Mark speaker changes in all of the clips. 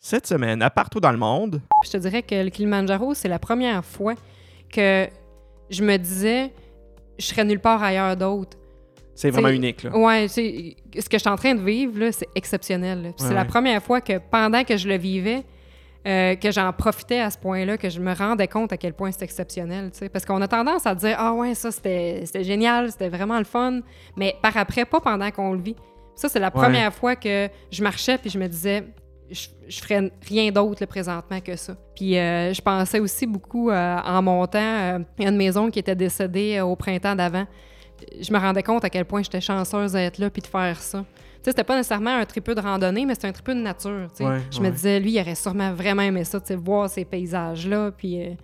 Speaker 1: cette semaine à partout dans le monde.
Speaker 2: Je te dirais que le Kilimanjaro, c'est la première fois que je me disais, je serais nulle part ailleurs d'autre.
Speaker 1: C'est vraiment
Speaker 2: T'sais,
Speaker 1: unique. Là.
Speaker 2: Ouais, tu sais, ce que je suis en train de vivre, là, c'est exceptionnel. là. Puis
Speaker 1: Ouais,
Speaker 2: c'est la
Speaker 1: ouais.
Speaker 2: première fois que pendant que je le vivais, euh, que j'en profitais à ce point-là, que je me rendais compte à quel point c'est exceptionnel. tu sais. Parce qu'on a tendance à dire Ah ouais, ça c'était c'était génial, c'était vraiment le fun, mais par après, pas pendant qu'on le vit. Ça, c'est la première fois que je marchais puis je me disais je, je ferais rien d'autre là, présentement que ça. Puis euh, je pensais aussi beaucoup euh, en montant euh, il y a une maison qui était décédée euh, au printemps d'avant. Je me rendais compte à quel point j'étais chanceuse d'être là puis de faire ça. Tu sais, c'était pas nécessairement un tripeux de randonnée, mais c'était un tripeux de nature. tu sais.
Speaker 1: Ouais,
Speaker 2: je
Speaker 1: ouais.
Speaker 2: me disais, lui, il aurait sûrement vraiment aimé ça, tu sais, voir ces paysages-là. Puis euh, tu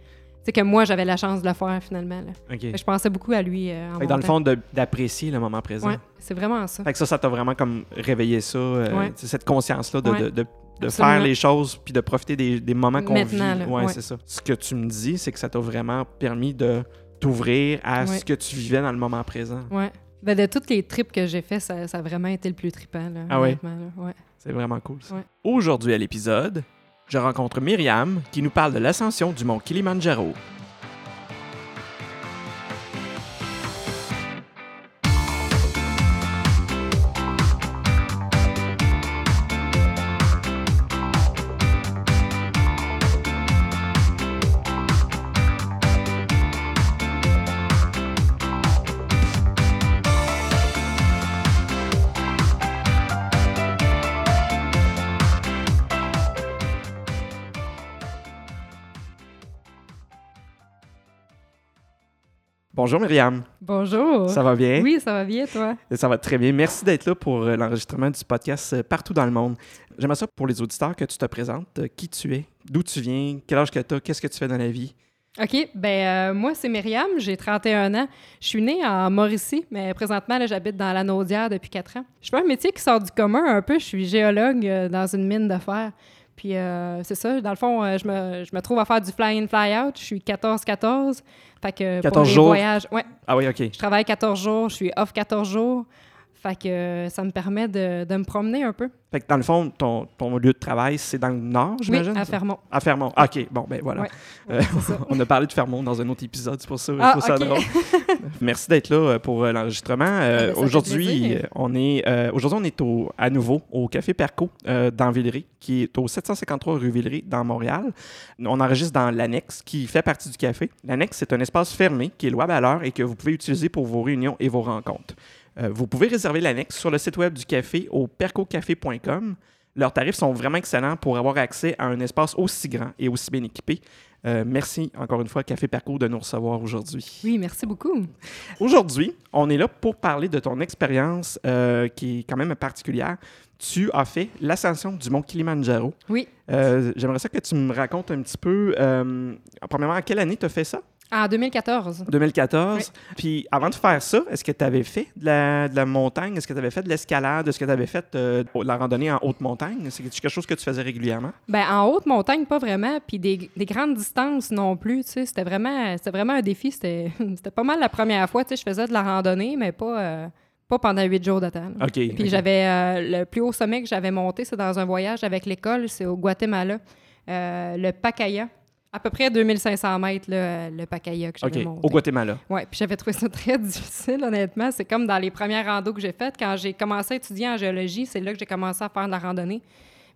Speaker 2: sais, que moi, j'avais la chance de le faire finalement. là.
Speaker 1: OK.
Speaker 2: Fait que Je pensais beaucoup à lui euh, en
Speaker 1: Fait que dans le
Speaker 2: montant.
Speaker 1: fond, de- d'apprécier le moment présent.
Speaker 2: Ouais, c'est vraiment ça.
Speaker 1: Fait que ça, ça t'a vraiment comme réveillé ça, euh,
Speaker 2: Ouais.
Speaker 1: tu sais, cette conscience-là de,
Speaker 2: Ouais.
Speaker 1: de- de- de
Speaker 2: Absolument.
Speaker 1: faire les choses puis de profiter des, des moments qu'on vit.
Speaker 2: Maintenant, là, ouais.
Speaker 1: c'est ça. Ce que tu me dis, c'est que ça t'a vraiment permis de t'ouvrir à
Speaker 2: Ouais.
Speaker 1: ce que tu vivais dans le moment présent.
Speaker 2: Ouais. Ben, de toutes les tripes que j'ai fait, ça, ça a vraiment été le plus trippant. Là,
Speaker 1: Ah ouais?
Speaker 2: honnêtement, là. Ouais.
Speaker 1: C'est vraiment cool. ça.
Speaker 2: Ouais.
Speaker 1: Aujourd'hui à l'épisode, je rencontre Myriam qui nous parle de l'ascension du mont Kilimanjaro. Bonjour Myriam,
Speaker 2: Bonjour.
Speaker 1: ça va bien?
Speaker 2: Oui, ça va bien, toi?
Speaker 1: Ça va très bien. Merci d'être là pour euh, l'enregistrement du podcast euh, partout dans le monde. J'aimerais ça pour les auditeurs que tu te présentes, euh, qui tu es, d'où tu viens, quel âge que tu as, qu'est-ce que tu fais dans la vie.
Speaker 2: OK. Ben, euh, moi, c'est Myriam. J'ai 31 ans. Je suis née en Mauricie, mais présentement, là, j'habite dans la Naudière depuis 4 ans. Je fais un métier qui sort du commun un peu. Je suis géologue euh, dans une mine de fer. Puis, euh, c'est ça. Dans le fond, euh, je, me, je me trouve à faire du fly-in, fly-out. Je suis 14-14. Fait que pour
Speaker 1: 14
Speaker 2: les
Speaker 1: jours.
Speaker 2: voyages... Ouais.
Speaker 1: Ah oui, OK.
Speaker 2: Je travaille 14 jours. Je suis off 14 jours. Fait que euh, ça me permet de, de me promener un peu.
Speaker 1: Fait que dans le fond, ton, ton lieu de travail, c'est dans le nord,
Speaker 2: Oui,
Speaker 1: j'imagine?
Speaker 2: à
Speaker 1: ça?
Speaker 2: Fermont.
Speaker 1: À Fermont. Ah, OK, bon, ben voilà.
Speaker 2: Ouais.
Speaker 1: Euh, on a parlé de Fermont dans un autre épisode, c'est pour ça que
Speaker 2: Ah,
Speaker 1: je trouve ça
Speaker 2: ok.
Speaker 1: drôle. Merci d'être là euh, pour euh, l'enregistrement. Euh,
Speaker 2: ben, ça fait
Speaker 1: aujourd'hui,
Speaker 2: plaisir.
Speaker 1: euh, on est, euh, aujourd'hui, on est au, à nouveau au Café Perco euh, dans Villeray, qui est au 753 rue Villeray, dans Montréal. On enregistre dans l'annexe qui fait partie du café. L'annexe, c'est un espace fermé qui est louable à l'heure et que vous pouvez utiliser pour vos réunions et vos rencontres. Euh, vous pouvez réserver l'annexe sur le site web du café au percocafé.com. Leurs tarifs sont vraiment excellents pour avoir accès à un espace aussi grand et aussi bien équipé. Euh, merci encore une fois, Café Perco, de nous recevoir aujourd'hui.
Speaker 2: Oui, merci beaucoup.
Speaker 1: Aujourd'hui, on est là pour parler de ton expérience euh, qui est quand même particulière. Tu as fait l'ascension du mont Kilimanjaro.
Speaker 2: Oui.
Speaker 1: Euh, J'aimerais ça que tu me racontes un petit peu, euh, premièrement, à quelle année tu as fait ça?
Speaker 2: En 2014.
Speaker 1: 2014. Puis avant de faire ça, est-ce que tu avais fait de la, de la montagne? Est-ce que tu avais fait de l'escalade? Est-ce que tu avais fait euh, de la randonnée en haute montagne? C'est quelque chose que tu faisais régulièrement?
Speaker 2: Ben, en haute montagne, pas vraiment, puis des, des grandes distances non plus. tu sais. C'était vraiment, c'était vraiment un défi. C'était c'était pas mal la première fois. tu sais, Je faisais de la randonnée, mais pas, euh, pas pendant huit jours de temps. là.
Speaker 1: OK.
Speaker 2: Puis j'avais euh, le plus haut sommet que j'avais monté, c'est dans un voyage avec l'école, c'est au Guatemala, euh, le Pacaya. À peu près 2500 mètres, là, euh, le Pacaya que j'avais monté.
Speaker 1: au Guatemala.
Speaker 2: Oui, puis j'avais trouvé ça très difficile, honnêtement. C'est comme dans les premières randos que j'ai faites. Quand j'ai commencé à étudier en géologie, c'est là que j'ai commencé à faire de la randonnée.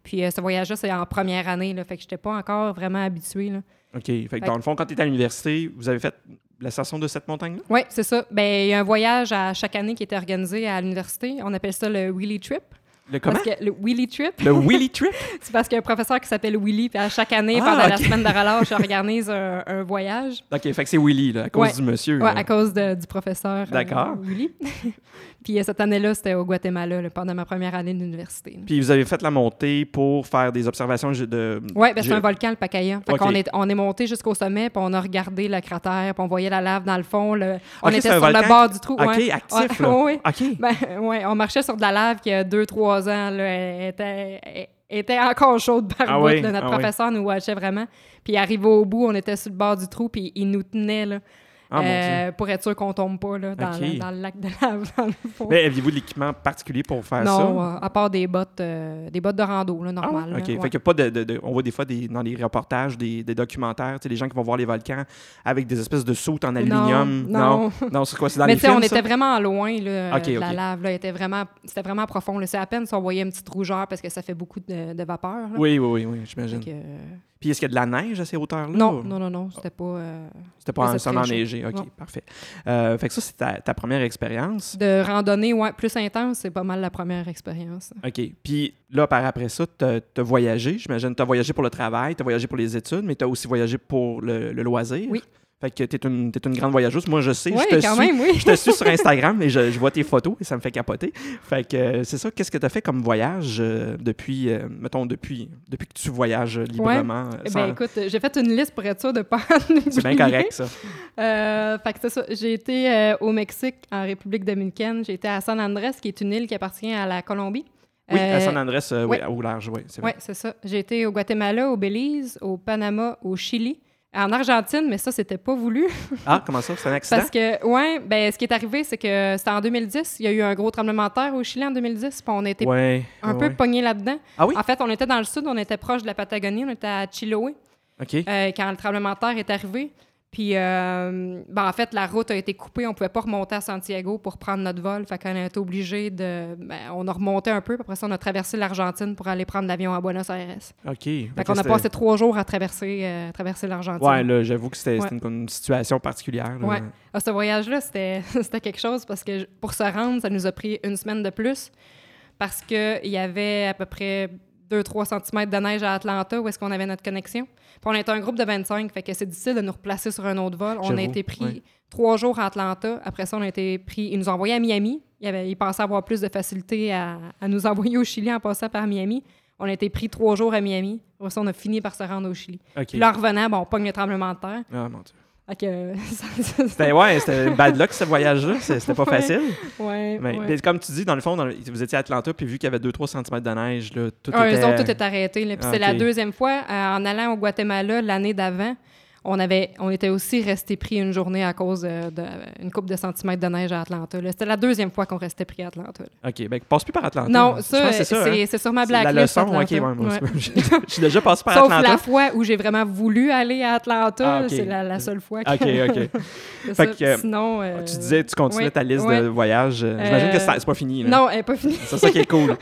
Speaker 2: Puis euh, ce voyage-là, c'est en première année, là, fait que je n'étais pas encore vraiment habituée.
Speaker 1: OK. Fait que dans le fond, quand tu étais à l'université, vous avez fait l'ascension de cette montagne-là?
Speaker 2: Oui, c'est ça. Ben, il y a un voyage à chaque année qui était organisé à l'université. On appelle ça le Willy Trip.
Speaker 1: Le comment?
Speaker 2: Parce que le Willy Trip,
Speaker 1: Le Willy Trip?
Speaker 2: c'est parce qu'il y a un professeur qui s'appelle Willy, puis à chaque année,
Speaker 1: Ah,
Speaker 2: pendant la
Speaker 1: ok.
Speaker 2: semaine de relâche, j'organise un, un voyage.
Speaker 1: OK, fait que c'est Willy, là, à cause
Speaker 2: Ouais.
Speaker 1: du monsieur.
Speaker 2: Ouais,
Speaker 1: là.
Speaker 2: à cause de- du professeur euh,
Speaker 1: D'accord.
Speaker 2: Willy. puis euh, cette année-là, c'était au Guatemala, là, pendant ma première année d'université. là.
Speaker 1: Puis vous avez fait la montée pour faire des observations gé- de...
Speaker 2: Oui, ben c'est
Speaker 1: gé-
Speaker 2: un volcan, le Pacaya. Fait
Speaker 1: Ok.
Speaker 2: qu'on est, on est monté jusqu'au sommet, puis on a regardé le cratère, puis on voyait la lave dans le fond. le- On
Speaker 1: Ok,
Speaker 2: était
Speaker 1: c'est un
Speaker 2: sur le
Speaker 1: volcan
Speaker 2: bord du trou.
Speaker 1: OK,
Speaker 2: ouais.
Speaker 1: actif,
Speaker 2: Ouais,
Speaker 1: là.
Speaker 2: ouais.
Speaker 1: OK.
Speaker 2: Ben, ouais, on marchait sur de la lave qui a deux, trois ans, là, elle était, elle était encore chaude par
Speaker 1: Ah
Speaker 2: bout,
Speaker 1: oui,
Speaker 2: là. Notre
Speaker 1: ah oui.
Speaker 2: professeur nous watchait vraiment. Puis arrivé au bout, on était sur le bord du trou, puis il nous tenait, là.
Speaker 1: Ah, mon
Speaker 2: euh, pour être sûr qu'on tombe pas là, dans,
Speaker 1: Ok.
Speaker 2: le, dans le lac de lave. dans le fond.
Speaker 1: Mais aviez-vous de l'équipement particulier pour faire ça?
Speaker 2: non, euh, à part des bottes, euh, des bottes de rando,
Speaker 1: Ah
Speaker 2: là,
Speaker 1: ouais?
Speaker 2: normal. là,
Speaker 1: OK. Fait
Speaker 2: ouais.
Speaker 1: qu'il y a pas de, de- de- On voit des fois des- dans les reportages, des, des documentaires, tu sais, les gens qui vont voir les volcans avec des espèces de soutes en aluminium.
Speaker 2: non.
Speaker 1: Non, c'est quoi? C'est dans
Speaker 2: Mais
Speaker 1: les
Speaker 2: tu sais, on
Speaker 1: films, ça?
Speaker 2: était vraiment loin là,
Speaker 1: Ok,
Speaker 2: de la
Speaker 1: ok.
Speaker 2: lave. Là. Il était vraiment, c'était vraiment profond. là. C'est à peine si on voyait une petite rougeur parce que ça fait beaucoup de, de vapeur. là.
Speaker 1: Oui, oui, oui, oui,
Speaker 2: Fait
Speaker 1: j'imagine.
Speaker 2: que, euh,
Speaker 1: Puis est-ce qu'il y a de la neige à ces hauteurs-là?
Speaker 2: non,
Speaker 1: ou-
Speaker 2: non, non, non, c'était pas euh,
Speaker 1: C'était pas
Speaker 2: Mais
Speaker 1: en,
Speaker 2: c'est
Speaker 1: en
Speaker 2: très chaud.
Speaker 1: enneigé. OK,
Speaker 2: Non.
Speaker 1: parfait. Euh, fait que ça, c'est ta, ta première expérience.
Speaker 2: de randonnée ouais, plus intense. C'est pas mal la première expérience.
Speaker 1: OK. Puis là, par après ça, tu as, voyagé, j'imagine. Tu as voyagé pour le travail, tu as voyagé pour les études, mais tu as aussi voyagé pour le, le loisir.
Speaker 2: Oui.
Speaker 1: Fait que tu es une, t'es une grande voyageuse. Moi, je sais,
Speaker 2: Oui,
Speaker 1: je te
Speaker 2: quand
Speaker 1: suis.
Speaker 2: même, oui.
Speaker 1: Je te suis sur Instagram et je, je vois tes photos et ça me fait capoter. Fait que euh, c'est ça. Qu'est-ce que tu as fait comme voyage euh, depuis, euh, mettons, depuis, depuis que tu voyages librement? euh,
Speaker 2: Eh
Speaker 1: sans-
Speaker 2: Ben écoute, j'ai fait une liste pour être sûre de pas en oublier.
Speaker 1: c'est bien correct, ça.
Speaker 2: Euh, fait que c'est ça. J'ai été euh, au Mexique, en République dominicaine. J'ai été à San Andrés, qui est une île qui appartient à la Colombie.
Speaker 1: Oui, à
Speaker 2: Euh,
Speaker 1: San Andrés, euh, oui,
Speaker 2: ouais.
Speaker 1: au large, oui. C'est
Speaker 2: Oui,
Speaker 1: vrai.
Speaker 2: c'est ça. J'ai été au Guatemala, au Belize, au Panama, au Chili, en Argentine, mais ça, c'était pas voulu.
Speaker 1: Ah, comment ça? C'est un accident?
Speaker 2: Parce que, ouais, ben, ce qui est arrivé, c'est que c'était en 2010. Il y a eu un gros tremblement de terre au Chili en 2010, puis on a été
Speaker 1: Ouais,
Speaker 2: un
Speaker 1: ouais,
Speaker 2: peu
Speaker 1: ouais.
Speaker 2: pognés là-dedans.
Speaker 1: Ah oui?
Speaker 2: En fait, on était dans le sud, on était proche de la Patagonie, on était à Chiloé
Speaker 1: OK.
Speaker 2: euh, quand le tremblement de terre est arrivé. Puis, euh, ben, en fait, la route a été coupée. On pouvait pas remonter à Santiago pour prendre notre vol. Fait qu'on a été obligé de. ben, on a remonté un peu. puis Après ça, on a traversé l'Argentine pour aller prendre l'avion à Buenos Aires.
Speaker 1: OK. Fait
Speaker 2: Fait
Speaker 1: que
Speaker 2: qu'on a
Speaker 1: c'était-
Speaker 2: passé trois jours à traverser, euh, traverser l'Argentine.
Speaker 1: Ouais, là, j'avoue que c'était
Speaker 2: Ouais.
Speaker 1: c'était une, une situation particulière. là.
Speaker 2: Ouais. Ah, ce voyage-là, c'était c'était quelque chose parce que je- pour se rendre, ça nous a pris une semaine de plus parce qu'il y avait à peu près 2-3 cm de neige à Atlanta où est-ce qu'on avait notre connexion. Puis on était un groupe de 25, fait que c'est difficile de nous replacer sur un autre vol. On
Speaker 1: J'avoue,
Speaker 2: a été pris
Speaker 1: ouais.
Speaker 2: trois jours à Atlanta. Après ça, on a été pris... Ils nous ont envoyés à Miami. Ils, avaient- ils pensaient avoir plus de facilité à, à nous envoyer au Chili en passant par Miami. On a été pris trois jours à Miami. Après ça, on a fini par se rendre au Chili.
Speaker 1: OK.
Speaker 2: Puis là, en revenant, ben, on pogne le tremblement de terre.
Speaker 1: Ah, mon Dieu.
Speaker 2: Fait que ça- ça- ça-
Speaker 1: C'était ouais, c'était bad luck ce voyage-là. C'est- C'était pas
Speaker 2: Ouais.
Speaker 1: facile.
Speaker 2: Ouais,
Speaker 1: Mais,
Speaker 2: ouais.
Speaker 1: mais comme tu dis, dans le fond, dans le- vous étiez à Atlanta, puis vu qu'il y avait 2-3 cm de neige, là, tout
Speaker 2: Ah,
Speaker 1: était...
Speaker 2: Eux autres, tout est arrêté. là. Puis
Speaker 1: Ah,
Speaker 2: c'est la
Speaker 1: ok.
Speaker 2: deuxième fois. euh, en allant au Guatemala l'année d'avant, on, avait, on était aussi resté pris une journée à cause euh, d'une coupe de centimètres de neige à Atlanta. là. C'était la deuxième fois qu'on restait pris à Atlanta. là.
Speaker 1: OK, ben passe plus par Atlanta.
Speaker 2: Non,
Speaker 1: Je
Speaker 2: ça,
Speaker 1: pense que
Speaker 2: c'est
Speaker 1: hein.
Speaker 2: c'est sur ma
Speaker 1: C'est la
Speaker 2: blacklist.
Speaker 1: leçon,
Speaker 2: Atlanta.
Speaker 1: OK, ouais, moi aussi.
Speaker 2: Ouais.
Speaker 1: Je suis déjà passé par
Speaker 2: Sauf
Speaker 1: Atlanta.
Speaker 2: la fois où j'ai vraiment voulu aller à Atlanta,
Speaker 1: Ah, ok.
Speaker 2: c'est la, la Euh, seule fois que
Speaker 1: OK, OK.
Speaker 2: c'est
Speaker 1: Fait
Speaker 2: ça.
Speaker 1: que, ah,
Speaker 2: Sinon, euh,
Speaker 1: tu disais, tu continuais
Speaker 2: ouais,
Speaker 1: ta liste
Speaker 2: ouais.
Speaker 1: de voyages. Euh, J'imagine que
Speaker 2: Euh,
Speaker 1: c'est c'est pas fini. là.
Speaker 2: Non, elle n'est pas finie.
Speaker 1: C'est ça qui est cool.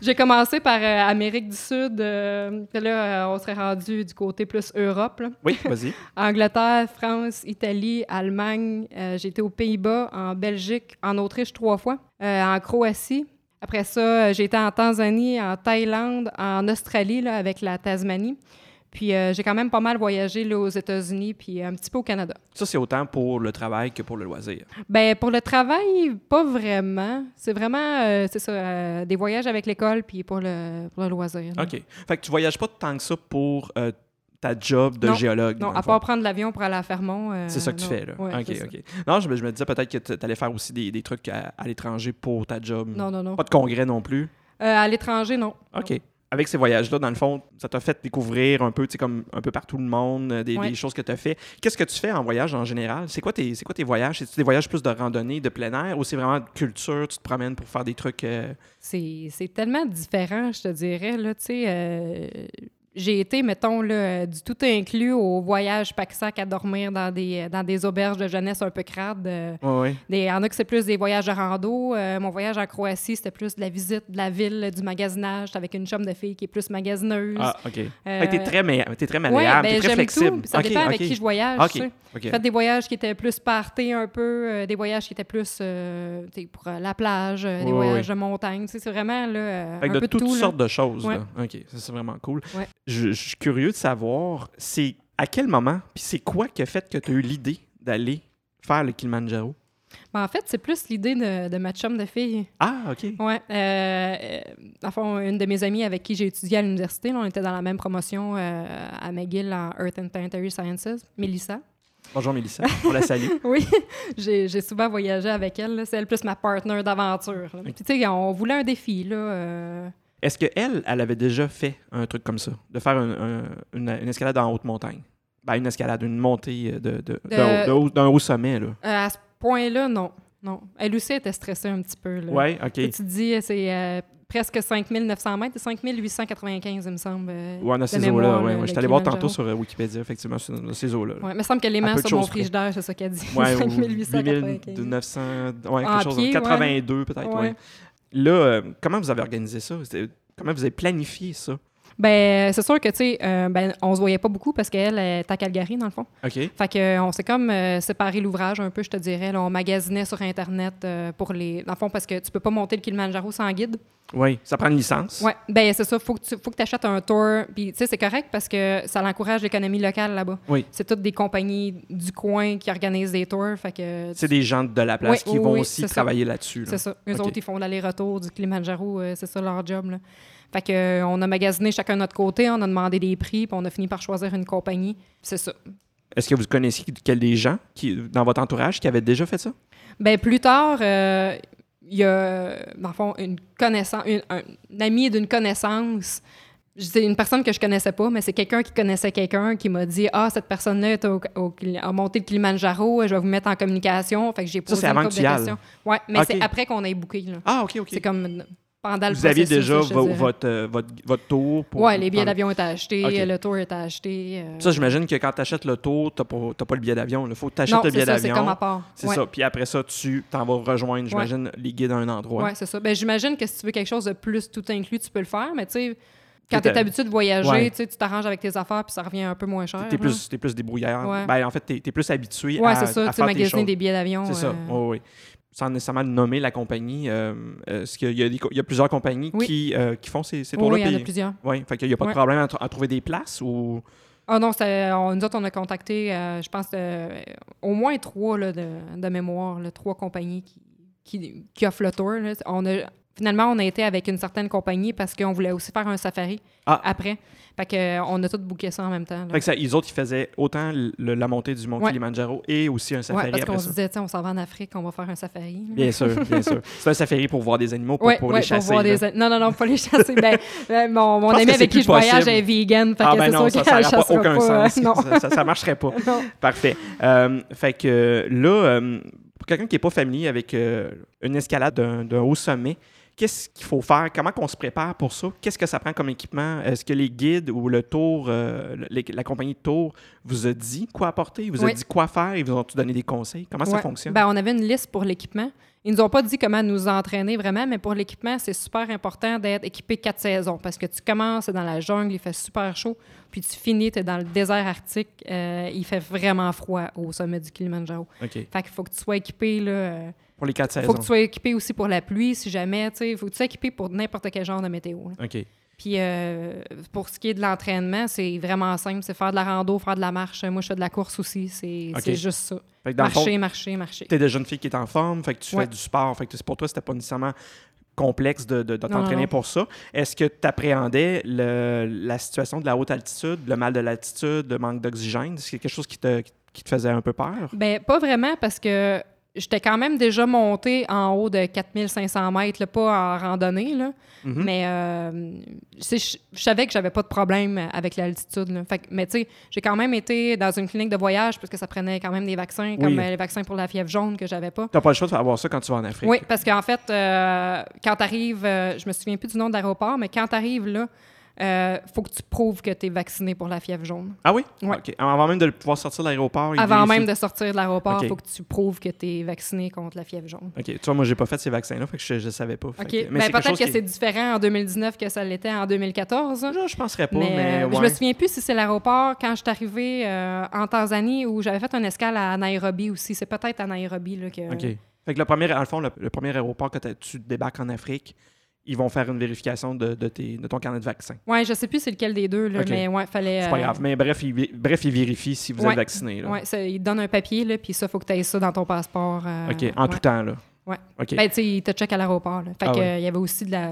Speaker 2: J'ai commencé par euh, Amérique du Sud. euh, puis là, euh, on serait rendu du côté plus Europe. là.
Speaker 1: Oui, vas-y.
Speaker 2: Angleterre, France, Italie, Allemagne. Euh, j'ai été aux Pays-Bas, en Belgique, en Autriche trois fois, euh, en Croatie. Après ça, euh, j'ai été en Tanzanie, en Thaïlande, en Australie là, avec la Tasmanie. Puis euh, j'ai quand même pas mal voyagé là, aux États-Unis puis un petit peu au Canada.
Speaker 1: Ça, c'est autant pour le travail que pour le loisir.
Speaker 2: Ben pour le travail, pas vraiment. C'est vraiment, euh, c'est ça, euh, des voyages avec l'école puis pour le, pour le loisir. là.
Speaker 1: OK. Fait que tu voyages pas tant que ça pour euh, ta job de
Speaker 2: Non,
Speaker 1: géologue. dans
Speaker 2: Non,
Speaker 1: le
Speaker 2: à
Speaker 1: fond.
Speaker 2: part prendre l'avion pour aller à Fermont. euh,
Speaker 1: C'est ça que tu
Speaker 2: non.
Speaker 1: fais, là.
Speaker 2: Ouais,
Speaker 1: OK,
Speaker 2: c'est ça.
Speaker 1: OK. Non, je, me- je me disais peut-être que tu allais faire aussi des, des trucs à, à l'étranger pour ta job.
Speaker 2: Non, non, non.
Speaker 1: Pas de congrès non plus.
Speaker 2: Euh, à l'étranger, non.
Speaker 1: OK. Avec ces voyages-là, dans le fond, ça t'a fait découvrir un peu, tu sais, comme un peu partout le monde, euh, des,
Speaker 2: Ouais.
Speaker 1: des choses que tu as fait. Qu'est-ce que tu fais en voyage en général? C'est quoi tes, c'est quoi tes voyages? C'est-tu des voyages plus de randonnée, de plein air ou c'est vraiment de culture? Tu te promènes pour faire des trucs. euh,
Speaker 2: C'est c'est tellement différent, je te dirais. Là, tu sais, euh, j'ai été, mettons, là, euh, du tout inclus au voyage pack-sac à dormir dans des, euh, dans des auberges de jeunesse un peu crades. euh,
Speaker 1: Ouais, ouais.
Speaker 2: des- Il y en a que c'est plus des voyages de rando. Euh, mon voyage en Croatie, c'était plus de la visite de la ville, du magasinage. J'étais avec une chum de fille qui est plus magasineuse.
Speaker 1: Ah, OK.
Speaker 2: Euh,
Speaker 1: Fait que t'es très, mé- t'es très
Speaker 2: ouais,
Speaker 1: malléable,
Speaker 2: ben,
Speaker 1: t'es très
Speaker 2: j'aime
Speaker 1: flexible.
Speaker 2: tout. puis Ça
Speaker 1: OK,
Speaker 2: dépend avec
Speaker 1: OK.
Speaker 2: qui je voyage.
Speaker 1: OK,
Speaker 2: tu sais.
Speaker 1: OK.
Speaker 2: J'ai fait des voyages qui étaient plus partés un peu, euh, des voyages qui étaient plus euh, tu sais, pour euh, la plage, euh,
Speaker 1: Oui,
Speaker 2: des
Speaker 1: oui,
Speaker 2: voyages
Speaker 1: oui.
Speaker 2: de montagne. tu sais, C'est vraiment là, euh,
Speaker 1: Fait que
Speaker 2: un
Speaker 1: de
Speaker 2: peu de
Speaker 1: toutes
Speaker 2: tout. là.
Speaker 1: sortes de choses.
Speaker 2: Ouais.
Speaker 1: là. OK, ça c'est vraiment cool.
Speaker 2: Ouais.
Speaker 1: Je, je suis curieux de savoir, c'est à quel moment, puis c'est quoi qui a fait que tu as eu l'idée d'aller faire le Kilimanjaro?
Speaker 2: Mais en fait, c'est plus l'idée de, de ma chum de fille.
Speaker 1: Ah, OK.
Speaker 2: Ouais. euh, euh, dans le fond, une de mes amies avec qui j'ai étudié à l'université, là, on était dans la même promotion euh, à McGill en Earth and Planetary Sciences, Mélissa.
Speaker 1: Bonjour Mélissa, on la salue.
Speaker 2: Oui, j'ai j'ai souvent voyagé avec elle. là. C'est elle plus ma partenaire d'aventure. là. Puis, tu sais, on voulait un défi, là. euh,
Speaker 1: Est-ce qu'elle, elle avait déjà fait un truc comme ça, de faire un- un- une, une escalade en haute montagne? Ben, une escalade, une montée euh, de, de-
Speaker 2: De-
Speaker 1: d'un haut- d'un haut, d'un haut sommet. Là.
Speaker 2: Euh, à ce point-là, non. Non. Elle aussi était stressée un petit peu. Là.
Speaker 1: Ouais, OK.
Speaker 2: Tu te dis, c'est euh, presque 5900 mètres, 5895, il me semble. euh,
Speaker 1: Ouais, dans ces
Speaker 2: mémoire,
Speaker 1: eaux-là.
Speaker 2: là,
Speaker 1: Ouais, ouais.
Speaker 2: le
Speaker 1: J'étais allé voir
Speaker 2: Kilimanjaro.
Speaker 1: tantôt sur euh, Wikipédia, effectivement, sur- dans ces eaux-là.
Speaker 2: Ouais, il me semble que l'aimant
Speaker 1: peu de
Speaker 2: sur mon
Speaker 1: choses près.
Speaker 2: frigidaire, c'est ça qu'elle dit.
Speaker 1: Ouais, ou
Speaker 2: 5895.
Speaker 1: 1900, ouais,
Speaker 2: En
Speaker 1: quelque chose,
Speaker 2: pied, ouais.
Speaker 1: 82 peut-être. ouais.
Speaker 2: Ouais.
Speaker 1: Là, euh, comment vous avez organisé ça? C'était- Comment vous avez planifié ça?
Speaker 2: Ben, c'est sûr que, tu sais, euh, ben, on se voyait pas beaucoup parce qu'elle est à Calgary, dans le fond.
Speaker 1: OK.
Speaker 2: Fait que, euh, on s'est comme euh, séparé l'ouvrage un peu, je te dirais. Là, on magasinait sur Internet euh, pour les. Dans le fond, parce que tu peux pas monter le Kilimanjaro sans guide.
Speaker 1: Oui, ça prend une licence.
Speaker 2: Ouais, ben c'est ça. Faut que tu faut que achètes un tour. Puis, tu sais, c'est correct parce que ça l'encourage l'économie locale là-bas.
Speaker 1: Oui.
Speaker 2: C'est toutes des compagnies du coin qui organisent des tours. Fait que.
Speaker 1: C'est des gens de la place
Speaker 2: Oui,
Speaker 1: qui
Speaker 2: oui,
Speaker 1: vont
Speaker 2: oui,
Speaker 1: aussi
Speaker 2: c'est ça.
Speaker 1: travailler là-dessus. là.
Speaker 2: C'est ça. Eux
Speaker 1: OK.
Speaker 2: autres, ils font l'aller-retour du Kilimanjaro. euh, c'est ça leur job. Là. Fait que, euh, on a magasiné chacun de notre côté, on a demandé des prix, puis on a fini par choisir une compagnie. C'est ça.
Speaker 1: Est-ce que vous connaissiez quel des gens qui, dans votre entourage qui avaient déjà fait ça?
Speaker 2: Ben plus tard, euh, il y a, dans le fond, une connaissance, une, un, une amie d'une connaissance. C'est une personne que je connaissais pas, mais c'est quelqu'un qui connaissait quelqu'un qui m'a dit Ah, cette personne-là est au- au- a monté le Kilimanjaro, je vais vous mettre en communication. Fait que j'ai
Speaker 1: Ça,
Speaker 2: posé
Speaker 1: c'est
Speaker 2: une
Speaker 1: avant que
Speaker 2: couple de
Speaker 1: tu y ailles.
Speaker 2: questions. Oui, mais
Speaker 1: Ok.
Speaker 2: c'est après qu'on ait booké. là.
Speaker 1: Ah, OK, OK.
Speaker 2: C'est comme pendant le
Speaker 1: Vous aviez
Speaker 2: processus,
Speaker 1: déjà
Speaker 2: je te
Speaker 1: vo-
Speaker 2: dirais.
Speaker 1: votre, euh, votre, votre tour pour.
Speaker 2: Ouais, les billets
Speaker 1: prendre-
Speaker 2: d'avion étaient achetés,
Speaker 1: Ok.
Speaker 2: le tour était acheté. euh,
Speaker 1: Ça, j'imagine que quand tu achètes le tour, tu n'as pas, le billet d'avion. Il faut que tu
Speaker 2: non,
Speaker 1: le
Speaker 2: c'est
Speaker 1: billet
Speaker 2: ça, c'est
Speaker 1: d'avion.
Speaker 2: comme à part.
Speaker 1: C'est
Speaker 2: Ouais.
Speaker 1: ça. Puis après ça, tu t'en vas rejoindre, j'imagine, les guides à un endroit.
Speaker 2: Oui, c'est ça. Ben, J'imagine que si tu veux quelque chose de plus tout inclus, tu peux le faire, mais tu sais, quand
Speaker 1: T'es
Speaker 2: tu
Speaker 1: à-
Speaker 2: es habitué de voyager,
Speaker 1: Ouais.
Speaker 2: tu sais, tu t'arranges avec tes affaires puis ça revient un peu moins cher.
Speaker 1: T'es
Speaker 2: là.
Speaker 1: plus, t'es plus débrouillard.
Speaker 2: Ouais.
Speaker 1: Ben, en fait, t'es, t'es plus habitué
Speaker 2: Ouais,
Speaker 1: à,
Speaker 2: c'est ça.
Speaker 1: à
Speaker 2: Tu sais,
Speaker 1: faire tes
Speaker 2: magasiner
Speaker 1: choses.
Speaker 2: des billets d'avion.
Speaker 1: C'est
Speaker 2: euh,
Speaker 1: ça, oui, oui. Sans nécessairement nommer la compagnie, euh, euh, parce qu'il y a, des co- il y a plusieurs compagnies
Speaker 2: Oui.
Speaker 1: qui, euh, qui font ces, ces
Speaker 2: oui,
Speaker 1: tours-là.
Speaker 2: il y en a
Speaker 1: puis-
Speaker 2: plusieurs.
Speaker 1: ouais, fait qu'il n'y a pas de
Speaker 2: Ouais.
Speaker 1: problème à, tr- à trouver des places ou...
Speaker 2: Ah non, c'est- on, nous autres, on a contacté, euh, je pense, euh, au moins trois là, de, de mémoire, là, trois compagnies qui, qui, qui offrent le tour. là. On a, finalement, on a été avec une certaine compagnie parce qu'on voulait aussi faire un safari
Speaker 1: Ah.
Speaker 2: après. Fait que, euh, on a tout booké ça en même temps. là.
Speaker 1: Fait que ça, ils autres, ils faisaient autant le- la montée du mont
Speaker 2: Ouais.
Speaker 1: Kilimanjaro et aussi un
Speaker 2: Ouais,
Speaker 1: safari
Speaker 2: parce
Speaker 1: après
Speaker 2: qu'on se
Speaker 1: ça.
Speaker 2: disait, tiens, on s'en va en Afrique, on va faire un safari. là.
Speaker 1: Bien sûr, bien sûr. C'est un safari pour voir des animaux, pas
Speaker 2: Ouais,
Speaker 1: pour
Speaker 2: ouais,
Speaker 1: les chasser.
Speaker 2: voir
Speaker 1: là.
Speaker 2: des an- Non, non, non, pas les chasser. Ben, ben, mon mon
Speaker 1: pense
Speaker 2: ami
Speaker 1: que c'est
Speaker 2: avec qui
Speaker 1: plus
Speaker 2: je voyage
Speaker 1: possible.
Speaker 2: est vegan, fait
Speaker 1: Ah
Speaker 2: que
Speaker 1: ben
Speaker 2: c'est
Speaker 1: non, ça,
Speaker 2: sûr qu'elle
Speaker 1: ça
Speaker 2: ne
Speaker 1: n'aurait pas
Speaker 2: chassera
Speaker 1: aucun
Speaker 2: pas,
Speaker 1: sens.
Speaker 2: euh, non.
Speaker 1: Ça, ça, ça marcherait pas.
Speaker 2: Non.
Speaker 1: Parfait. Euh, fait que euh, là, euh, pour quelqu'un qui n'est pas familier avec euh, une escalade d'un d'un haut sommet, qu'est-ce qu'il faut faire? Comment qu'on se prépare pour ça? Qu'est-ce que ça prend comme équipement? Est-ce que les guides ou le tour, euh, le- les- la compagnie de tour vous a dit quoi apporter? Vous a
Speaker 2: Oui.
Speaker 1: dit quoi faire? Ils vous ont donné des conseils? Comment ça
Speaker 2: Ouais.
Speaker 1: fonctionne?
Speaker 2: Ben, on avait une liste pour l'équipement. Ils nous ont pas dit comment nous entraîner vraiment, mais pour l'équipement, c'est super important d'être équipé quatre saisons parce que tu commences t'es dans la jungle, il fait super chaud, puis tu finis, tu es dans le désert arctique, euh, il fait vraiment froid au sommet du Kilimanjaro.
Speaker 1: OK.
Speaker 2: Fait qu'il faut que tu sois équipé là, euh,
Speaker 1: Pour les quatre saisons.
Speaker 2: faut que tu sois équipé aussi pour la pluie si jamais, tu sais, faut que tu sois équipé pour n'importe quel genre de météo. là.
Speaker 1: OK.
Speaker 2: Puis euh, pour ce qui est de l'entraînement, c'est vraiment simple. C'est faire de la rando, faire de la marche. Moi, je fais de la course aussi. C'est
Speaker 1: Ok.
Speaker 2: c'est juste ça.
Speaker 1: Fait que dans le fond,
Speaker 2: Marcher, marcher, marcher.
Speaker 1: tu es déjà une fille qui est en forme, fait que tu
Speaker 2: Ouais.
Speaker 1: fais du sport. Fait que c'est- pour toi, c'était pas nécessairement complexe de, de- de
Speaker 2: Non, non,
Speaker 1: t'entraîner
Speaker 2: non.
Speaker 1: pour ça. Est-ce que tu appréhendais le- la situation de la haute altitude, le mal de l'altitude, le manque d'oxygène? Est-ce que c'est quelque chose qui te, qui te faisait un peu peur?
Speaker 2: Ben pas vraiment parce que j'étais quand même déjà montée en haut de 4500 mètres, là, pas en randonnée, là.
Speaker 1: Mhm.
Speaker 2: mais euh, c'est- je je savais que j'avais pas de problème avec l'altitude. là. Fait que- Mais tu sais, j'ai quand même été dans une clinique de voyage parce que ça prenait quand même des vaccins, comme euh, les vaccins pour la fièvre jaune que j'avais pas.
Speaker 1: T'as pas le choix de faire avoir ça quand tu vas en Afrique.
Speaker 2: Oui, parce qu'en fait, euh, quand tu arrives, je me souviens plus du nom de l'aéroport, mais quand tu arrives là, euh, faut que tu prouves que tu es vacciné pour la fièvre jaune.
Speaker 1: Ah oui?
Speaker 2: Ouais.
Speaker 1: OK. Avant même de pouvoir sortir de l'aéroport. ils
Speaker 2: Avant
Speaker 1: vérifient-
Speaker 2: même de sortir de l'aéroport,
Speaker 1: Ok.
Speaker 2: faut que tu prouves que tu es vacciné contre la fièvre jaune.
Speaker 1: OK. Tu vois, moi, j'ai pas fait ces vaccins-là, fait que je, je savais pas. Fait
Speaker 2: OK.
Speaker 1: que-
Speaker 2: Ben,
Speaker 1: c'est quelque
Speaker 2: peut-être
Speaker 1: chose
Speaker 2: que
Speaker 1: qui-
Speaker 2: c'est différent en 2019 que ça l'était en 2014.
Speaker 1: Non, je penserais pas,
Speaker 2: Mais,
Speaker 1: mais,
Speaker 2: euh, je
Speaker 1: ouais.
Speaker 2: me souviens plus si c'est l'aéroport quand je suis arrivée euh, en Tanzanie ou j'avais fait un escale à Nairobi aussi. C'est peut-être à Nairobi là, que.
Speaker 1: OK. Fait que le premier, en le fond, le, le premier aéroport que t'as- tu débarques en Afrique, ils vont faire une vérification de, de tes- de ton carnet de vaccins.
Speaker 2: Ouais, je sais plus c'est lequel des deux, là,
Speaker 1: Ok.
Speaker 2: mais ouais, fallait.
Speaker 1: C'est pas
Speaker 2: euh,
Speaker 1: grave. Mais bref, ils, vi- bref, ils vérifient si vous
Speaker 2: Ouais.
Speaker 1: êtes vacciné. là.
Speaker 2: Oui, il te donne un papier, là, puis ça, faut que tu aies ça dans ton passeport. euh,
Speaker 1: OK, en
Speaker 2: ouais.
Speaker 1: tout temps, là.
Speaker 2: Ouais.
Speaker 1: OK.
Speaker 2: Ben, tu sais, il te check à l'aéroport. là. Fait
Speaker 1: Ah
Speaker 2: que,
Speaker 1: ouais.
Speaker 2: euh, il y avait aussi de la,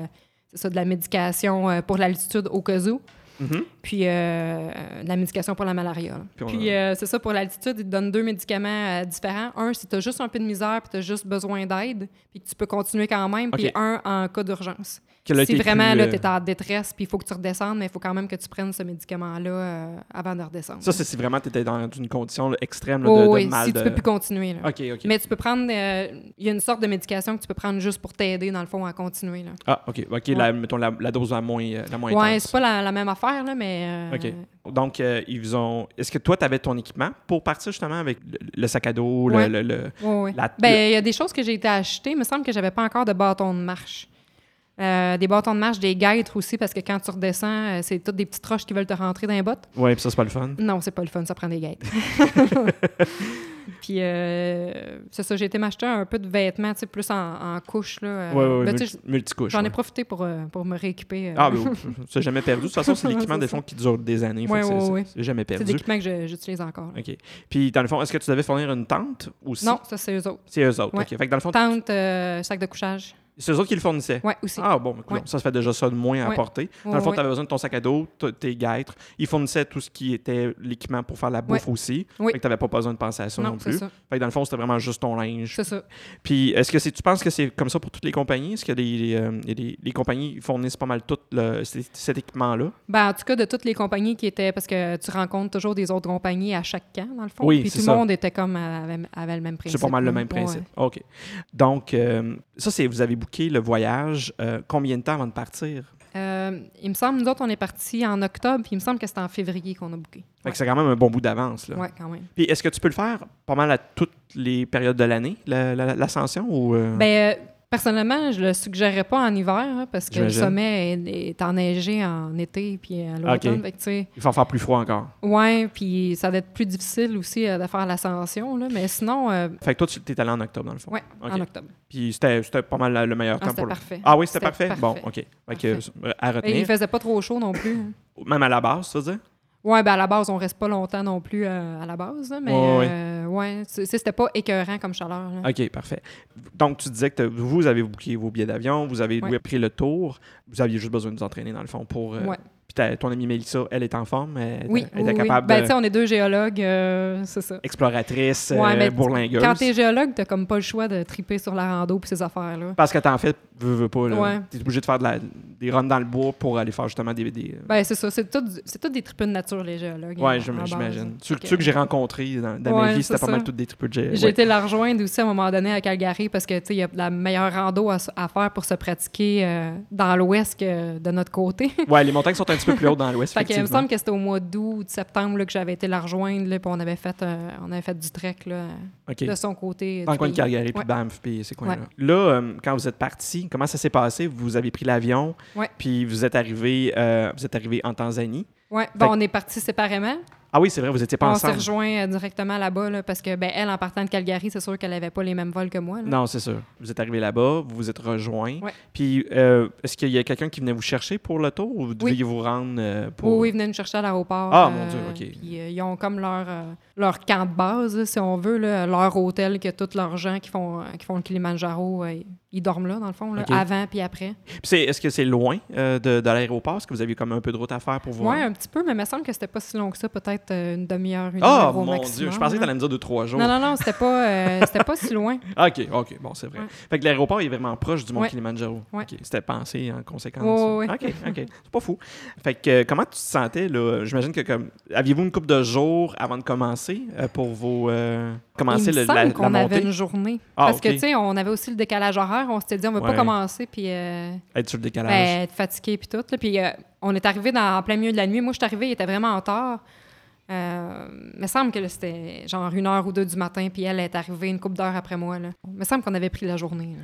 Speaker 2: c'est ça, de la médication euh, pour l'altitude au cas où,
Speaker 1: Mhm.
Speaker 2: puis euh, de la médication pour la malaria. là.
Speaker 1: Puis
Speaker 2: Puis,
Speaker 1: on-
Speaker 2: euh, c'est ça, pour l'altitude, il te donne deux médicaments euh, différents. Un, si tu as juste un peu de misère, puis tu as juste besoin d'aide, puis que tu peux continuer quand même,
Speaker 1: OK.
Speaker 2: puis un en cas d'urgence.
Speaker 1: que là,
Speaker 2: si
Speaker 1: t'es
Speaker 2: vraiment,
Speaker 1: plus,
Speaker 2: là,
Speaker 1: euh,
Speaker 2: tu es en détresse, puis il faut que tu redescendes, mais il faut quand même que tu prennes ce médicament-là euh, avant de redescendre.
Speaker 1: Ça, c'est si vraiment tu étais dans une condition là, extrême là,
Speaker 2: Oh,
Speaker 1: de, de
Speaker 2: oui,
Speaker 1: mal.
Speaker 2: si
Speaker 1: de...
Speaker 2: tu peux plus continuer. là.
Speaker 1: OK, OK.
Speaker 2: Mais tu peux prendre. euh, Il y a une sorte de médication que tu peux prendre juste pour t'aider, dans le fond, à continuer. Là.
Speaker 1: Ah, OK. OK, la, mettons la, la dose la moins, euh, la moins
Speaker 2: Ouais,
Speaker 1: intense.
Speaker 2: c'est pas la, la même affaire, là, mais. euh,
Speaker 1: OK. Donc, euh, ils ont. Est-ce que toi, tu avais ton équipement pour partir justement avec le, le sac à dos, le-
Speaker 2: Ouais.
Speaker 1: le, le-
Speaker 2: ouais, ouais.
Speaker 1: La-
Speaker 2: Ben, il y a des choses que j'ai été acheter. Il me semble que j'avais pas encore de bâton de marche. Euh, des bâtons de marche, des guêtres aussi, parce que quand tu redescends, euh, c'est toutes des petites roches qui veulent te rentrer dans les bottes.
Speaker 1: Ouais, puis ça, c'est pas le fun.
Speaker 2: Non, c'est pas le fun, ça prend des guêtres. Puis, euh, c'est ça, j'ai été m'acheter un peu de vêtements, tu sais, plus en, en couche. Là. Euh,
Speaker 1: Ouais, ouais, ouais,
Speaker 2: ben, tu sais,
Speaker 1: multi- multicouche.
Speaker 2: J'en ai
Speaker 1: ouais.
Speaker 2: profité pour, euh, pour me rééquiper. euh,
Speaker 1: Ah, ben, oui, ça, jamais perdu. De toute façon, c'est l'équipement,
Speaker 2: C'est
Speaker 1: des
Speaker 2: ça.
Speaker 1: fonds qui dure des années. fait
Speaker 2: Ouais,
Speaker 1: que c'est-
Speaker 2: ouais,
Speaker 1: c'est-
Speaker 2: ouais.
Speaker 1: c'est jamais
Speaker 2: c'est
Speaker 1: perdu.
Speaker 2: des équipements que je- j'utilise encore. là.
Speaker 1: OK. Puis, dans le fond, est-ce que tu devais fournir une tente aussi?
Speaker 2: Non, ça, c'est eux autres.
Speaker 1: C'est eux autres.
Speaker 2: Ouais.
Speaker 1: OK. Fait que dans le fond,
Speaker 2: Tente, euh, sac de couchage.
Speaker 1: c'est eux autres qui le fournissaient.
Speaker 2: Ouais, aussi.
Speaker 1: Ah bon, ben, coudonc,
Speaker 2: Ouais.
Speaker 1: ça, ça fait déjà ça de moins à
Speaker 2: Ouais.
Speaker 1: porter. Dans le
Speaker 2: Ouais,
Speaker 1: fond,
Speaker 2: ouais.
Speaker 1: tu avais besoin de ton sac à dos, t- tes guêtres. Ils fournissaient tout ce qui était l'équipement pour faire la bouffe aussi.
Speaker 2: Oui.
Speaker 1: Fait que tu pas besoin de penser à ça non,
Speaker 2: non, c'est
Speaker 1: plus.
Speaker 2: ça.
Speaker 1: Fait que dans le fond, c'était vraiment juste ton linge.
Speaker 2: C'est ça.
Speaker 1: Puis, est-ce que c'est, tu penses que c'est comme ça pour toutes les compagnies? Est-ce que les, euh, les- les compagnies fournissent pas mal tout le- c- cet équipement-là?
Speaker 2: Ben, en tout cas, de toutes les compagnies qui étaient. Parce que tu rencontres toujours des autres compagnies à chaque camp, dans le fond.
Speaker 1: Oui,
Speaker 2: Puis
Speaker 1: c'est
Speaker 2: tout le
Speaker 1: ça.
Speaker 2: monde était comme. euh, avait, avait le même principe.
Speaker 1: C'est pas mal le
Speaker 2: là.
Speaker 1: même principe.
Speaker 2: Ouais.
Speaker 1: OK. Donc, euh, ça, c'est vous avez booké le voyage euh, combien de temps avant de partir?
Speaker 2: Euh, il me semble, nous autres, on est partis en octobre, puis il me semble que c'était en février qu'on a booké.
Speaker 1: Fait que c'est quand même un bon bout d'avance. Là.
Speaker 2: Ouais, quand même.
Speaker 1: Puis, est-ce que tu peux le faire pas mal à toutes les périodes de l'année, la- la- l'ascension? Ou, euh,
Speaker 2: Ben, euh, personnellement, je le suggérais pas en hiver, hein, parce que le
Speaker 1: J'imagine.
Speaker 2: sommet est, est enneigé en été, puis à l'automne.
Speaker 1: Ok.
Speaker 2: Fait que, tu sais,
Speaker 1: il va faire plus froid encore?
Speaker 2: ouais, puis ça va être plus difficile aussi euh, de faire l'ascension, là. Mais sinon, euh,
Speaker 1: Fait que toi, tu es allé en octobre, dans le fond.
Speaker 2: ouais,
Speaker 1: Ok.
Speaker 2: en octobre.
Speaker 1: Puis, c'était, c'était pas mal la- le meilleur
Speaker 2: Ah,
Speaker 1: temps
Speaker 2: c'était
Speaker 1: pour le...
Speaker 2: parfait.
Speaker 1: Ah oui, c'était,
Speaker 2: C'était
Speaker 1: parfait?
Speaker 2: parfait.
Speaker 1: Bon, OK. Fait que, euh, à
Speaker 2: Et il
Speaker 1: retenir.
Speaker 2: faisait pas trop chaud non plus. hein.
Speaker 1: Même à la base, tu veux dire?
Speaker 2: Ouais, ben à la base, on reste pas longtemps non plus euh, à la base, là, mais
Speaker 1: Ouais, ouais.
Speaker 2: euh, ouais, c'est- c'est- c'était pas écœurant comme chaleur. là.
Speaker 1: OK, parfait. Donc, tu disais que t'as- vous avez booké vos billets d'avion, vous avez
Speaker 2: Ouais.
Speaker 1: pris le tour, vous aviez juste besoin de vous entraîner, dans le fond, pour... euh,
Speaker 2: Ouais.
Speaker 1: Puis t'as- ton amie Mélissa, elle est en forme, elle,
Speaker 2: Oui,
Speaker 1: elle
Speaker 2: oui,
Speaker 1: était
Speaker 2: oui.
Speaker 1: capable
Speaker 2: Ben, tu
Speaker 1: de-
Speaker 2: sais, on est deux géologues, euh, c'est ça.
Speaker 1: exploratrice,
Speaker 2: Ouais,
Speaker 1: euh,
Speaker 2: mais
Speaker 1: bourlingueuse.
Speaker 2: Quand t'es géologue, t'as comme pas le choix de triper sur la rando puis ces affaires-là.
Speaker 1: Parce que t'en fais, veux, veux pas, là.
Speaker 2: Ouais.
Speaker 1: T'es obligé de faire de la- des runs dans le bois pour aller faire justement des... des-
Speaker 2: Ben, c'est ça. C'est tout, du- c'est tout des tripes de nature, les géologues. hein,
Speaker 1: ouais,
Speaker 2: en
Speaker 1: j'im-
Speaker 2: base.
Speaker 1: j'imagine. Ceux
Speaker 2: Ok.
Speaker 1: ceux que j'ai rencontrés dans, dans ma
Speaker 2: Ouais,
Speaker 1: vie,
Speaker 2: c'est
Speaker 1: c'était pas
Speaker 2: ça.
Speaker 1: mal toutes des triples de
Speaker 2: J'ai été la rejoindre aussi à un moment donné à Calgary parce que, tu sais, il y a la meilleure rando à, s- à faire pour se pratiquer euh, dans l'ouest que de notre côté.
Speaker 1: Ouais, les montagnes sont un petit peu plus hautes dans l'ouest,
Speaker 2: fait que, il me
Speaker 1: effectivement.
Speaker 2: semble que c'était au mois d'août ou de septembre là, que j'avais été la rejoindre, là, puis on avait fait, euh, on avait fait du trek là,
Speaker 1: OK.
Speaker 2: de son côté. euh,
Speaker 1: Dans
Speaker 2: du
Speaker 1: le coin de
Speaker 2: pays.
Speaker 1: Calgary, puis
Speaker 2: Ouais.
Speaker 1: Banff, puis ces coins-là.
Speaker 2: Ouais.
Speaker 1: Là, euh, quand vous êtes parti, comment ça s'est passé? Vous avez pris l'avion,
Speaker 2: Ouais.
Speaker 1: puis vous êtes arrivé euh, vous êtes arrivé en Tanzanie.
Speaker 2: Ouais. Bon,
Speaker 1: que-
Speaker 2: on est partis séparément.
Speaker 1: Ah oui, c'est vrai, vous étiez pas
Speaker 2: on s'est
Speaker 1: ensemble.
Speaker 2: rejoint euh, directement là-bas là, parce que, ben, elle, en partant de Calgary, c'est sûr qu'elle n'avait pas les mêmes vols que moi. là.
Speaker 1: Non, c'est sûr. Vous êtes arrivé là-bas, vous vous êtes rejoint.
Speaker 2: Ouais.
Speaker 1: Puis, euh, est-ce qu'il y a quelqu'un qui venait vous chercher pour le tour ou vous deviez vous rendre euh, pour.
Speaker 2: Oui, oui, ils venaient nous chercher à l'aéroport.
Speaker 1: Ah, mon Dieu, OK.
Speaker 2: Puis euh, ils ont comme leur, euh, leur camp de base, là, si on veut, là, leur hôtel que tous leurs gens qui font, euh, qui font le Kilimanjaro, euh, ils dorment là, dans le fond, là,
Speaker 1: OK.
Speaker 2: avant puis après.
Speaker 1: Puis c'est- est-ce que c'est loin euh, de, de l'aéroport? Est-ce que vous aviez comme un peu de route à faire pour vous
Speaker 2: Oui,
Speaker 1: rendre?
Speaker 2: un petit peu, mais il me semble que c'était pas si long que ça, peut-être euh, une demi-heure, une
Speaker 1: Ah,
Speaker 2: heure au
Speaker 1: mon
Speaker 2: maximum.
Speaker 1: Dieu, je pensais que
Speaker 2: là.
Speaker 1: t'allais me dire deux, trois jours.
Speaker 2: Non, non, non, c'était pas, euh, c'était pas si loin.
Speaker 1: Ah, OK, OK, bon, c'est vrai.
Speaker 2: Ouais.
Speaker 1: Fait que l'aéroport est vraiment proche du mont
Speaker 2: Ouais.
Speaker 1: Kilimanjaro.
Speaker 2: Ouais.
Speaker 1: OK, C'était pensé en conséquence.
Speaker 2: Ouais, ouais, ouais.
Speaker 1: OK, OK. C'est pas fou. Fait que euh, comment tu te sentais, là? J'imagine que comme. Aviez-vous une couple de jours avant de commencer euh, pour vos. euh, commencer
Speaker 2: il me
Speaker 1: le- la,
Speaker 2: semble
Speaker 1: la
Speaker 2: qu'on avait
Speaker 1: montée?
Speaker 2: une journée.
Speaker 1: Ah,
Speaker 2: Parce
Speaker 1: OK.
Speaker 2: que, tu sais, on avait aussi le décalage horaire. On s'était dit, on ne va
Speaker 1: Ouais.
Speaker 2: pas commencer, puis euh,
Speaker 1: Être sur le décalage.
Speaker 2: ben, être fatigué, puis tout. là. Puis euh, on est arrivé dans, en plein milieu de la nuit. Moi, je suis arrivée, il était vraiment en tard. Euh, me semble que là, c'était genre une heure ou deux du matin, puis elle est arrivée une couple d'heures après moi. Là. me semble qu'on avait pris la journée.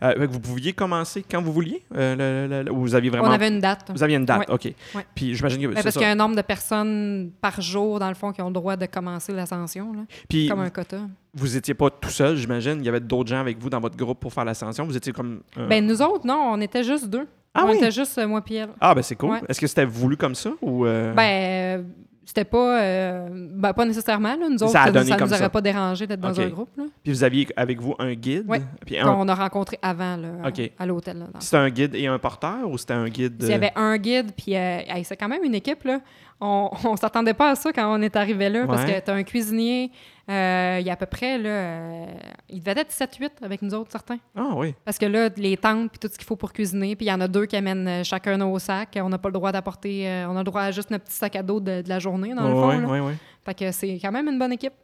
Speaker 2: là.
Speaker 1: Euh, fait que vous pouviez commencer quand vous vouliez? Euh, le- le- le- ou vous aviez vraiment.
Speaker 2: On avait une date.
Speaker 1: Vous aviez une date, OK.
Speaker 2: Ouais.
Speaker 1: Puis j'imagine que.
Speaker 2: Ben,
Speaker 1: c'est
Speaker 2: parce
Speaker 1: ça.
Speaker 2: qu'il y a un nombre de personnes par jour, dans le fond, qui ont le droit de commencer l'ascension, là,
Speaker 1: Puis Euh.
Speaker 2: comme un quota.
Speaker 1: vous étiez pas tout seul, j'imagine. Il y avait d'autres gens avec vous dans votre groupe pour faire l'ascension. Vous étiez comme. euh,
Speaker 2: Ben, nous autres, non, on était juste deux.
Speaker 1: Ah
Speaker 2: on
Speaker 1: oui?
Speaker 2: était juste euh, moi puis elle.
Speaker 1: Ah, ben c'est cool.
Speaker 2: Ouais.
Speaker 1: Est-ce que c'était voulu comme ça? ou euh,
Speaker 2: Ben, euh, c'était pas, euh, ben, pas nécessairement. Là. Nous
Speaker 1: Ça
Speaker 2: autres,
Speaker 1: a
Speaker 2: ça,
Speaker 1: donné
Speaker 2: ça
Speaker 1: comme
Speaker 2: nous aurait
Speaker 1: ça.
Speaker 2: pas dérangé d'être dans
Speaker 1: OK.
Speaker 2: un groupe là,
Speaker 1: Puis vous aviez avec vous un guide?
Speaker 2: Ouais.
Speaker 1: Puis un
Speaker 2: qu'on a rencontré avant là, à-
Speaker 1: OK.
Speaker 2: à l'hôtel. là, dans-
Speaker 1: C'était un guide et un porteur ou c'était un guide. euh,
Speaker 2: Il y avait un guide, puis euh, hey, c'est quand même une équipe. Là. On, on s'attendait pas à ça quand on est arrivé là, parce
Speaker 1: Ouais.
Speaker 2: que tu as un cuisinier, Euh, il y a à peu près, là, euh, il devait être 7-8 avec nous autres, certains.
Speaker 1: Ah oui.
Speaker 2: Parce que là, les tentes, puis tout ce qu'il faut pour cuisiner, puis il y en a deux qui amènent euh, chacun nos sacs. On n'a pas le droit d'apporter, euh, on a le droit à juste notre petit sac à dos de, de la journée, dans le fond.
Speaker 1: oui,
Speaker 2: là.
Speaker 1: oui, oui.
Speaker 2: Fait que c'est quand même une bonne équipe.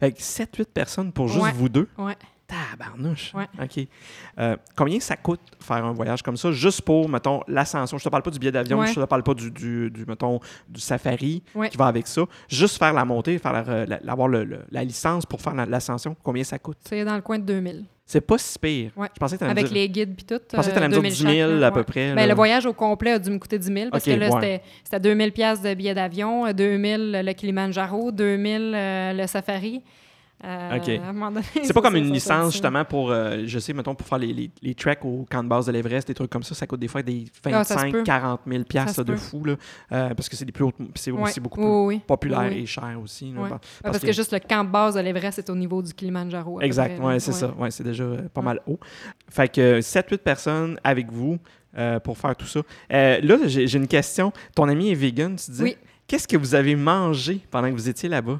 Speaker 1: Fait que 7-8 personnes pour juste
Speaker 2: Ouais.
Speaker 1: vous deux.
Speaker 2: Ouais.
Speaker 1: Tabarnouche.
Speaker 2: Ouais.
Speaker 1: OK. Euh, combien ça coûte faire un voyage comme ça, juste pour, mettons, l'ascension? Je te parle pas du billet d'avion,
Speaker 2: Ouais.
Speaker 1: je te parle pas du, du, du, mettons, du safari
Speaker 2: Ouais.
Speaker 1: qui va avec ça. Juste faire la montée, faire la, re- la- avoir le- le- la licence pour faire la- l'ascension, combien ça coûte?
Speaker 2: C'est dans le coin de 2000.
Speaker 1: C'est pas si pire.
Speaker 2: Ouais.
Speaker 1: Je pensais que t'allais me
Speaker 2: Avec
Speaker 1: dire-
Speaker 2: les guides, puis tout. euh,
Speaker 1: je pensais que t'allais me dire 10 000 à peu près.
Speaker 2: Ben,
Speaker 1: là.
Speaker 2: le voyage au complet a dû me coûter 10 000 parce
Speaker 1: Ok,
Speaker 2: que là,
Speaker 1: ouais.
Speaker 2: c'était- c'était 2 000 piastres de billets d'avion, euh, 2 000 le Kilimanjaro, 2 000 euh, le safari. Euh,
Speaker 1: Ok.
Speaker 2: à un moment donné,
Speaker 1: C'est
Speaker 2: ça,
Speaker 1: pas comme
Speaker 2: ça,
Speaker 1: une
Speaker 2: ça, ça,
Speaker 1: licence,
Speaker 2: ça.
Speaker 1: justement, pour, euh, je sais, mettons, pour faire les, les, les treks au camp de base de l'Everest, des trucs comme ça. Ça coûte des fois des
Speaker 2: Ah, ça se
Speaker 1: 25,
Speaker 2: peut.
Speaker 1: 40 000
Speaker 2: Ça se
Speaker 1: piastres de
Speaker 2: peut.
Speaker 1: fou, là, euh, parce que c'est des plus hautes, c'est
Speaker 2: Ouais.
Speaker 1: aussi beaucoup
Speaker 2: Oui,
Speaker 1: plus
Speaker 2: oui, oui.
Speaker 1: populaire
Speaker 2: Oui.
Speaker 1: et cher aussi. là,
Speaker 2: Ouais.
Speaker 1: par-
Speaker 2: Parce, que, juste le camp de base de l'Everest est au niveau du Kilimanjaro. à peu
Speaker 1: Exact,
Speaker 2: près,
Speaker 1: ouais,
Speaker 2: là.
Speaker 1: c'est ça. Ouais, c'est déjà euh, pas
Speaker 2: Ouais.
Speaker 1: mal haut. Fait que 7-8 personnes avec vous euh, pour faire tout ça. Euh, là, j'ai j'ai une question. Ton ami est vegan, tu dis.
Speaker 2: Oui.
Speaker 1: Qu'est-ce que vous avez mangé pendant que vous étiez là-bas?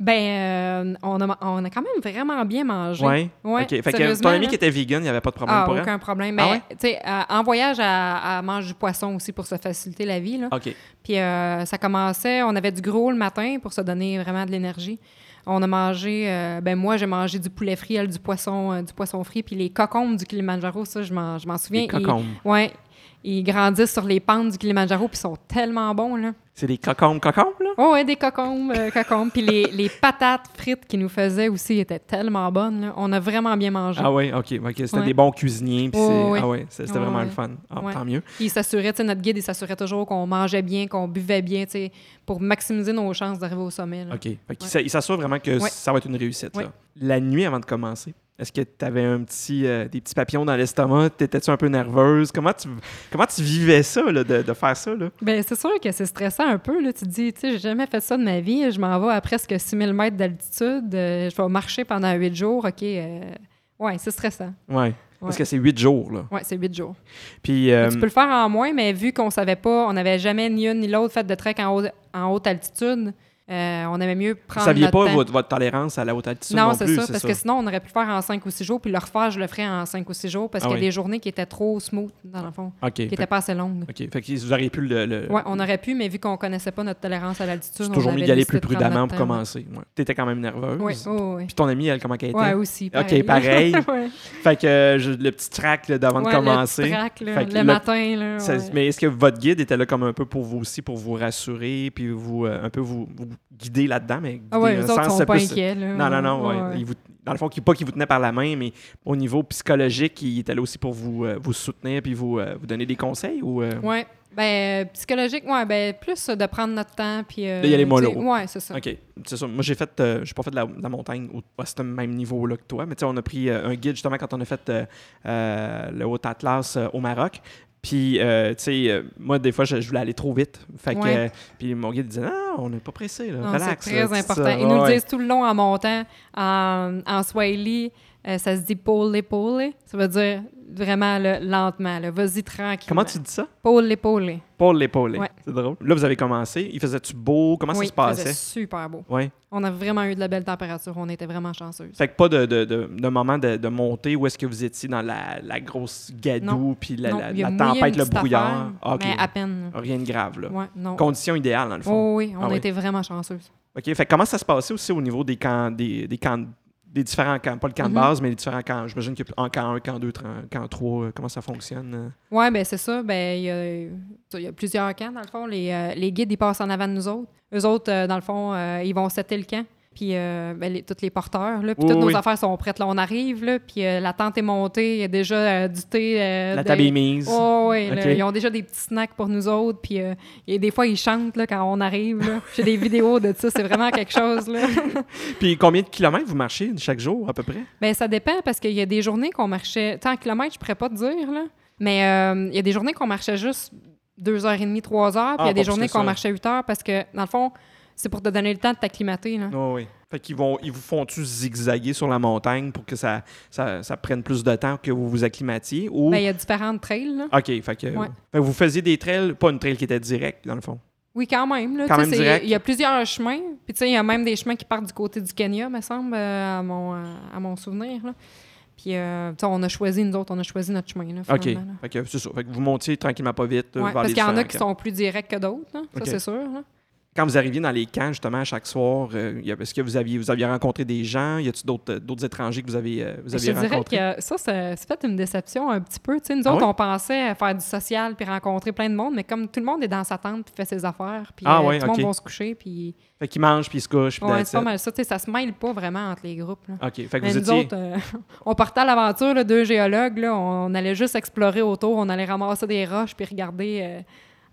Speaker 2: Ben, euh, on, a, ma- on a quand même vraiment bien mangé.
Speaker 1: Oui.
Speaker 2: Ouais,
Speaker 1: OK. Fait que euh, ton
Speaker 2: sérieusement,
Speaker 1: ami
Speaker 2: là.
Speaker 1: qui était vegan, il n'y avait pas de problème
Speaker 2: Ah,
Speaker 1: pour elle?
Speaker 2: aucun problème.
Speaker 1: Ah
Speaker 2: Ben,
Speaker 1: ouais?
Speaker 2: tu sais, euh, en voyage, elle, elle mange du poisson aussi pour se faciliter la vie. Là.
Speaker 1: OK.
Speaker 2: Puis euh, ça commençait, on avait du gros le matin pour se donner vraiment de l'énergie. On a mangé, euh, ben moi j'ai mangé du poulet frit, elle, du poisson, euh, du poisson frit, puis les cocombes du Kilimanjaro, ça je m'en, je m'en souviens.
Speaker 1: Des
Speaker 2: Ils-
Speaker 1: cocombes.
Speaker 2: ouais, ils grandissent sur les pentes du Kilimanjaro, puis ils sont tellement bons là.
Speaker 1: C'est des cocombes, cocombes, là?
Speaker 2: Oh ouais, des cocombes, euh, cocombes, puis les, les patates frites qu'ils nous faisaient aussi étaient tellement bonnes. là. On a vraiment bien mangé.
Speaker 1: Ah oui, OK. ok, C'était
Speaker 2: Ouais.
Speaker 1: des bons cuisiniers. puis
Speaker 2: Ouais,
Speaker 1: c'est-
Speaker 2: ouais.
Speaker 1: Ah ouais, c'était
Speaker 2: Ouais,
Speaker 1: vraiment
Speaker 2: ouais.
Speaker 1: le fun. Ah,
Speaker 2: Ouais.
Speaker 1: Tant mieux.
Speaker 2: Il s'assurait, tu sais, notre guide, il s'assurait toujours qu'on mangeait bien, qu'on buvait bien, tu sais, pour maximiser nos chances d'arriver au sommet. là.
Speaker 1: OK. Fait qu'il s'a- Il s'assure vraiment que
Speaker 2: Ouais.
Speaker 1: ça va être une réussite.
Speaker 2: Ouais.
Speaker 1: là. La nuit avant de commencer, est-ce que tu avais un petit, euh, des petits papillons dans l'estomac? T'étais-tu un peu nerveuse? Comment tu, comment tu vivais ça, là, de, de faire ça? Là?
Speaker 2: Ben c'est sûr que c'est stressant un peu. Là. Tu te dis, tu sais, j'ai jamais fait ça de ma vie. Je m'en vais à presque 6000 mètres d'altitude. Euh, je vais marcher pendant huit jours. OK. euh, Ouais, c'est stressant.
Speaker 1: Ouais. Parce que c'est huit jours. Là.
Speaker 2: Ouais, c'est huit jours.
Speaker 1: Puis, euh,
Speaker 2: Mais Tu peux le faire en moins, mais vu qu'on savait pas, on n'avait jamais ni une ni l'autre fait de trek en haute, en haute altitude, euh, on aimait mieux
Speaker 1: vous
Speaker 2: prendre.
Speaker 1: saviez
Speaker 2: notre
Speaker 1: pas
Speaker 2: temps.
Speaker 1: votre, votre tolérance à la haute altitude non,
Speaker 2: Non, c'est
Speaker 1: plus,
Speaker 2: ça, parce que sinon, on aurait pu le faire en cinq ou six jours, puis le refaire, je le ferais en cinq ou six jours, parce
Speaker 1: Ah
Speaker 2: qu'il y a
Speaker 1: oui.
Speaker 2: des journées qui étaient trop smooth, dans le fond,
Speaker 1: OK.
Speaker 2: qui
Speaker 1: Fait,
Speaker 2: n'étaient pas assez longues.
Speaker 1: OK. Fait que vous auriez pu le... le-
Speaker 2: Ouais, on aurait pu, mais vu qu'on connaissait pas notre tolérance à l'altitude,
Speaker 1: c'est
Speaker 2: on
Speaker 1: toujours
Speaker 2: avait
Speaker 1: mieux d'y aller
Speaker 2: décidé
Speaker 1: plus
Speaker 2: de prendre
Speaker 1: prudemment
Speaker 2: notre
Speaker 1: pour
Speaker 2: temps, ouais.
Speaker 1: commencer. Ouais. T'étais quand même nerveuse.
Speaker 2: Oui, oui, oui.
Speaker 1: Puis ton amie, elle, comment qu'elle était?
Speaker 2: Ouais, aussi.
Speaker 1: OK, pareil.
Speaker 2: Ouais.
Speaker 1: Fait que euh, je- le petit track là, d'avant
Speaker 2: Ouais,
Speaker 1: de commencer.
Speaker 2: Le, petit track, là,
Speaker 1: Fait que
Speaker 2: le
Speaker 1: le-
Speaker 2: matin. Là,
Speaker 1: Ça-
Speaker 2: ouais.
Speaker 1: Mais est-ce que votre guide était là comme un peu pour vous aussi, pour vous rassurer, puis vous euh, un peu vous, vous guider là-dedans, mais
Speaker 2: ah ouais,
Speaker 1: guider
Speaker 2: eux
Speaker 1: dans le
Speaker 2: autres
Speaker 1: sens,
Speaker 2: sont
Speaker 1: c'est
Speaker 2: pas
Speaker 1: plus-
Speaker 2: inquiets. Là,
Speaker 1: Non, non, non. ouais.
Speaker 2: Ouais, ouais.
Speaker 1: Il vous- dans le fond, qui- pas qu'il vous tenait par la main, mais au niveau psychologique, il était là aussi pour vous, euh, vous soutenir puis vous, euh, vous donner des conseils ou euh,
Speaker 2: Ouais. Ben, euh, psychologique, ouais, ben, plus euh, de prendre notre temps. Puis, euh,
Speaker 1: D'y aller
Speaker 2: tu sais,
Speaker 1: mollo.
Speaker 2: Ouais, c'est ça.
Speaker 1: OK, c'est ça. Moi, j'ai fait, euh, j'ai pas fait de la, de la montagne au, à ce même niveau-là que toi, mais tu sais, on a pris euh, un guide justement quand on a fait euh, euh, le Haut Atlas euh, au Maroc. Puis, euh, tu sais, euh, moi, des fois, je, je voulais aller trop vite. Fait que,
Speaker 2: Ouais.
Speaker 1: euh, puis mon guide disait, non, on n'est pas pressé, là.
Speaker 2: Non,
Speaker 1: relax.
Speaker 2: C'est
Speaker 1: là,
Speaker 2: très
Speaker 1: tu sais,
Speaker 2: important.
Speaker 1: ça,
Speaker 2: Ils nous
Speaker 1: ouais,
Speaker 2: le disent tout le long en montant. En, en Swahili, euh, ça se dit pole pole. Ça veut dire vraiment là, lentement. là, Vas-y tranquille.
Speaker 1: Comment tu dis ça?
Speaker 2: Pole pole.
Speaker 1: Paul l'épaule.
Speaker 2: Ouais.
Speaker 1: C'est drôle. Là, vous avez commencé. Il faisait-tu beau? Comment
Speaker 2: oui,
Speaker 1: ça se
Speaker 2: il faisait
Speaker 1: passait?
Speaker 2: super beau.
Speaker 1: Ouais.
Speaker 2: On a vraiment eu de la belle température. On était vraiment chanceuses.
Speaker 1: Fait que pas de, de, de, de moment de, de montée où est-ce que vous étiez dans la, la grosse gadoue,
Speaker 2: Non.
Speaker 1: puis la,
Speaker 2: Non,
Speaker 1: la-
Speaker 2: il y
Speaker 1: la
Speaker 2: a mouillé
Speaker 1: tempête,
Speaker 2: une
Speaker 1: le
Speaker 2: petite
Speaker 1: brouillard.
Speaker 2: affaire,
Speaker 1: Ah, OK.
Speaker 2: Mais à peine. là.
Speaker 1: Rien de grave, là.
Speaker 2: Ouais, non.
Speaker 1: Conditions idéales, dans le fond.
Speaker 2: Oh oui, on
Speaker 1: Ah
Speaker 2: a
Speaker 1: oui.
Speaker 2: été vraiment chanceuses.
Speaker 1: OK. Fait que comment ça se passait aussi au niveau des camps, des, des camps, des différents camps, pas le camp de
Speaker 2: Mhm.
Speaker 1: base, mais les différents camps. J'imagine qu'il y a en camp 1, camp 2, camp 3, euh, comment ça fonctionne? euh?
Speaker 2: Oui, ben c'est ça. Ben, il y a- il y, a plusieurs camps, dans le fond. Les, euh, les guides, ils passent en avant de nous autres. Eux autres, euh, dans le fond, euh, ils vont setter le camp. Puis, euh, ben, les- tous les porteurs, là, puis
Speaker 1: Oui,
Speaker 2: toutes
Speaker 1: oui.
Speaker 2: nos affaires sont prêtes. Là, on arrive, là, puis euh, la tente est montée. Il y a déjà euh, du thé. euh,
Speaker 1: La
Speaker 2: des-
Speaker 1: table est mise.
Speaker 2: Oh, ouais, là,
Speaker 1: Ok.
Speaker 2: ils ont déjà des petits snacks pour nous autres. Puis, euh, et des fois, ils chantent là, quand on arrive. là. J'ai des vidéos de ça. C'est vraiment quelque chose. Là.
Speaker 1: Puis combien de kilomètres vous marchez chaque jour, à peu près?
Speaker 2: Ben ça dépend parce qu'il y a des journées qu'on marchait. Tant en kilomètres, je pourrais pas te dire, là. Mais euh, il y a des journées qu'on marchait juste 2h30, 3h. Puis il
Speaker 1: Ah,
Speaker 2: y a
Speaker 1: pas
Speaker 2: des
Speaker 1: plus
Speaker 2: journées
Speaker 1: que
Speaker 2: qu'on
Speaker 1: ça.
Speaker 2: marchait 8 heures parce que, dans le fond, c'est pour te donner le temps de t'acclimater. Là.
Speaker 1: Oui, oui. Fait qu'ils vont, ils vous font-tu zigzaguer sur la montagne pour que ça, ça, ça prenne plus de temps que vous vous acclimatiez? Ou...
Speaker 2: Ben, il y a différentes trails. là.
Speaker 1: OK, fait que,
Speaker 2: Ouais.
Speaker 1: fait que vous faisiez des trails, pas une trail qui était directe, dans le fond.
Speaker 2: Oui, quand même. là.
Speaker 1: Quand
Speaker 2: Tu sais,
Speaker 1: même
Speaker 2: c'est-
Speaker 1: direct.
Speaker 2: Il y a plusieurs chemins. Puis, tu sais, il y a même des chemins qui partent du côté du Kenya, me semble, euh, à mon, à à mon souvenir. là. Puis, euh, tu sais, on a choisi, nous autres, on a choisi notre chemin. Là,
Speaker 1: OK.
Speaker 2: finalement, là.
Speaker 1: Fait que c'est ça. Fait que vous montiez tranquillement pas vite. euh,
Speaker 2: Ouais,
Speaker 1: vers
Speaker 2: parce
Speaker 1: les
Speaker 2: qu'il y en a
Speaker 1: différents
Speaker 2: qui
Speaker 1: camps.
Speaker 2: sont plus directs que d'autres, là. ça
Speaker 1: OK.
Speaker 2: c'est sûr. là.
Speaker 1: Quand vous arriviez dans les camps, justement, à chaque soir, euh, y a- est-ce que vous aviez, vous aviez rencontré des gens? Y a-t-il d'autres euh, d'autres étrangers que vous avez, euh, vous
Speaker 2: Je
Speaker 1: aviez
Speaker 2: te dirais
Speaker 1: rencontrés?
Speaker 2: que ça, c'est c'est peut-être une déception un petit peu. Tu sais, nous
Speaker 1: Ah
Speaker 2: autres,
Speaker 1: ouais?
Speaker 2: on pensait faire du social puis rencontrer plein de monde, mais comme tout le monde est dans sa tente puis fait ses affaires, puis
Speaker 1: Ah
Speaker 2: euh,
Speaker 1: ouais,
Speaker 2: tout le monde
Speaker 1: OK.
Speaker 2: va se coucher, puis
Speaker 1: Fait qu'ils mangent, puis ils se couchent, puis
Speaker 2: ouais,
Speaker 1: that's
Speaker 2: c'est pas
Speaker 1: it.
Speaker 2: mal ça. Tu sais, ça se mêle pas vraiment entre les groupes. là.
Speaker 1: OK. Fait que
Speaker 2: Mais
Speaker 1: vous
Speaker 2: nous
Speaker 1: étiez...
Speaker 2: autres, euh, on partait à l'aventure, là, deux géologues, là, on allait juste explorer autour, on allait ramasser des roches puis regarder, euh,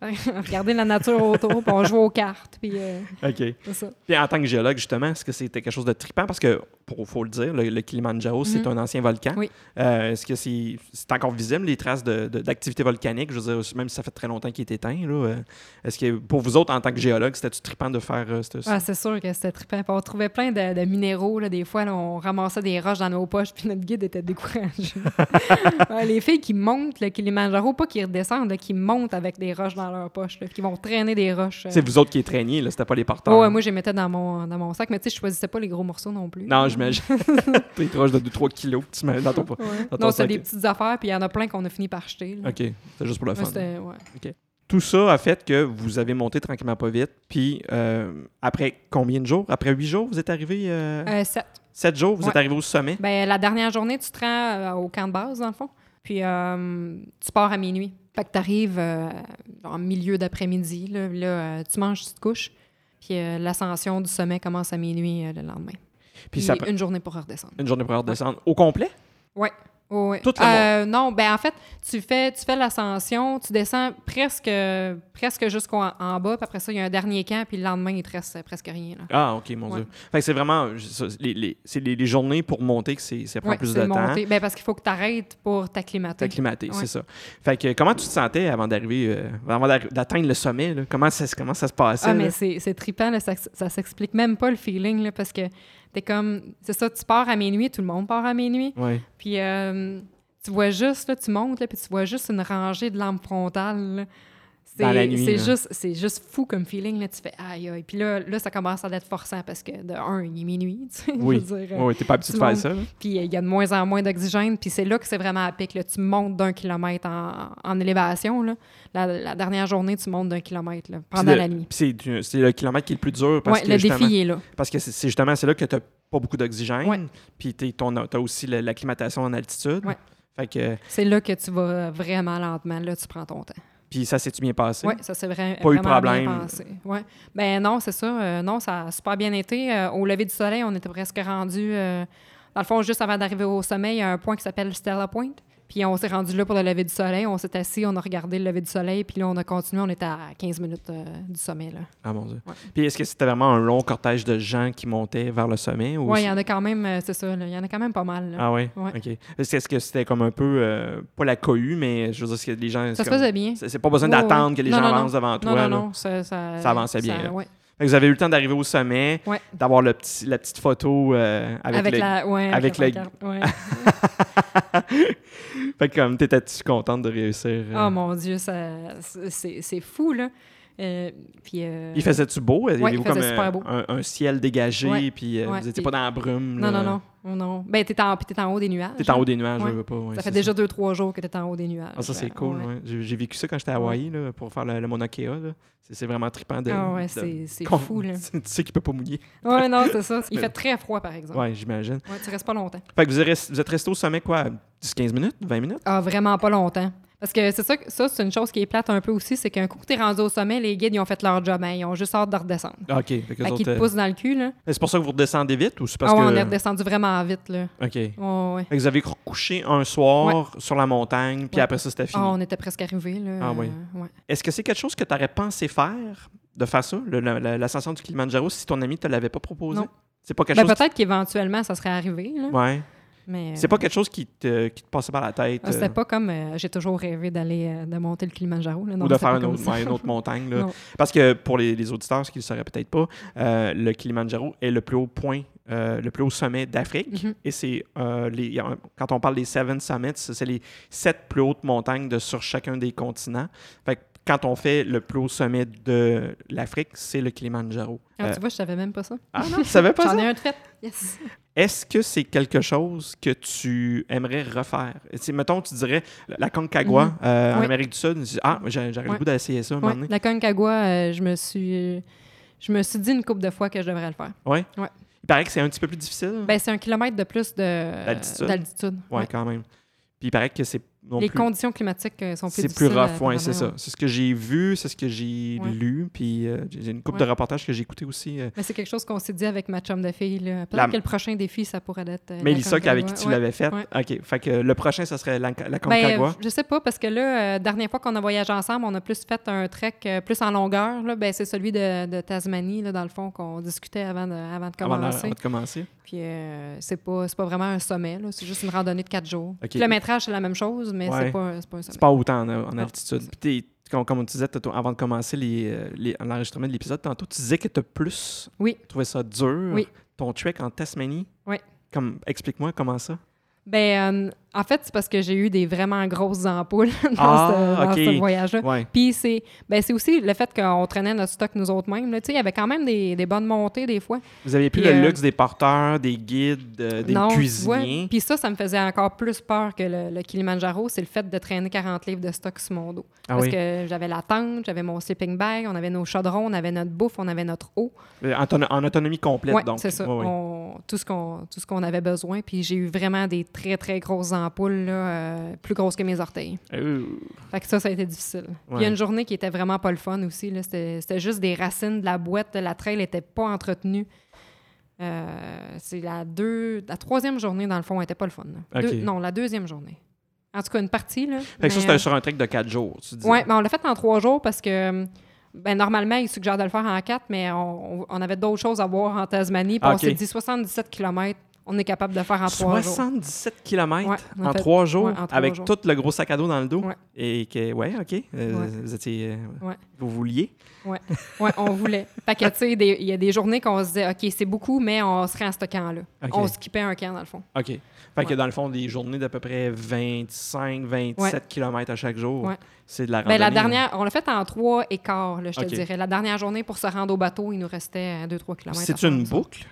Speaker 2: regarder la nature autour, puis on jouait aux cartes, puis euh,
Speaker 1: OK.
Speaker 2: c'est ça.
Speaker 1: Puis en tant que géologue, justement, est-ce que c'était quelque chose de trippant? Parce que, pour faut le dire, le, le Kilimanjaro, c'est un ancien volcan.
Speaker 2: Mhm. Oui.
Speaker 1: Euh, est-ce que c'est, c'est encore visible, les traces de, de- d'activité volcanique? Je veux dire, même si ça fait très longtemps qu'il est éteint, là, euh, est-ce que pour vous autres, en tant que géologue, c'était-tu trippant de faire euh, cette-
Speaker 2: Ah, c'est sûr que c'était trippant. Puis on trouvait plein de, de minéraux. Là. Des fois, là, on ramassait des roches dans nos poches, puis notre guide était découragé. Ouais, les filles qui montent le Kilimanjaro, pas qui redescendent, là, qui montent avec des roches dans leurs poches, là, qui vont traîner des roches. euh.
Speaker 1: C'est hein. vous autres qui traîniez, là, c'était pas les porteurs.
Speaker 2: Ouais, ouais, moi, je les mettais dans mon, dans mon sac, mais tu sais, je choisissais pas les gros morceaux non plus.
Speaker 1: non, j'imagine. T'es proche de 2-3 kilos que tu mets dans ton, dans
Speaker 2: Ouais.
Speaker 1: ton
Speaker 2: Non, c'est
Speaker 1: sac.
Speaker 2: des petites affaires, puis il y en a plein qu'on a fini par acheter. là.
Speaker 1: OK, c'est juste pour le
Speaker 2: Ouais,
Speaker 1: fun.
Speaker 2: c'était- ouais.
Speaker 1: Tout ça a fait que vous avez monté tranquillement pas vite. Puis euh, après combien de jours? Après 8 jours, vous êtes arrivé... euh,
Speaker 2: Euh, sept.
Speaker 1: Sept jours, vous
Speaker 2: Ouais.
Speaker 1: êtes arrivé au sommet.
Speaker 2: Ben, la dernière journée, tu te rends euh, au camp de base, dans le fond. Puis euh, tu pars à minuit. Fait que tu arrives en milieu d'après-midi. Là, là, euh, tu manges, tu te couches. Puis euh, l'ascension du sommet commence à minuit euh, le lendemain.
Speaker 1: Puis
Speaker 2: Puis
Speaker 1: ça prend
Speaker 2: une journée pour redescendre.
Speaker 1: une journée pour redescendre au complet.
Speaker 2: Ouais, ouais.
Speaker 1: Tout le
Speaker 2: Euh, Non, ben en fait, tu fais, tu fais l'ascension, tu descends presque, presque jusqu'en en bas. Puis après ça, il y a un dernier camp. Puis le lendemain, il te reste euh, presque rien. Là.
Speaker 1: Ah, OK, mon
Speaker 2: Ouais.
Speaker 1: Dieu. Fait que c'est vraiment euh, ça, les, les- c'est les, les journées pour monter que c'est, ça prend
Speaker 2: Ouais,
Speaker 1: plus
Speaker 2: c'est
Speaker 1: de
Speaker 2: le
Speaker 1: temps.
Speaker 2: monté. Ben, parce qu'il faut que tu arrêtes pour t'acclimater.
Speaker 1: T'acclimater,
Speaker 2: Ouais.
Speaker 1: c'est ça. Fait que euh, comment tu te sentais avant d'arriver, euh, avant d'arri- d'atteindre le sommet? là? Comment, ça, se- comment ça se passait?
Speaker 2: Ah,
Speaker 1: là?
Speaker 2: mais c'est c'est trippant, là, ça, ça s'explique même pas le feeling, là, parce que t'es comme. C'est ça, tu pars à minuit, tout le monde part à minuit,
Speaker 1: Ouais.
Speaker 2: puis euh, tu vois juste, là, tu montes, là, puis tu vois juste une rangée de lampes frontales, là.
Speaker 1: Dans la
Speaker 2: C'est
Speaker 1: nuit,
Speaker 2: c'est
Speaker 1: là.
Speaker 2: juste, c'est juste fou comme feeling, là, tu fais aïe aïe. Puis là, là, ça commence à être forçant parce que de un, il est minuit, tu sais. je
Speaker 1: Oui.
Speaker 2: veux dire, euh,
Speaker 1: Ouais, t'es pas habitué de
Speaker 2: tu
Speaker 1: faire
Speaker 2: montes.
Speaker 1: ça. là?
Speaker 2: Puis euh, il y a de moins en moins d'oxygène, puis c'est là que c'est vraiment à pic, là. Tu montes d'un kilomètre en, en élévation, là. La, la dernière journée, tu montes d'un kilomètre, là, pendant
Speaker 1: le-
Speaker 2: la nuit.
Speaker 1: Puis c'est, euh, c'est le kilomètre qui est le plus dur parce
Speaker 2: Ouais,
Speaker 1: que
Speaker 2: le
Speaker 1: justement,
Speaker 2: défi il est là.
Speaker 1: parce que c'est, c'est justement c'est là que t'as pas beaucoup d'oxygène.
Speaker 2: Ouais.
Speaker 1: Puis t'es- ton- t'as aussi le- l'acclimatation en altitude.
Speaker 2: Ouais.
Speaker 1: Fait que
Speaker 2: C'est là que tu vas vraiment lentement. Là, tu prends ton temps.
Speaker 1: puis ça s'est bien passé.
Speaker 2: Oui, ça c'est vrai,
Speaker 1: Pas eu de
Speaker 2: vraiment
Speaker 1: problème.
Speaker 2: bien pensé. Ouais. Ben non, c'est ça. euh, non, ça a super bien été. Euh, au lever du soleil, on était presque rendu. dans le fond, juste avant d'arriver au sommet, il y a un point qui s'appelle Stella Point. Puis on s'est rendu là pour le lever du soleil. On s'est assis, on a regardé le lever du soleil. Puis là, on a continué. On était à 15 minutes euh, du sommet. Là.
Speaker 1: Ah mon Dieu.
Speaker 2: Ouais.
Speaker 1: Puis est-ce que c'était vraiment un long cortège de gens qui montaient vers le sommet? Ou
Speaker 2: Oui, il y en a quand même, euh, c'est ça. là, Il y en a quand même pas mal. là.
Speaker 1: Ah ouais?
Speaker 2: Ouais.
Speaker 1: OK. Est-ce que- est-ce que c'était comme un peu, euh, pas la cohue, mais je veux dire, ce que les gens...
Speaker 2: ça
Speaker 1: c'est
Speaker 2: se
Speaker 1: comme-
Speaker 2: faisait bien.
Speaker 1: c'est- C'est pas besoin
Speaker 2: Ouais, ouais.
Speaker 1: d'attendre que les
Speaker 2: Non,
Speaker 1: gens
Speaker 2: non, non.
Speaker 1: avancent devant toi.
Speaker 2: Non,
Speaker 1: là.
Speaker 2: non, non. Ça, ça,
Speaker 1: Ça avançait bien, là.
Speaker 2: ouais.
Speaker 1: Fait que vous avez eu le temps d'arriver au sommet,
Speaker 2: Ouais.
Speaker 1: d'avoir le petit, la petite photo euh, avec,
Speaker 2: Avec,
Speaker 1: le...
Speaker 2: la, ouais,
Speaker 1: avec le-
Speaker 2: la pancarte, ouais.
Speaker 1: Fait que comme, t'étais-tu contente de réussir? euh?
Speaker 2: Oh mon Dieu, ça, c'est, c'est fou, là. Euh, puis, euh,
Speaker 1: Il faisait-tu beau? Il y
Speaker 2: Ouais,
Speaker 1: avait
Speaker 2: il
Speaker 1: vous comme
Speaker 2: faisait
Speaker 1: euh,
Speaker 2: super beau.
Speaker 1: Un, un ciel dégagé,
Speaker 2: Ouais.
Speaker 1: puis euh,
Speaker 2: Ouais,
Speaker 1: vous étiez
Speaker 2: puis-
Speaker 1: pas dans la brume?
Speaker 2: Non,
Speaker 1: là.
Speaker 2: non, non, oh non. Ben, t'es en, puis t'es en haut des nuages.
Speaker 1: euh, T'es en
Speaker 2: là.
Speaker 1: haut des nuages,
Speaker 2: Ouais.
Speaker 1: je veux pas. ouais,
Speaker 2: Ça
Speaker 1: c'est
Speaker 2: fait déjà deux, trois jours que t'es en haut des nuages.
Speaker 1: Ah, ça, c'est
Speaker 2: Euh,
Speaker 1: cool.
Speaker 2: ouais.
Speaker 1: ouais. J'ai j'ai vécu ça quand j'étais à
Speaker 2: Ouais.
Speaker 1: Hawaï là, pour faire le, le mauna Kea, là. C'est c'est vraiment trippant de.
Speaker 2: Ah ouais,
Speaker 1: de-
Speaker 2: c'est, c'est
Speaker 1: con-
Speaker 2: fou, là.
Speaker 1: tu sais qu'il peut pas mouiller.
Speaker 2: Ouais, non, c'est ça. Il
Speaker 1: Mais-
Speaker 2: fait très froid, par exemple.
Speaker 1: Ouais, j'imagine.
Speaker 2: Ouais, tu restes pas longtemps.
Speaker 1: Fait que vous êtes, rest- vous êtes resté au sommet, quoi, 10-15 minutes, 20 minutes?
Speaker 2: Ah, vraiment pas longtemps. Parce que c'est ça, que- ça, c'est une chose qui est plate un peu aussi, c'est qu'un coup que t'es rendu au sommet, les guides, ils ont fait leur job, hein, ils ont juste hâte de redescendre.
Speaker 1: Ah, OK. Fait que
Speaker 2: Fait
Speaker 1: les
Speaker 2: qu'ils
Speaker 1: autres,
Speaker 2: te
Speaker 1: euh,
Speaker 2: poussent dans le cul, là.
Speaker 1: C'est pour ça que vous redescendez vite ou c'est parce
Speaker 2: ah ouais,
Speaker 1: que.
Speaker 2: on est redescendu vraiment vite, là.
Speaker 1: OK. Fait
Speaker 2: Ouais, ouais.
Speaker 1: que vous avez recouché un soir sur la montagne, puis
Speaker 2: Ouais.
Speaker 1: après ça, c'était fini.
Speaker 2: Ah, on était presque arrivés, là.
Speaker 1: Ah oui.
Speaker 2: Euh, ouais.
Speaker 1: Est-ce que c'est quelque chose que tu aurais pensé faire, de faire ça, le- le- le- l'ascension du Kilimanjaro, si ton ami te l'avait pas proposé?
Speaker 2: Non.
Speaker 1: C'est pas quelque
Speaker 2: Ben,
Speaker 1: chose.
Speaker 2: peut-être qu'éventuellement, ça serait arrivé. Là,
Speaker 1: Ouais.
Speaker 2: mais euh,
Speaker 1: C'est pas quelque chose qui te, qui te passait par la tête.
Speaker 2: ah,
Speaker 1: euh,
Speaker 2: c'était pas comme euh, j'ai toujours rêvé d'aller euh, de monter le Kilimanjaro. Là, non,
Speaker 1: ou de
Speaker 2: c'était
Speaker 1: faire
Speaker 2: pas
Speaker 1: une
Speaker 2: comme
Speaker 1: autre,
Speaker 2: ça.
Speaker 1: ouais, une autre montagne. là.
Speaker 2: Non.
Speaker 1: Parce que pour les, les auditeurs, ce qu'ils ne sauraient peut-être pas, euh, le Kilimanjaro est le plus haut point, euh, le plus haut sommet d'Afrique.
Speaker 2: Mhm.
Speaker 1: Et c'est, euh, les- il y a un- quand on parle des Seven Summits, c'est les sept plus hautes montagnes de, sur chacun des continents. Fait que quand on fait le plus haut sommet de l'Afrique, c'est le Kilimanjaro.
Speaker 2: Ah,
Speaker 1: Euh,
Speaker 2: tu vois, je savais même pas ça.
Speaker 1: ah non, tu savais pas
Speaker 2: J'en
Speaker 1: ça?
Speaker 2: ai un de fait. Yes.
Speaker 1: Est-ce que c'est quelque chose que tu aimerais refaire? Tu sais, mettons, tu dirais la- la Concagua
Speaker 2: Mhm.
Speaker 1: euh, en
Speaker 2: Oui.
Speaker 1: Amérique du Sud. tu dis, Ah, j'ai- j'aurais le
Speaker 2: Ouais.
Speaker 1: goût d'essayer ça un moment
Speaker 2: Ouais,
Speaker 1: donné.
Speaker 2: la Concagua, euh, je me suis. Je me suis dit une couple de fois que je devrais le faire.
Speaker 1: Il paraît que c'est un petit peu plus difficile.
Speaker 2: Ben, c'est un kilomètre de plus de-
Speaker 1: Mm. D'altitude.
Speaker 2: d'altitude.
Speaker 1: ouais,
Speaker 2: Ouais.
Speaker 1: quand même. Puis il paraît que c'est non
Speaker 2: Les
Speaker 1: plus.
Speaker 2: conditions climatiques euh, sont plus
Speaker 1: C'est
Speaker 2: difficiles.
Speaker 1: plus rough,
Speaker 2: euh,
Speaker 1: ouais, c'est
Speaker 2: apparemment,
Speaker 1: ça. C'est ce que j'ai vu, c'est ce que j'ai
Speaker 2: Ouais.
Speaker 1: lu, puis euh, j'ai j'ai une couple
Speaker 2: Ouais.
Speaker 1: de reportages que j'ai écouté aussi. euh.
Speaker 2: Mais c'est quelque chose qu'on s'est dit avec ma chum de fille. là. Peut-être
Speaker 1: La-
Speaker 2: que le prochain défi, ça pourrait être. euh, la
Speaker 1: Mélissa, qui- avec qui
Speaker 2: Concagua.
Speaker 1: tu
Speaker 2: Ouais.
Speaker 1: l'avais faite.
Speaker 2: ouais.
Speaker 1: OK. Fait que le prochain, ça serait la, la
Speaker 2: Ben,
Speaker 1: Concagua.
Speaker 2: euh, je sais pas, parce que là, euh, dernière fois qu'on a voyagé ensemble, on a plus fait un trek euh, plus en longueur. Là, ben, c'est celui de, de Tasmanie, là, dans le fond, qu'on discutait avant de, avant de
Speaker 1: Avant de-
Speaker 2: commencer.
Speaker 1: avant de commencer.
Speaker 2: Puis euh, c'est pas, c'est pas vraiment un sommet, là, c'est juste une randonnée de quatre jours.
Speaker 1: OK.
Speaker 2: Kilométrage, c'est la même chose, mais
Speaker 1: Ouais.
Speaker 2: c'est pas, c'est pas un sommet.
Speaker 1: C'est pas autant en, en
Speaker 2: Non,
Speaker 1: altitude.
Speaker 2: c'est ça.
Speaker 1: Puis t'es- comme, comme on te disait tantôt, avant de commencer les, euh, les- l'enregistrement de l'épisode tantôt, tu disais que tu as plus
Speaker 2: Oui.
Speaker 1: trouvé ça dur.
Speaker 2: Oui.
Speaker 1: Ton trek en Tasmanie.
Speaker 2: Oui.
Speaker 1: Comme, explique-moi comment ça.
Speaker 2: Ben, euh, en fait, c'est parce que j'ai eu des vraiment grosses ampoules dans,
Speaker 1: Ah,
Speaker 2: ce, dans
Speaker 1: OK.
Speaker 2: ce voyage-là.
Speaker 1: Ouais.
Speaker 2: Puis c'est ben, c'est aussi le fait qu'on traînait notre stock nous autres mêmes. là. Tu sais, Il y avait quand même des, des bonnes montées des fois.
Speaker 1: Vous aviez plus
Speaker 2: Puis,
Speaker 1: le
Speaker 2: euh,
Speaker 1: luxe des porteurs, des guides, euh, des
Speaker 2: tu vois.
Speaker 1: cuisiniers.
Speaker 2: Puis ça, ça me faisait encore plus peur que le, le Kilimanjaro, c'est le fait de traîner 40 livres de stock sur mon dos.
Speaker 1: Ah
Speaker 2: Parce
Speaker 1: oui.
Speaker 2: que j'avais la tente, j'avais mon sleeping bag, on avait nos chaudrons, on avait notre bouffe, on avait notre eau.
Speaker 1: Euh, En, ton- en autonomie complète,
Speaker 2: Oui,
Speaker 1: donc.
Speaker 2: c'est ça.
Speaker 1: Ouais, ouais.
Speaker 2: On- tout ce qu'on tout ce qu'on avait besoin. Puis j'ai eu vraiment des très, très grosses ampoules, là, euh, plus grosses que mes orteils.
Speaker 1: Euh,
Speaker 2: Fait que ça, ça a été difficile. Puis il y
Speaker 1: Ouais.
Speaker 2: a une journée qui était vraiment pas le fun aussi. là. C'était c'était juste des racines de la boîte. La trail n'était pas entretenue. Euh, c'est la deux, la troisième journée, dans le fond, n'était pas le fun. là.
Speaker 1: OK.
Speaker 2: Deux- non, la deuxième journée. En tout cas, une partie. Là,
Speaker 1: Fait que ça,
Speaker 2: mais,
Speaker 1: c'était sur un trek de quatre jours, tu dis.
Speaker 2: oui, mais on l'a fait en trois jours parce que ben, normalement, ils suggèrent de le faire en quatre, mais on, on- on avait d'autres choses à voir en Tasmanie. Puis
Speaker 1: Ah,
Speaker 2: on
Speaker 1: OK.
Speaker 2: s'est dit 77 km, on est capable de faire en trois jours.
Speaker 1: 77 km
Speaker 2: Ouais, on a
Speaker 1: en
Speaker 2: fait-
Speaker 1: trois jours,
Speaker 2: ouais, en trois
Speaker 1: avec
Speaker 2: jours.
Speaker 1: tout le gros sac à dos dans le dos.
Speaker 2: Ouais.
Speaker 1: Et que, ouais, OK. euh,
Speaker 2: Ouais.
Speaker 1: Vous étiez. euh,
Speaker 2: Ouais.
Speaker 1: Vous vouliez.
Speaker 2: Oui, on voulait. Fait que, tu sais, des- il y a des journées qu'on se disait, OK, c'est beaucoup, mais on serait en ce camp-là.
Speaker 1: OK.
Speaker 2: On skippait un camp, dans le fond.
Speaker 1: OK. Fait que
Speaker 2: Ouais.
Speaker 1: dans le fond, des journées d'à peu près 25, 27
Speaker 2: Ouais.
Speaker 1: km à chaque jour,
Speaker 2: Ouais.
Speaker 1: c'est de la randonnée. hein.
Speaker 2: Ben, la dernière, on l'a fait en trois et quart, là, je
Speaker 1: OK.
Speaker 2: te dirais. La dernière journée, pour se rendre au bateau, il nous restait euh, 2-3 km.
Speaker 1: C'est une boucle?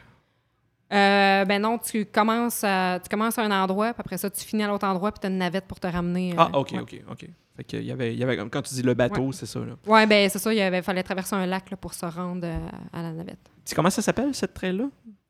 Speaker 2: Euh, ben non, tu commences, à, tu commences à un endroit, puis après ça, tu finis à l'autre endroit, puis tu as une navette pour te ramener. euh,
Speaker 1: Ah, OK,
Speaker 2: ouais.
Speaker 1: OK, OK. Fait que, il y avait, il y avait, comme quand tu dis le bateau, c'est ça. Là.
Speaker 2: Oui, ben c'est ça, il avait, fallait traverser un lac là, pour se rendre euh, à la navette.
Speaker 1: Tu- comment ça s'appelle, cette trail-là?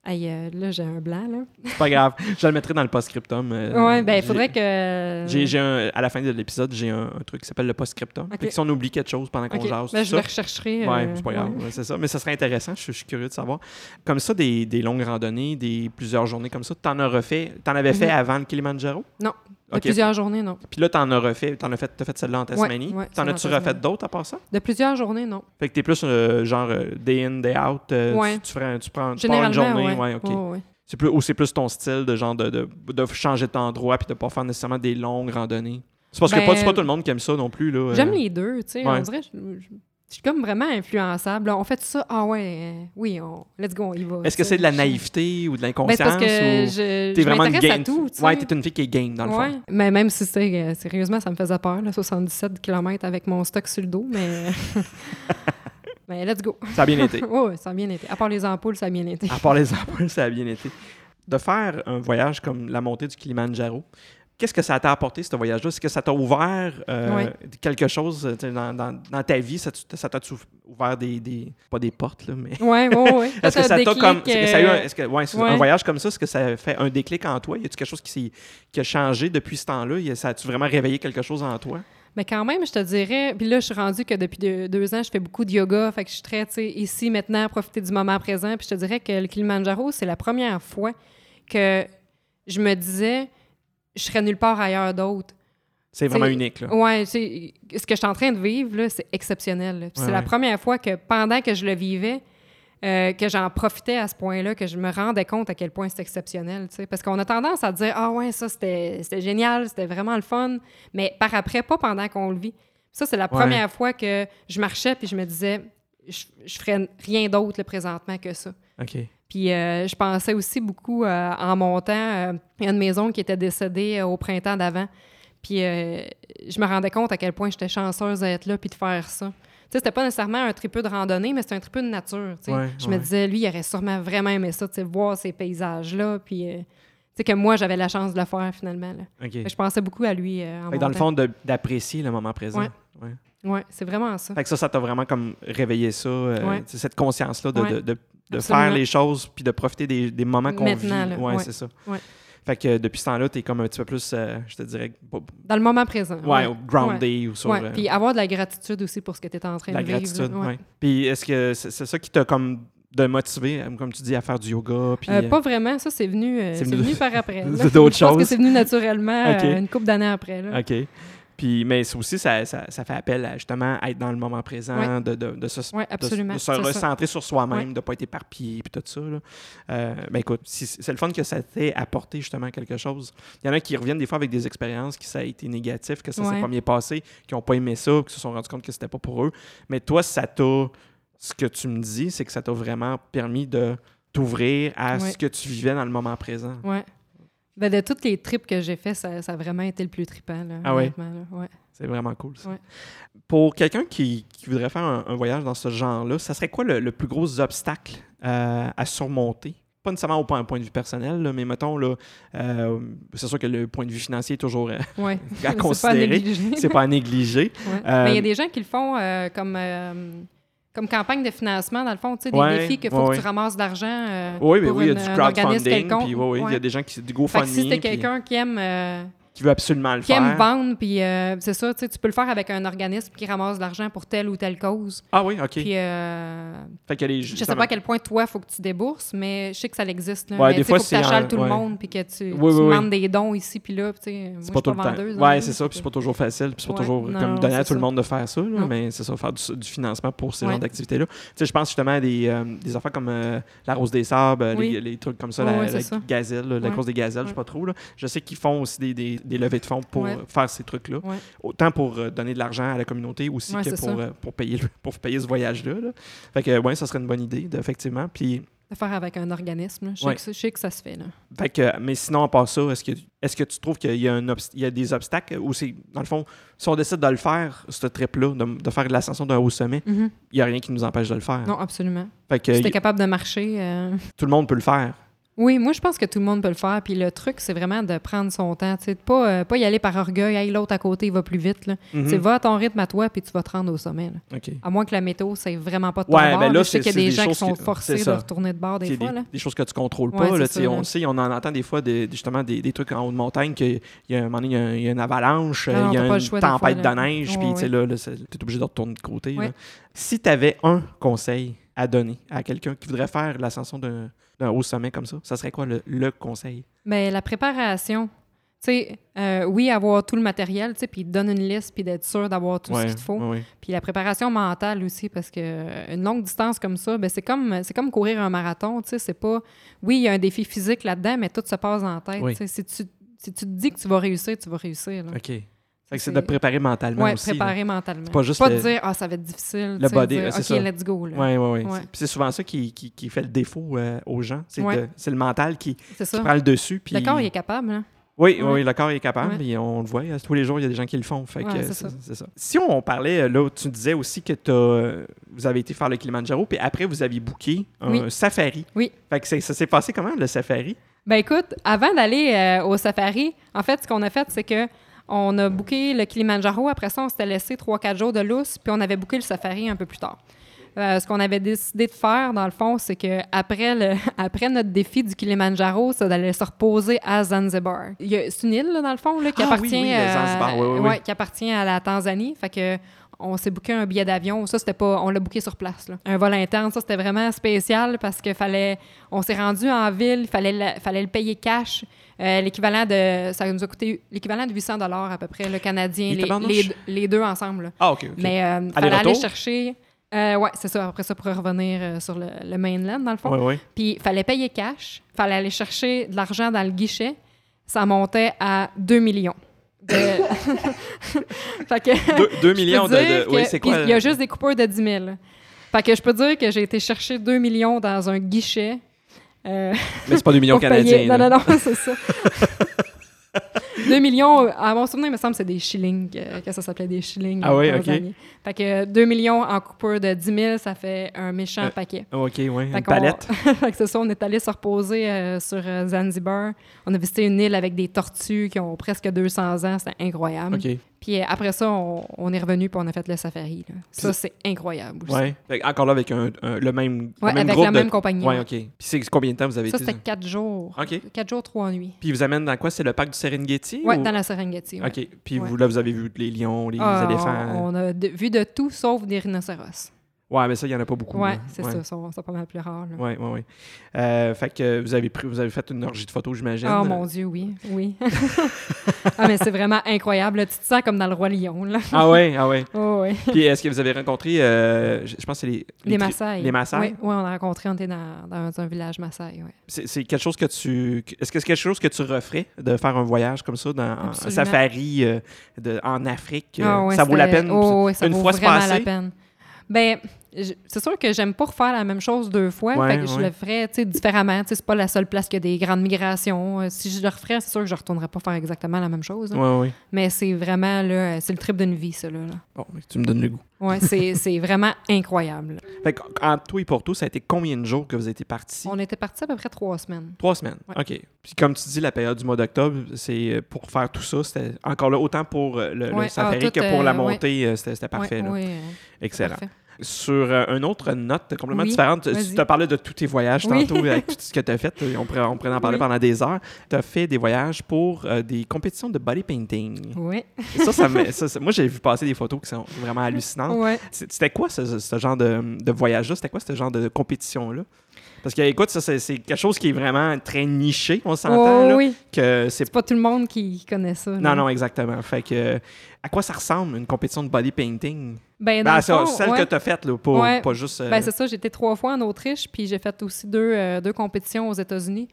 Speaker 2: Hey, euh, là, j'ai un blanc, là.
Speaker 1: C'est pas grave. Je le mettrai dans le post-scriptum. euh,
Speaker 2: ouais, ben il
Speaker 1: j'ai-
Speaker 2: faudrait que...
Speaker 1: j'ai- j'ai un- à la fin de l'épisode, j'ai un, un truc qui s'appelle le post-scriptum.
Speaker 2: OK.
Speaker 1: Fait que si on oublie quelque chose pendant qu'on
Speaker 2: Ok,
Speaker 1: jase,
Speaker 2: ben,
Speaker 1: tout
Speaker 2: je
Speaker 1: ça,
Speaker 2: le rechercherai.
Speaker 1: Ouais,
Speaker 2: euh,
Speaker 1: c'est pas grave,
Speaker 2: ouais.
Speaker 1: ouais, c'est ça. Mais ça serait intéressant, je, je suis curieux de savoir. Comme ça, des, des longues randonnées, des plusieurs journées comme ça, t'en as refait, t'en avais fait
Speaker 2: Mhm.
Speaker 1: avant le Kilimanjaro?
Speaker 2: Non, De
Speaker 1: OK.
Speaker 2: plusieurs journées, non.
Speaker 1: Puis là, t'en as refait, t'en as fait, t'as fait celle-là en Tasmanie.
Speaker 2: ouais,
Speaker 1: t'en
Speaker 2: celle en
Speaker 1: as-tu
Speaker 2: Tasmanie.
Speaker 1: refait d'autres à part ça?
Speaker 2: De plusieurs journées, non.
Speaker 1: Fait que t'es plus euh, genre euh, day in, day out, euh,
Speaker 2: Ouais.
Speaker 1: tu, tu ferais- tu prends, tu pars une
Speaker 2: Généralement,
Speaker 1: journée,
Speaker 2: ouais.
Speaker 1: ouais, ok.
Speaker 2: Ouais, ouais.
Speaker 1: C'est plus, ou c'est plus ton style de genre de, de, de changer d'endroit puis de pas faire nécessairement des longues randonnées? C'est parce que
Speaker 2: Ben,
Speaker 1: pas, c'est pas tout le monde qui aime ça non plus, là. euh.
Speaker 2: J'aime les deux, tu
Speaker 1: ouais.
Speaker 2: sais. On dirait, je, je- je suis comme vraiment influençable. là. on fait ça, ah ouais, euh, oui, on, let's go, on y va.
Speaker 1: Est-ce que
Speaker 2: tu sais.
Speaker 1: c'est de la naïveté ou de
Speaker 2: Ben,
Speaker 1: l'inconscience?
Speaker 2: c'est parce que
Speaker 1: ou- T'es
Speaker 2: je, je
Speaker 1: vraiment une
Speaker 2: m'intéresse
Speaker 1: game.
Speaker 2: à tout, tu sais.
Speaker 1: ouais, t'es une fille qui est game, dans le
Speaker 2: Ouais.
Speaker 1: fond.
Speaker 2: Mais même si c'est euh, sérieusement, ça me faisait peur, là, 77 km avec mon stock sur le dos, mais. mais let's go.
Speaker 1: Ça a bien été.
Speaker 2: Ouais, ouais, ça a bien été. À part les ampoules, ça a bien été.
Speaker 1: À part les ampoules, ça a bien été. De faire un voyage comme la montée du Kilimanjaro, qu'est-ce que ça t'a apporté, ce voyage-là? Est-ce que ça t'a ouvert euh,
Speaker 2: Ouais.
Speaker 1: quelque chose euh, tu sais, dans, dans- dans ta vie? Ça t- ça t'a-tu ouvert des, des- Pas des portes, là, mais...
Speaker 2: Ouais, ouais, ouais.
Speaker 1: Est-ce que
Speaker 2: un
Speaker 1: ça t'a
Speaker 2: déclic,
Speaker 1: comme. Est-ce que ça a eu un,
Speaker 2: euh,
Speaker 1: est-ce que- ouais, c'est
Speaker 2: ouais.
Speaker 1: un voyage comme ça, est-ce que ça a fait un déclic en toi? Y a-tu quelque chose qui, s'est- qui a changé depuis ce temps-là? Y a- Ça a-tu vraiment réveillé quelque chose en toi?
Speaker 2: Mais quand même, je te dirais, puis là, je suis rendue que depuis deux, deux ans, je fais beaucoup de yoga, fait que je suis très, tu sais, ici, maintenant, à profiter du moment présent. Puis je te dirais que le Kilimanjaro, c'est la première fois que je me disais, je serais nulle part ailleurs d'autre.
Speaker 1: C'est vraiment
Speaker 2: T'sais,
Speaker 1: unique, là.
Speaker 2: Ouais, tu sais, ce que je suis en train de vivre, là, c'est exceptionnel. là. Puis
Speaker 1: Ouais,
Speaker 2: c'est la
Speaker 1: ouais.
Speaker 2: première fois que, pendant que je le vivais, euh, que j'en profitais à ce point-là, que je me rendais compte à quel point c'est exceptionnel. tu sais. Parce qu'on a tendance à dire Ah ouais, ça c'était c'était génial, c'était vraiment le fun, mais par après, pas pendant qu'on le vit. Ça, c'est la première fois que je marchais puis je me disais Je, je ferais rien d'autre là, présentement que ça.
Speaker 1: OK.
Speaker 2: Puis euh, je pensais aussi beaucoup euh, en montant. euh, Il y a une maison qui était décédée euh, au printemps d'avant. Puis euh, je me rendais compte à quel point j'étais chanceuse d'être là puis de faire ça. Tu sais, c'était pas nécessairement un tripeux de randonnée, mais c'était un tripeux de nature. tu sais.
Speaker 1: Ouais,
Speaker 2: je
Speaker 1: ouais.
Speaker 2: me disais, lui, il aurait sûrement vraiment aimé ça, tu sais, voir ces paysages-là. Puis euh, tu sais, que moi, j'avais la chance de le faire finalement. là.
Speaker 1: OK.
Speaker 2: Fait que Je pensais beaucoup à lui euh, en
Speaker 1: Fait que dans le
Speaker 2: montant.
Speaker 1: fond, de- d'apprécier le moment présent.
Speaker 2: Ouais.
Speaker 1: Ouais.
Speaker 2: Ouais, c'est vraiment ça.
Speaker 1: Fait que ça, ça t'a vraiment comme réveillé ça, euh,
Speaker 2: Ouais.
Speaker 1: tu sais, cette conscience-là de,
Speaker 2: Ouais.
Speaker 1: de- de- de
Speaker 2: Absolument.
Speaker 1: faire les choses puis de profiter des, des moments qu'on vit.
Speaker 2: Maintenant, là.
Speaker 1: ouais,
Speaker 2: Ouais.
Speaker 1: c'est ça.
Speaker 2: Ouais.
Speaker 1: Fait que euh, depuis ce temps-là, t'es comme un petit peu plus, euh, je te dirais, pas-
Speaker 2: Dans le moment présent.
Speaker 1: ouais,
Speaker 2: ouais.
Speaker 1: groundé ou sur
Speaker 2: Ouais,
Speaker 1: euh,
Speaker 2: Puis avoir de la gratitude aussi pour ce que tu es en train
Speaker 1: la
Speaker 2: de vivre.
Speaker 1: gratitude.
Speaker 2: là.
Speaker 1: ouais.
Speaker 2: Ouais.
Speaker 1: Puis est-ce que c'est c'est ça qui t'a comme de motivé, euh, comme tu dis, à faire du yoga? Puis,
Speaker 2: Euh,
Speaker 1: euh,
Speaker 2: pas vraiment, ça c'est venu, euh,
Speaker 1: C'est
Speaker 2: c'est
Speaker 1: venu
Speaker 2: venu,
Speaker 1: de-
Speaker 2: par après. là.
Speaker 1: de d'autres
Speaker 2: Je pense que
Speaker 1: choses.
Speaker 2: c'est venu naturellement
Speaker 1: Ok.
Speaker 2: euh, une couple d'années après. là.
Speaker 1: OK. Puis, mais c'est aussi, ça, ça, ça fait appel à justement être dans le moment présent,
Speaker 2: Ouais.
Speaker 1: de, de, de se
Speaker 2: Oui,
Speaker 1: de-
Speaker 2: absolument.
Speaker 1: De se
Speaker 2: c'est ça.
Speaker 1: recentrer sur soi-même,
Speaker 2: Ouais.
Speaker 1: de ne pas être éparpillé, puis tout ça. là. Euh, ben écoute, si- c'est le fun que ça t'ait apporté justement quelque chose. Il y en a qui reviennent des fois avec des expériences qui ça a été négatif, que ça s'est
Speaker 2: Ouais.
Speaker 1: pas bien passé, qui n'ont pas aimé ça, qui se sont rendus compte que c'était pas pour eux. Mais toi, ça t'a. Ce que tu me dis, c'est que ça t'a vraiment permis de t'ouvrir à
Speaker 2: Ouais.
Speaker 1: ce que tu vivais dans le moment présent.
Speaker 2: Ouais. Ben, de toutes les tripes que j'ai fait, ça, ça a vraiment été le plus trippant. là,
Speaker 1: Ah ouais?
Speaker 2: honnêtement, là. Ouais.
Speaker 1: C'est vraiment cool. ça.
Speaker 2: Ouais.
Speaker 1: Pour quelqu'un qui, qui voudrait faire un, un voyage dans ce genre-là, ça serait quoi le, le plus gros obstacle euh, à surmonter? Pas nécessairement au point, un point de vue personnel, là, mais mettons, là, euh, c'est sûr que le point de vue financier est toujours euh,
Speaker 2: Ouais.
Speaker 1: à
Speaker 2: C'est pas
Speaker 1: considérer.
Speaker 2: négligé.
Speaker 1: C'est pas à négliger.
Speaker 2: Ouais.
Speaker 1: Euh,
Speaker 2: Mais il y a des gens qui le font euh, comme, euh, comme campagne de financement, dans le fond, tu sais, des
Speaker 1: Ouais,
Speaker 2: défis qu'il faut
Speaker 1: ouais,
Speaker 2: que
Speaker 1: ouais.
Speaker 2: tu ramasses de l'argent. euh,
Speaker 1: Oui, mais
Speaker 2: pour
Speaker 1: oui, il y a
Speaker 2: une-
Speaker 1: du
Speaker 2: un organisme
Speaker 1: crowdfunding.
Speaker 2: quelconque.
Speaker 1: Puis, ouais, ouais, il y a
Speaker 2: Ouais.
Speaker 1: des gens qui du
Speaker 2: Fait que si
Speaker 1: GoFundMe
Speaker 2: c'était
Speaker 1: puis
Speaker 2: quelqu'un qui aime, euh,
Speaker 1: qui veut absolument le
Speaker 2: qui
Speaker 1: faire.
Speaker 2: aime vendre, puis euh, c'est ça, tu sais, tu peux le faire avec un organisme qui ramasse de l'argent pour telle ou telle cause.
Speaker 1: Ah oui, OK.
Speaker 2: Puis, euh,
Speaker 1: fait que les,
Speaker 2: je sais pas à quel point toi, il faut que tu débourses, mais je sais que ça existe. Là,
Speaker 1: Ouais,
Speaker 2: mais
Speaker 1: des
Speaker 2: tu sais,
Speaker 1: fois,
Speaker 2: faut que
Speaker 1: c'est
Speaker 2: tu achales
Speaker 1: en-
Speaker 2: tout
Speaker 1: ouais.
Speaker 2: le monde, puis que tu,
Speaker 1: Oui,
Speaker 2: tu
Speaker 1: oui, oui.
Speaker 2: demandes des dons ici, puis là. puis tu sais, Moi, je
Speaker 1: C'est
Speaker 2: suis
Speaker 1: pas
Speaker 2: pas
Speaker 1: tout le
Speaker 2: vendeuse.
Speaker 1: temps.
Speaker 2: hein,
Speaker 1: Ouais, c'est ça.
Speaker 2: fait
Speaker 1: Puis c'est
Speaker 2: que-
Speaker 1: pas toujours facile. Puis c'est pas
Speaker 2: Ouais,
Speaker 1: toujours
Speaker 2: non,
Speaker 1: comme
Speaker 2: non,
Speaker 1: donner à
Speaker 2: c'est
Speaker 1: tout le
Speaker 2: ça.
Speaker 1: monde de faire ça. là,
Speaker 2: Non.
Speaker 1: mais c'est ça, faire du, du financement pour ces
Speaker 2: Ouais.
Speaker 1: genres d'activités-là. Tu sais, je pense justement à des, euh, des affaires comme euh, la rose des sables, euh,
Speaker 2: Oui.
Speaker 1: les, les trucs comme ça,
Speaker 2: Ouais,
Speaker 1: la,
Speaker 2: ouais, c'est
Speaker 1: la
Speaker 2: ça.
Speaker 1: gazelle, là, la
Speaker 2: Ouais.
Speaker 1: course des gazelles, je sais
Speaker 2: Ouais.
Speaker 1: pas trop. là. Je sais qu'ils font aussi des, des- des levées de fonds pour
Speaker 2: Ouais.
Speaker 1: euh, faire ces trucs-là.
Speaker 2: Ouais.
Speaker 1: Autant pour euh, donner de l'argent à la communauté aussi
Speaker 2: Ouais,
Speaker 1: que
Speaker 2: c'est
Speaker 1: pour,
Speaker 2: ça.
Speaker 1: euh, pour, payer, le- pour payer ce voyage-là. là. Fait que, ouais, ça serait une bonne idée, de- effectivement. Puis
Speaker 2: Le faire avec un organisme, là. je sais,
Speaker 1: Ouais.
Speaker 2: que, ça- je sais que ça se fait. Là.
Speaker 1: Fait que, mais sinon, à part ça, est-ce que, est-ce que tu trouves qu'il y a, un obs- il y a des obstacles ou c'est, dans le fond, si on décide de le faire, ce trip-là, de, de faire de l'ascension d'un haut sommet,
Speaker 2: Mhm.
Speaker 1: il n'y a rien qui nous empêche de le faire.
Speaker 2: Ah. Non, absolument.
Speaker 1: Fait Mm-hmm. que
Speaker 2: Si
Speaker 1: y-
Speaker 2: t'es capable de marcher. euh,
Speaker 1: tout le monde peut le faire.
Speaker 2: Oui, moi, je pense que tout le monde peut le faire. Puis le truc, c'est vraiment de prendre son temps. Tu sais, de pas, euh, pas y aller par orgueil. Hey, l'autre à côté, il va plus vite. Là.
Speaker 1: Mhm.
Speaker 2: Tu sais, va à ton rythme à toi, puis tu vas te rendre au sommet. là.
Speaker 1: OK.
Speaker 2: À moins que la météo, c'est vraiment pas de ton
Speaker 1: Ouais,
Speaker 2: bord.
Speaker 1: ben là,
Speaker 2: mais je sais
Speaker 1: c'est-
Speaker 2: qu'il y
Speaker 1: c'est
Speaker 2: a des
Speaker 1: des
Speaker 2: gens qui
Speaker 1: choses
Speaker 2: sont
Speaker 1: qui-
Speaker 2: forcés
Speaker 1: c'est
Speaker 2: de
Speaker 1: ça.
Speaker 2: retourner de bord des
Speaker 1: C'est
Speaker 2: fois.
Speaker 1: des,
Speaker 2: là.
Speaker 1: des choses que tu contrôles
Speaker 2: Ouais,
Speaker 1: pas. là,
Speaker 2: c'est
Speaker 1: tu sais,
Speaker 2: ça,
Speaker 1: on
Speaker 2: là.
Speaker 1: le sait, on en entend des fois des, des- justement des, des trucs en haut de montagne, qu'il y a un moment donné, il y a un- il y, a une avalanche,
Speaker 2: Ah Non,
Speaker 1: il y
Speaker 2: t'as
Speaker 1: a
Speaker 2: pas
Speaker 1: une
Speaker 2: le choix des fois,
Speaker 1: tempête
Speaker 2: là.
Speaker 1: de neige,
Speaker 2: Ouais,
Speaker 1: puis tu sais,
Speaker 2: ouais.
Speaker 1: là, tu es obligé de retourner de côté.
Speaker 2: Ouais.
Speaker 1: là. Si tu avais un conseil à donner à quelqu'un qui voudrait faire l'ascension d'un d'un haut sommet comme ça, ça serait quoi le, le conseil?
Speaker 2: Mais la préparation, tu sais, euh, oui, avoir tout le matériel, tu sais, puis te donne une liste, puis d'être sûr d'avoir tout ce
Speaker 1: Ouais,
Speaker 2: qu'il te faut.
Speaker 1: ouais, ouais.
Speaker 2: Puis la préparation mentale aussi, parce que euh, une longue distance comme ça, ben c'est comme c'est comme courir un marathon, tu sais, c'est pas... Oui, il y a un défi physique là-dedans, mais tout se passe en tête.
Speaker 1: Oui.
Speaker 2: tu sais. Si tu, si tu te dis que tu vas réussir, tu vas réussir. là.
Speaker 1: OK. Fait que c'est
Speaker 2: C'est-
Speaker 1: de préparer mentalement
Speaker 2: Ouais,
Speaker 1: aussi. là.
Speaker 2: préparer mentalement.
Speaker 1: pas juste le-
Speaker 2: de dire « Ah, ça va être difficile »,
Speaker 1: le
Speaker 2: tu sais,
Speaker 1: body,
Speaker 2: dire,
Speaker 1: c'est
Speaker 2: OK,
Speaker 1: ça.
Speaker 2: let's go », là.
Speaker 1: Ouais, ouais, ouais.
Speaker 2: Ouais.
Speaker 1: Puis C'est souvent ça qui, qui- qui fait le défaut euh, aux gens. C'est
Speaker 2: Ouais.
Speaker 1: de- c'est le mental qui, qui
Speaker 2: C'est ça.
Speaker 1: prend le dessus. Puis...
Speaker 2: Le corps, il est capable, hein?
Speaker 1: Oui, oui,
Speaker 2: Ouais.
Speaker 1: le corps est capable.
Speaker 2: Ouais.
Speaker 1: puis on le voit, euh, tous les jours, il y a des gens qui le font. Fait que,
Speaker 2: Ouais,
Speaker 1: euh,
Speaker 2: c'est
Speaker 1: c'est
Speaker 2: ça.
Speaker 1: c'est ça. Si on parlait, euh, là, tu disais aussi que t'as, euh, vous avez été faire le Kilimanjaro, puis après, vous aviez booké un
Speaker 2: Oui.
Speaker 1: safari.
Speaker 2: Oui.
Speaker 1: Fait que c'est- ça s'est passé comment, le safari?
Speaker 2: Ben écoute, avant d'aller euh, au safari, en fait, ce qu'on a fait, c'est que on a booké le Kilimanjaro. Après ça, on s'était laissé 3-4 jours de lousse, puis on avait booké le safari un peu plus tard. Euh, ce qu'on avait décidé de faire, dans le fond, c'est que après, le, après notre défi du Kilimanjaro, c'est d'aller se reposer à Zanzibar. Il y a- C'est une île, là, dans le fond, là, qui,
Speaker 1: Ah oui,
Speaker 2: appartient,
Speaker 1: oui, le
Speaker 2: euh,
Speaker 1: Zanzibar, oui, oui, oui.
Speaker 2: ouais, qui appartient à la Tanzanie. Fait que on s'est booké un billet d'avion. Ça, c'était pas. On l'a booké sur place. là. Un vol interne, ça, c'était vraiment spécial parce que fallait. On s'est rendu en ville, il fallait, le- fallait le payer cash. Euh, l'équivalent de. Ça nous a coûté l'équivalent de 800 à peu près, le Canadien,
Speaker 1: Et
Speaker 2: les,
Speaker 1: tabarnouche.
Speaker 2: les- les deux ensemble. là.
Speaker 1: Ah, OK. ok.
Speaker 2: Mais euh, fallait aller
Speaker 1: Aller-retour?
Speaker 2: chercher. euh, ouais, c'est ça. Après ça, pour revenir euh, sur le, le mainland, dans le fond.
Speaker 1: Ouais, ouais.
Speaker 2: Puis fallait payer cash, fallait aller chercher de l'argent dans le guichet. Ça montait à 2 millions. De... fait que-
Speaker 1: Deux, deux
Speaker 2: je peux
Speaker 1: millions de.
Speaker 2: dire
Speaker 1: de- oui,
Speaker 2: que-
Speaker 1: c'est
Speaker 2: puis
Speaker 1: quoi?
Speaker 2: Il y a juste des coupeurs de 10 000. Fait que je peux dire que j'ai été chercher 2 millions dans un guichet. euh,
Speaker 1: Mais c'est pas deux millions
Speaker 2: pour
Speaker 1: canadiens.
Speaker 2: payer- Non,
Speaker 1: là.
Speaker 2: non, non, c'est ça. 2 millions, à mon souvenir, il me semble que c'est des shillings, euh, que ça s'appelait des shillings.
Speaker 1: Ah oui,
Speaker 2: euh,
Speaker 1: ok.
Speaker 2: tanzaniens. Fait que 2 millions en coupure de 10 000, ça fait un méchant
Speaker 1: Euh,
Speaker 2: paquet.
Speaker 1: OK, oui.
Speaker 2: Fait
Speaker 1: Une
Speaker 2: qu'on-
Speaker 1: palette.
Speaker 2: fait que c'est ça, on est allé se reposer euh, sur euh, Zanzibar. On a visité une île avec des tortues qui ont presque 200 ans. C'était incroyable.
Speaker 1: OK.
Speaker 2: Puis euh, après ça, on, on est revenu puis on a fait le safari. là. Ça, c'est incroyable aussi.
Speaker 1: Ouais. Fait que encore là, avec un, un- le même, le
Speaker 2: Ouais,
Speaker 1: même
Speaker 2: avec
Speaker 1: groupe
Speaker 2: la
Speaker 1: de-
Speaker 2: même compagnie.
Speaker 1: Ouais,
Speaker 2: ouais.
Speaker 1: OK. Puis c'est combien de temps vous avez
Speaker 2: Ça,
Speaker 1: été?
Speaker 2: c'était quatre jours.
Speaker 1: OK.
Speaker 2: Quatre jours, trois nuits.
Speaker 1: Puis ils vous amène dans quoi? C'est le parc du Serengeti?
Speaker 2: Ouais,
Speaker 1: ou-
Speaker 2: dans la Serengeti. ouais.
Speaker 1: OK. Puis
Speaker 2: Ouais.
Speaker 1: vous, là, vous avez vu les lions, les
Speaker 2: Ah,
Speaker 1: éléphants.
Speaker 2: On, on a de- vu de tout sauf des rhinocéros.
Speaker 1: Oh, Ouais, mais ça, il n'y en a pas beaucoup.
Speaker 2: Ouais,
Speaker 1: là.
Speaker 2: c'est ça, sont, sont pas mal plus rares. là.
Speaker 1: Ouais, ouais, ouais. Euh, fait que vous avez, pris, vous avez fait une orgie de photos, j'imagine.
Speaker 2: Ah mon Dieu, oui, oui. ah mais c'est vraiment incroyable. là. Tu te sens comme dans le roi lion là.
Speaker 1: Ah ouais, ah ouais.
Speaker 2: Oh, ouais.
Speaker 1: Puis est-ce que vous avez rencontré, euh, je je pense que c'est les...
Speaker 2: Les
Speaker 1: tri-
Speaker 2: Maasai.
Speaker 1: Les Maasai?
Speaker 2: Oui, on a rencontré, on était dans, dans un village Maasai. Ouais.
Speaker 1: C'est c'est quelque chose que tu... Est-ce que c'est quelque chose que tu referais de faire un voyage comme ça, dans un
Speaker 2: Absolument.
Speaker 1: safari euh, de- en Afrique? euh,
Speaker 2: Ah ouais,
Speaker 1: ça vaut la
Speaker 2: c'était-
Speaker 1: peine?
Speaker 2: oh, ouais, ça
Speaker 1: une
Speaker 2: vaut
Speaker 1: fois se
Speaker 2: vraiment la
Speaker 1: passer?
Speaker 2: peine. Ben, je- c'est sûr que j'aime pas refaire la même chose deux fois.
Speaker 1: Ouais,
Speaker 2: fait que je
Speaker 1: ouais.
Speaker 2: le ferais tu sais, différemment. Tu sais, C'est pas la seule place qui a des grandes migrations. Euh, Si je le referais, c'est sûr que je retournerais pas faire exactement la même chose. là.
Speaker 1: Ouais, ouais.
Speaker 2: Mais c'est vraiment, là, euh, c'est le trip d'une vie, ça. Là, là.
Speaker 1: Bon, mais tu me donnes le goût.
Speaker 2: Ouais, c'est c'est vraiment incroyable.
Speaker 1: Fait que, entre tout et pour tout, ça a été combien de jours que vous étiez partis?
Speaker 2: On était partis à peu près trois semaines.
Speaker 1: Trois semaines.
Speaker 2: Ouais.
Speaker 1: OK. Puis comme tu dis, la période du mois d'octobre, c'est euh, pour faire tout ça, c'était encore là, autant pour euh, le, le
Speaker 2: Ouais, ah,
Speaker 1: safari
Speaker 2: tout,
Speaker 1: que pour la
Speaker 2: euh, ouais.
Speaker 1: montée, euh, c'était c'était parfait.
Speaker 2: Ouais,
Speaker 1: là.
Speaker 2: ouais, euh,
Speaker 1: Excellent.
Speaker 2: parfait.
Speaker 1: Sur euh, une autre note complètement
Speaker 2: Oui,
Speaker 1: différente, tu-
Speaker 2: vas-y.
Speaker 1: tu as parlé de tous tes voyages
Speaker 2: Oui.
Speaker 1: tantôt, avec tout ce que tu as fait, on pourrait, on pourrait en parler
Speaker 2: Oui.
Speaker 1: pendant des heures. Tu as fait des voyages pour euh, des compétitions de body painting.
Speaker 2: Ouais,
Speaker 1: ça, ça, me- ça, ça- moi, j'ai vu passer des photos qui sont vraiment hallucinantes.
Speaker 2: ouais.
Speaker 1: C'est- C'était quoi ce, ce genre de, de voyage-là? C'était quoi ce genre de compétition-là? Parce que, écoute, ça, c'est c'est quelque chose qui est vraiment très niché, on s'entend,
Speaker 2: Oh,
Speaker 1: là,
Speaker 2: oui.
Speaker 1: que c'est
Speaker 2: C'est pas tout le monde qui connaît ça. là.
Speaker 1: Non, non, exactement. Fait que, euh, à quoi ça ressemble une compétition de body painting?
Speaker 2: Ben, dans
Speaker 1: Ben,
Speaker 2: le
Speaker 1: ça,
Speaker 2: fond,
Speaker 1: celle
Speaker 2: ouais.
Speaker 1: que tu as faite, là, pour,
Speaker 2: Ouais.
Speaker 1: pas juste. euh,
Speaker 2: Ben, c'est ça, j'étais trois fois en Autriche, puis j'ai fait aussi deux, euh, deux compétitions aux États-Unis.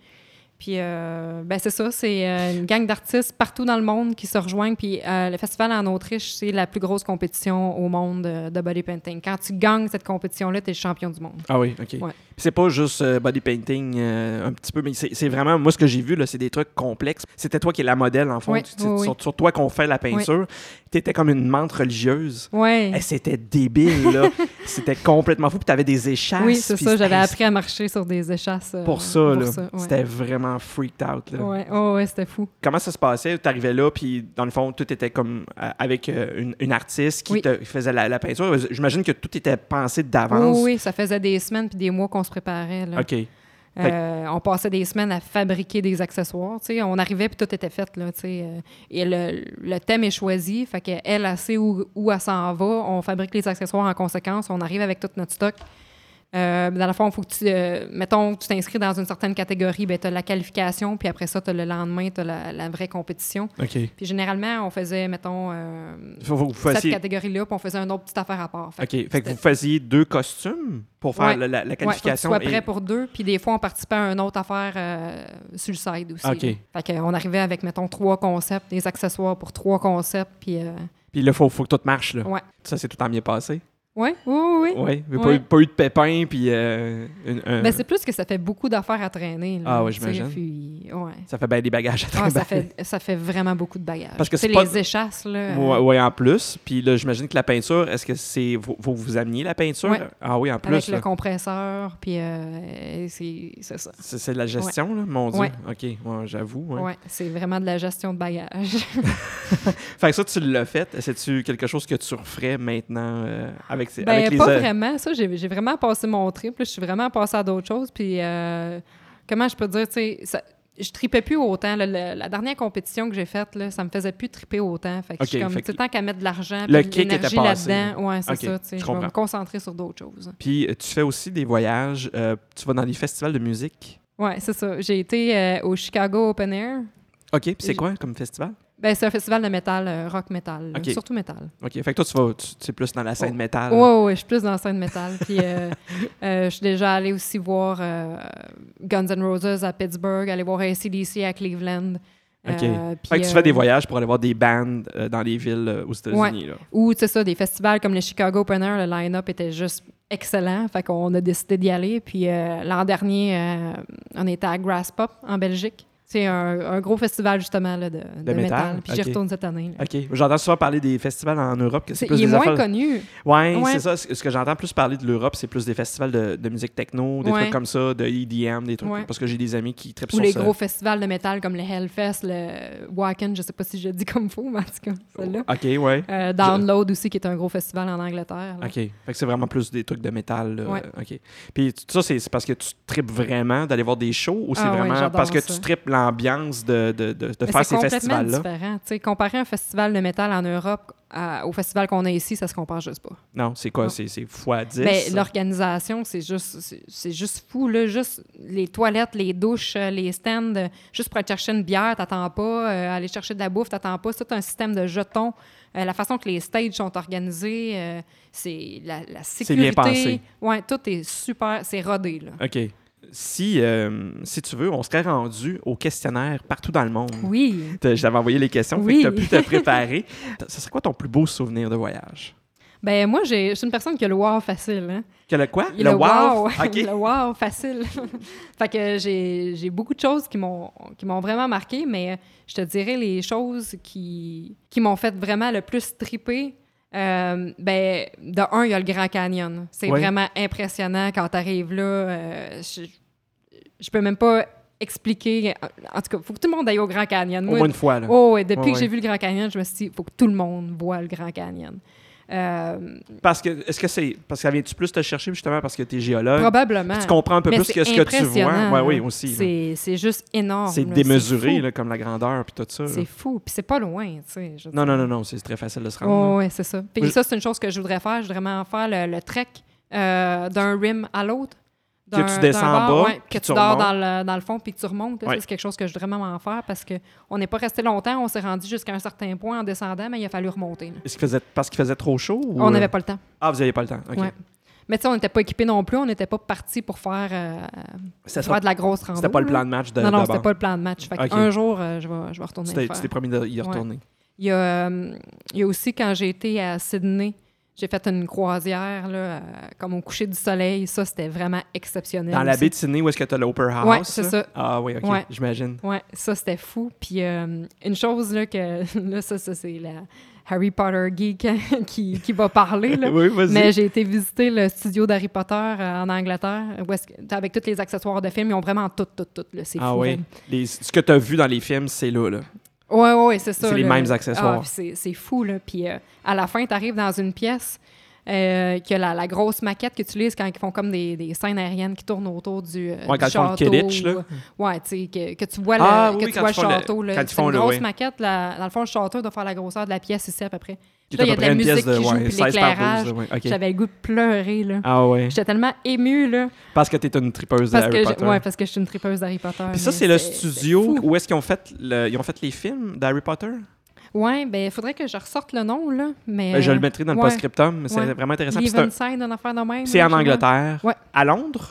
Speaker 2: Puis, euh, ben, c'est ça, c'est euh, une gang d'artistes partout dans le monde qui se rejoignent. Puis, euh, le festival en Autriche, c'est la plus grosse compétition au monde euh, de body painting. Quand tu gagnes cette compétition-là, tu es champion du monde.
Speaker 1: Ah oui, OK.
Speaker 2: Ouais.
Speaker 1: Puis C'est pas juste euh, body painting euh, un petit peu, mais c'est c'est vraiment, moi, ce que j'ai vu, là, c'est des trucs complexes. C'était toi qui es la modèle, en fond.
Speaker 2: Ouais,
Speaker 1: Tu- tu-
Speaker 2: oui, oui.
Speaker 1: Sur, sur toi qu'on fait la peinture. Tu étais comme une menthe religieuse.
Speaker 2: Ouais.
Speaker 1: Hey, c'était débile, là. c'était complètement fou. Puis t'avais des échasses.
Speaker 2: Oui, c'est
Speaker 1: puis
Speaker 2: ça,
Speaker 1: c'était-
Speaker 2: j'avais appris à marcher sur des échasses. euh,
Speaker 1: Pour ça, là.
Speaker 2: ouais.
Speaker 1: C'était vraiment freaked out, là.
Speaker 2: Ouais, oh, ouais, c'était fou.
Speaker 1: Comment ça se passait? T'arrivais là, puis dans le fond, tout était comme euh, avec euh, une, une artiste qui
Speaker 2: Oui.
Speaker 1: te faisait la, la peinture. Euh, J'imagine que tout était pensé
Speaker 2: Oui,
Speaker 1: d'avance.
Speaker 2: oui, ça faisait des semaines puis des mois qu'on se préparait. Là.
Speaker 1: OK. Fait-
Speaker 2: Euh, on passait des semaines à fabriquer des accessoires. tu sais. On arrivait puis tout était fait. Là, tu sais, euh, et le, le thème est choisi. Fait qu'elle, elle sait où, où elle s'en va. On fabrique les accessoires en conséquence. On arrive avec tout notre stock. Euh, dans le fond, faut que tu, euh, mettons, tu t'inscris dans une certaine catégorie, ben, tu as la qualification, puis après ça, tu as le lendemain, tu as la, la vraie compétition.
Speaker 1: OK.
Speaker 2: Puis généralement, on faisait, mettons, euh,
Speaker 1: Faut, faut que vous
Speaker 2: cette
Speaker 1: fassiez...
Speaker 2: catégorie-là, puis on faisait une autre petite affaire à part. Fait que
Speaker 1: OK. Fait que vous faisiez deux costumes pour faire
Speaker 2: Ouais.
Speaker 1: la, la- la
Speaker 2: Ouais, faut que tu
Speaker 1: qualification.
Speaker 2: sois
Speaker 1: et-
Speaker 2: prêt pour deux, puis des fois, on participait à une autre affaire euh, sur le side aussi.
Speaker 1: OK.
Speaker 2: là. Fait que, euh, on arrivait avec, mettons, trois concepts, des accessoires pour trois concepts, puis... euh,
Speaker 1: Puis là, faut, faut que tout marche, là.
Speaker 2: Ouais.
Speaker 1: Ça, c'est tout en bien passé.
Speaker 2: Ouais, oui, oui, oui.
Speaker 1: Oui. Pas,
Speaker 2: Ouais.
Speaker 1: eu- pas eu de pépins, puis... euh, une- un-
Speaker 2: Ben, c'est plus que ça fait beaucoup d'affaires à traîner. là,
Speaker 1: Ah ouais,
Speaker 2: tu sais,
Speaker 1: j'imagine.
Speaker 2: puis, ouais.
Speaker 1: Ça fait bien des bagages à
Speaker 2: Ah, ça,
Speaker 1: trimballer.
Speaker 2: fait, ça fait vraiment beaucoup de bagages.
Speaker 1: Parce que
Speaker 2: Tu sais,
Speaker 1: c'est pas-
Speaker 2: les échasses, là...
Speaker 1: Oui,
Speaker 2: euh,
Speaker 1: en plus. Puis là, j'imagine que la peinture, est-ce que c'est. Vous, vous, vous ameniez la peinture?
Speaker 2: Ouais.
Speaker 1: Ah oui, en
Speaker 2: Avec
Speaker 1: plus.
Speaker 2: le
Speaker 1: là.
Speaker 2: compresseur, puis euh, c'est c'est ça.
Speaker 1: C'est c'est de la gestion, là, mon Dieu.
Speaker 2: Ouais.
Speaker 1: OK, ouais, j'avoue. ouais.
Speaker 2: Ouais, c'est vraiment de la gestion de bagages.
Speaker 1: Fait que ça, tu l'as fait. C'est-tu quelque chose que tu referais maintenant euh, avec, ces-
Speaker 2: Ben,
Speaker 1: avec les.
Speaker 2: pas
Speaker 1: euh,
Speaker 2: vraiment. Ça, j'ai j'ai vraiment passé mon trip. là. Je suis vraiment passée à d'autres choses. Puis, euh, comment je peux dire, tu sais, ça- je tripais plus autant. là. Le- la dernière compétition que j'ai faite, là, ça me faisait plus triper autant. Fait que je suis
Speaker 1: Ok,
Speaker 2: comme,
Speaker 1: fait
Speaker 2: tu sais,
Speaker 1: que
Speaker 2: tant qu'à mettre de l'argent,
Speaker 1: le
Speaker 2: puis de
Speaker 1: kick était
Speaker 2: l'énergie
Speaker 1: passé.
Speaker 2: là-dedans, ouais, c'est
Speaker 1: Ok,
Speaker 2: ça. tu sais,
Speaker 1: je
Speaker 2: Je vais me
Speaker 1: comprends.
Speaker 2: concentrer sur d'autres choses.
Speaker 1: Puis euh, tu fais aussi des voyages. euh, tu vas dans des festivals de musique.
Speaker 2: Ouais, c'est ça. J'ai été euh, au Chicago Open Air.
Speaker 1: OK, puis c'est
Speaker 2: Je-
Speaker 1: quoi comme festival?
Speaker 2: Ben, c'est un festival de métal, euh, rock métal, là.
Speaker 1: Ok.
Speaker 2: surtout métal.
Speaker 1: OK, fait que toi, tu vas tu, tu es plus dans la scène
Speaker 2: Oh.
Speaker 1: métal.
Speaker 2: Ouais, ouais, ouais, je suis plus dans la scène métal. Puis euh, euh, je suis déjà allée aussi voir euh, Guns N' Roses à Pittsburgh, aller voir ACDC à Cleveland. Euh,
Speaker 1: OK.
Speaker 2: puis,
Speaker 1: Fait que tu
Speaker 2: euh,
Speaker 1: fais des voyages pour aller voir des bands euh, dans les villes euh, aux États-Unis. là.
Speaker 2: Ou, tu sais ça, des festivals comme le Chicago Open Air, le line-up était juste excellent. Fait qu'on a décidé d'y aller. Puis euh, l'an dernier, euh, on était à Grass Pop en Belgique. C'est un, un gros festival, justement, là, de, de
Speaker 1: métal?
Speaker 2: métal. Puis j'y
Speaker 1: Ok.
Speaker 2: retourne cette année. là.
Speaker 1: OK. J'entends souvent parler des festivals en Europe. Que c'est
Speaker 2: C'est-
Speaker 1: plus
Speaker 2: il est
Speaker 1: des
Speaker 2: moins
Speaker 1: affaires-
Speaker 2: connu.
Speaker 1: Ouais,
Speaker 2: Ouais.
Speaker 1: c'est ça. Ce ce que j'entends plus parler de l'Europe, c'est plus des festivals de, de musique techno, des
Speaker 2: Ouais.
Speaker 1: trucs comme ça, de EDM, des trucs.
Speaker 2: Ouais.
Speaker 1: Parce que j'ai des amis qui trippent
Speaker 2: Ou
Speaker 1: sur
Speaker 2: les
Speaker 1: ça.
Speaker 2: gros festivals de métal comme le Hellfest, le Wacken, je sais pas si je le dis comme faux, mais en tout cas, celle-là.
Speaker 1: OK, ouais.
Speaker 2: Euh, Download aussi, qui est un gros festival en Angleterre. là.
Speaker 1: Oh. OK. Fait que c'est vraiment plus des trucs de métal. là.
Speaker 2: Ouais.
Speaker 1: OK. Puis tout ça, c'est c'est parce que tu tripes vraiment d'aller voir des shows ou c'est
Speaker 2: Ah ouais,
Speaker 1: vraiment
Speaker 2: j'adore
Speaker 1: parce que
Speaker 2: ça.
Speaker 1: tu tripes l'ambiance de, de, de, de
Speaker 2: Mais
Speaker 1: faire
Speaker 2: c'est
Speaker 1: ces
Speaker 2: complètement
Speaker 1: festivals-là?
Speaker 2: différent. Tu sais, comparer un festival de métal en Europe à- au festival qu'on a ici, ça se compare juste pas.
Speaker 1: Non, c'est quoi?
Speaker 2: Non.
Speaker 1: C'est c'est fois 10?
Speaker 2: Mais Ben, l'organisation, c'est juste, c'est- c'est juste fou là. Juste les toilettes, les douches, euh, les stands, euh, juste pour aller chercher une bière, t'attends pas, euh, aller chercher de la bouffe, t'attends pas. C'est tout un système de jetons. Euh, la façon que les stages sont organisés, euh, c'est la, la sécurité.
Speaker 1: bien pensé. Euh.
Speaker 2: Ouais, tout est super, c'est rodé là.
Speaker 1: OK. Si, euh, si tu veux, on serait rendu au questionnaire partout dans le monde.
Speaker 2: Oui.
Speaker 1: T'as- Je t'avais envoyé les questions,
Speaker 2: Oui.
Speaker 1: fait que t'as pu te préparer. T- Ce serait quoi ton plus beau souvenir de voyage?
Speaker 2: Ben moi, j'ai- je suis une personne qui a le wow facile. Hein.
Speaker 1: Que le quoi?
Speaker 2: Le wow!
Speaker 1: OK.
Speaker 2: Le wow, facile. fait que j'ai j'ai beaucoup de choses qui m'ont qui m'ont vraiment marqué, mais euh, je te dirais les choses qui, qui m'ont fait vraiment le plus triper. euh, ben, de un, il y a le Grand Canyon. C'est
Speaker 1: Oui.
Speaker 2: vraiment impressionnant quand tu arrives là. euh, je, je peux même pas expliquer. En en tout cas, faut que tout le monde aille au Grand Canyon.
Speaker 1: Au
Speaker 2: Moi,
Speaker 1: moins une fois, là.
Speaker 2: oh, ouais, depuis
Speaker 1: Ouais,
Speaker 2: que j'ai
Speaker 1: ouais.
Speaker 2: vu le Grand Canyon, je me suis dit, faut que tout le monde voit le Grand Canyon. Euh,
Speaker 1: Parce que, est-ce que c'est. Parce que ça vient-tu plus te chercher justement parce que t'es géologue?
Speaker 2: probablement.
Speaker 1: Euh, Tu comprends un peu
Speaker 2: Mais
Speaker 1: plus
Speaker 2: c'est
Speaker 1: que ce que tu vois.
Speaker 2: impressionnant,
Speaker 1: Ouais, oui,
Speaker 2: là.
Speaker 1: aussi. là.
Speaker 2: C'est, c'est juste énorme.
Speaker 1: C'est
Speaker 2: là.
Speaker 1: démesuré,
Speaker 2: fou.
Speaker 1: là, comme la grandeur, puis tout ça. là.
Speaker 2: C'est fou. Puis c'est pas loin, tu sais. je veux
Speaker 1: Non,
Speaker 2: dire.
Speaker 1: non, non, non, c'est très facile de se rendre.
Speaker 2: Oh,
Speaker 1: là.
Speaker 2: ouais, c'est ça. Puis
Speaker 1: Je-
Speaker 2: ça, c'est une chose que je voudrais faire. Je voudrais vraiment faire le, le trek euh, d'un rim à l'autre.
Speaker 1: Que
Speaker 2: d'un-
Speaker 1: tu
Speaker 2: d'un
Speaker 1: descends en
Speaker 2: bar,
Speaker 1: bas,
Speaker 2: ouais, que
Speaker 1: puis
Speaker 2: tu
Speaker 1: tu
Speaker 2: dors
Speaker 1: remontes.
Speaker 2: dans le, dans le fond, puis que tu remontes. là. Ça,
Speaker 1: Ouais.
Speaker 2: C'est quelque chose que je voudrais vraiment faire parce qu'on n'est pas resté longtemps. On s'est rendu jusqu'à un certain point en descendant, mais il a fallu remonter. là.
Speaker 1: Est-ce qu'il faisait... Parce qu'il faisait trop chaud? ou-
Speaker 2: On n'avait pas le temps.
Speaker 1: Ah, vous n'aviez pas le temps. OK.
Speaker 2: Ouais. Mais tu sais, on n'était pas équipés non plus. On n'était pas partis pour faire, euh,
Speaker 1: Ça sera-
Speaker 2: faire de la grosse rando.
Speaker 1: C'était pas le
Speaker 2: là.
Speaker 1: plan de match de
Speaker 2: Non, non,
Speaker 1: de
Speaker 2: c'était
Speaker 1: bord.
Speaker 2: pas le plan de match. Fait
Speaker 1: Ok.
Speaker 2: Un jour, euh, je, vais, je vais retourner
Speaker 1: Tu
Speaker 2: le
Speaker 1: t'es-
Speaker 2: faire.
Speaker 1: tu t'es promis d'y retourner.
Speaker 2: Il y, a, euh, il y a aussi, quand j'ai été à Sydney, j'ai fait une croisière, là, euh, comme au coucher du soleil. Ça, c'était vraiment exceptionnel.
Speaker 1: Dans la
Speaker 2: aussi.
Speaker 1: baie de Sydney, où est-ce que tu as l'Opera House?
Speaker 2: Ouais, c'est
Speaker 1: là?
Speaker 2: ça.
Speaker 1: Ah oui, OK,
Speaker 2: Ouais.
Speaker 1: j'imagine.
Speaker 2: Ouais, ça, c'était fou. Puis euh, une chose, là, que... Là, ça, ça, c'est la Harry Potter geek qui, qui va parler, là.
Speaker 1: oui, vas-y.
Speaker 2: Mais j'ai été visiter le studio d'Harry Potter euh, en Angleterre, où est-ce que- avec tous les accessoires de films, ils ont vraiment tout, tout, tout. là. C'est
Speaker 1: Ah
Speaker 2: fou, là.
Speaker 1: oui. Les- Ce que tu as vu dans les films, c'est là, là.
Speaker 2: Ouais, ouais, ouais, c'est ça.
Speaker 1: C'est les
Speaker 2: là.
Speaker 1: mêmes accessoires.
Speaker 2: Ah, puis c'est, c'est fou, là. Puis euh, à la fin, tu arrives dans une pièce euh, qui a la, la grosse maquette que tu lises quand ils font comme des, des scènes aériennes qui tournent autour du, euh,
Speaker 1: Ouais,
Speaker 2: du
Speaker 1: quand ils font le
Speaker 2: château.
Speaker 1: Quidditch, là.
Speaker 2: Ouais, tu sais, que, que tu vois le,
Speaker 1: Ah, oui,
Speaker 2: que
Speaker 1: oui,
Speaker 2: tu
Speaker 1: quand
Speaker 2: vois
Speaker 1: ils
Speaker 2: le
Speaker 1: font le-
Speaker 2: château. là.
Speaker 1: quand ils
Speaker 2: c'est
Speaker 1: font
Speaker 2: une
Speaker 1: le-
Speaker 2: grosse
Speaker 1: ouais.
Speaker 2: maquette. la- dans le fond, le château doit faire la grosseur de la pièce ici, à peu près.
Speaker 1: Qui
Speaker 2: Là,
Speaker 1: est
Speaker 2: il
Speaker 1: à
Speaker 2: y a
Speaker 1: peu
Speaker 2: de
Speaker 1: près
Speaker 2: la
Speaker 1: une pièce
Speaker 2: musique
Speaker 1: de
Speaker 2: qui joue,
Speaker 1: ouais,
Speaker 2: puis
Speaker 1: 16 par 12.
Speaker 2: l'éclairage.
Speaker 1: là, ouais, OK.
Speaker 2: J'avais le goût de pleurer, là.
Speaker 1: Ah ouais.
Speaker 2: J'étais tellement émue, là,
Speaker 1: Parce que tu es une tripeuse de
Speaker 2: parce
Speaker 1: Harry
Speaker 2: que, je,
Speaker 1: Potter.
Speaker 2: ouais, parce que je suis une tripeuse d'Harry Potter.
Speaker 1: Puis ça,
Speaker 2: mais
Speaker 1: c'est le
Speaker 2: c'était-
Speaker 1: studio
Speaker 2: c'était fou.
Speaker 1: où est-ce qu'ils ont fait le- ils ont fait les films d'Harry Potter?
Speaker 2: Ouais, ben, il faudrait que je ressorte le nom, là. Mais... euh,
Speaker 1: Ben, je le mettrai dans le
Speaker 2: ouais.
Speaker 1: post-scriptum, mais c'est
Speaker 2: Ouais.
Speaker 1: vraiment intéressant. Puis c'est un-
Speaker 2: Evenside, une affaire de même.
Speaker 1: C'est
Speaker 2: là,
Speaker 1: en
Speaker 2: je sais pas.
Speaker 1: Angleterre.
Speaker 2: Ouais.
Speaker 1: À Londres?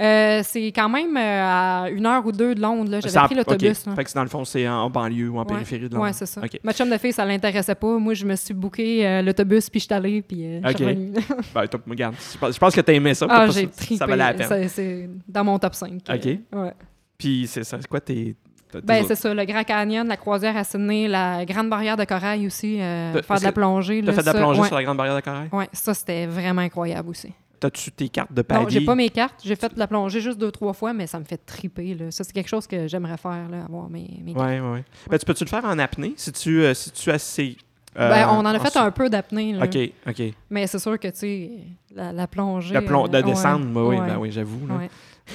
Speaker 2: Euh, c'est quand même euh, à une heure ou deux de Londres. là.
Speaker 1: Ça-
Speaker 2: J'avais pris l'autobus.
Speaker 1: OK.
Speaker 2: là.
Speaker 1: Fait que c'est dans le fond, c'est en banlieue ou en périphérie de Londres.
Speaker 2: Ouais, c'est ça.
Speaker 1: OK.
Speaker 2: Ma chum de fille, ça l'intéressait pas. Moi, je me suis booké euh, l'autobus, puis je suis allée, puis euh, je suis
Speaker 1: OK.
Speaker 2: revenue.
Speaker 1: Ben, top, regarde. Je pense- je pense que t'as aimé ça.
Speaker 2: Ah,
Speaker 1: parce que
Speaker 2: j'ai
Speaker 1: ça-
Speaker 2: trippé.
Speaker 1: Ça valait la peine.
Speaker 2: C'est- C'est dans mon top 5.
Speaker 1: OK.
Speaker 2: ouais.
Speaker 1: Puis c'est ça. C'est quoi tes. tes- tes
Speaker 2: Ben,
Speaker 1: autres-
Speaker 2: c'est ça. Le Grand Canyon, la croisière à Sydney, la Grande Barrière de Corail aussi, euh,
Speaker 1: T'as-
Speaker 2: faire de
Speaker 1: est-ce
Speaker 2: la
Speaker 1: que
Speaker 2: plongée.
Speaker 1: T'as
Speaker 2: là,
Speaker 1: fait de la
Speaker 2: ça,
Speaker 1: plongée
Speaker 2: ouais.
Speaker 1: sur la Grande Barrière de Corail?
Speaker 2: Ouais, ça, c'était vraiment incroyable aussi.
Speaker 1: T'as-tu tes cartes de
Speaker 2: Non, j'ai
Speaker 1: palier?
Speaker 2: pas mes cartes. J'ai fait de la plongée juste deux, trois fois, mais ça me fait triper. Là. Ça, c'est quelque chose que j'aimerais faire, là, avoir mes, mes cartes.
Speaker 1: Ouais, ouais. ouais. Ben, tu peux-tu le faire en apnée si tu, euh, si tu as assez. euh,
Speaker 2: Ben, on en a fait
Speaker 1: en-
Speaker 2: un peu d'apnée, là.
Speaker 1: OK, OK.
Speaker 2: mais c'est sûr que, tu sais, la, la plongée...
Speaker 1: La plon- de
Speaker 2: euh,
Speaker 1: descendre, ben oui,
Speaker 2: ouais,
Speaker 1: ben oui, j'avoue. là.
Speaker 2: ouais.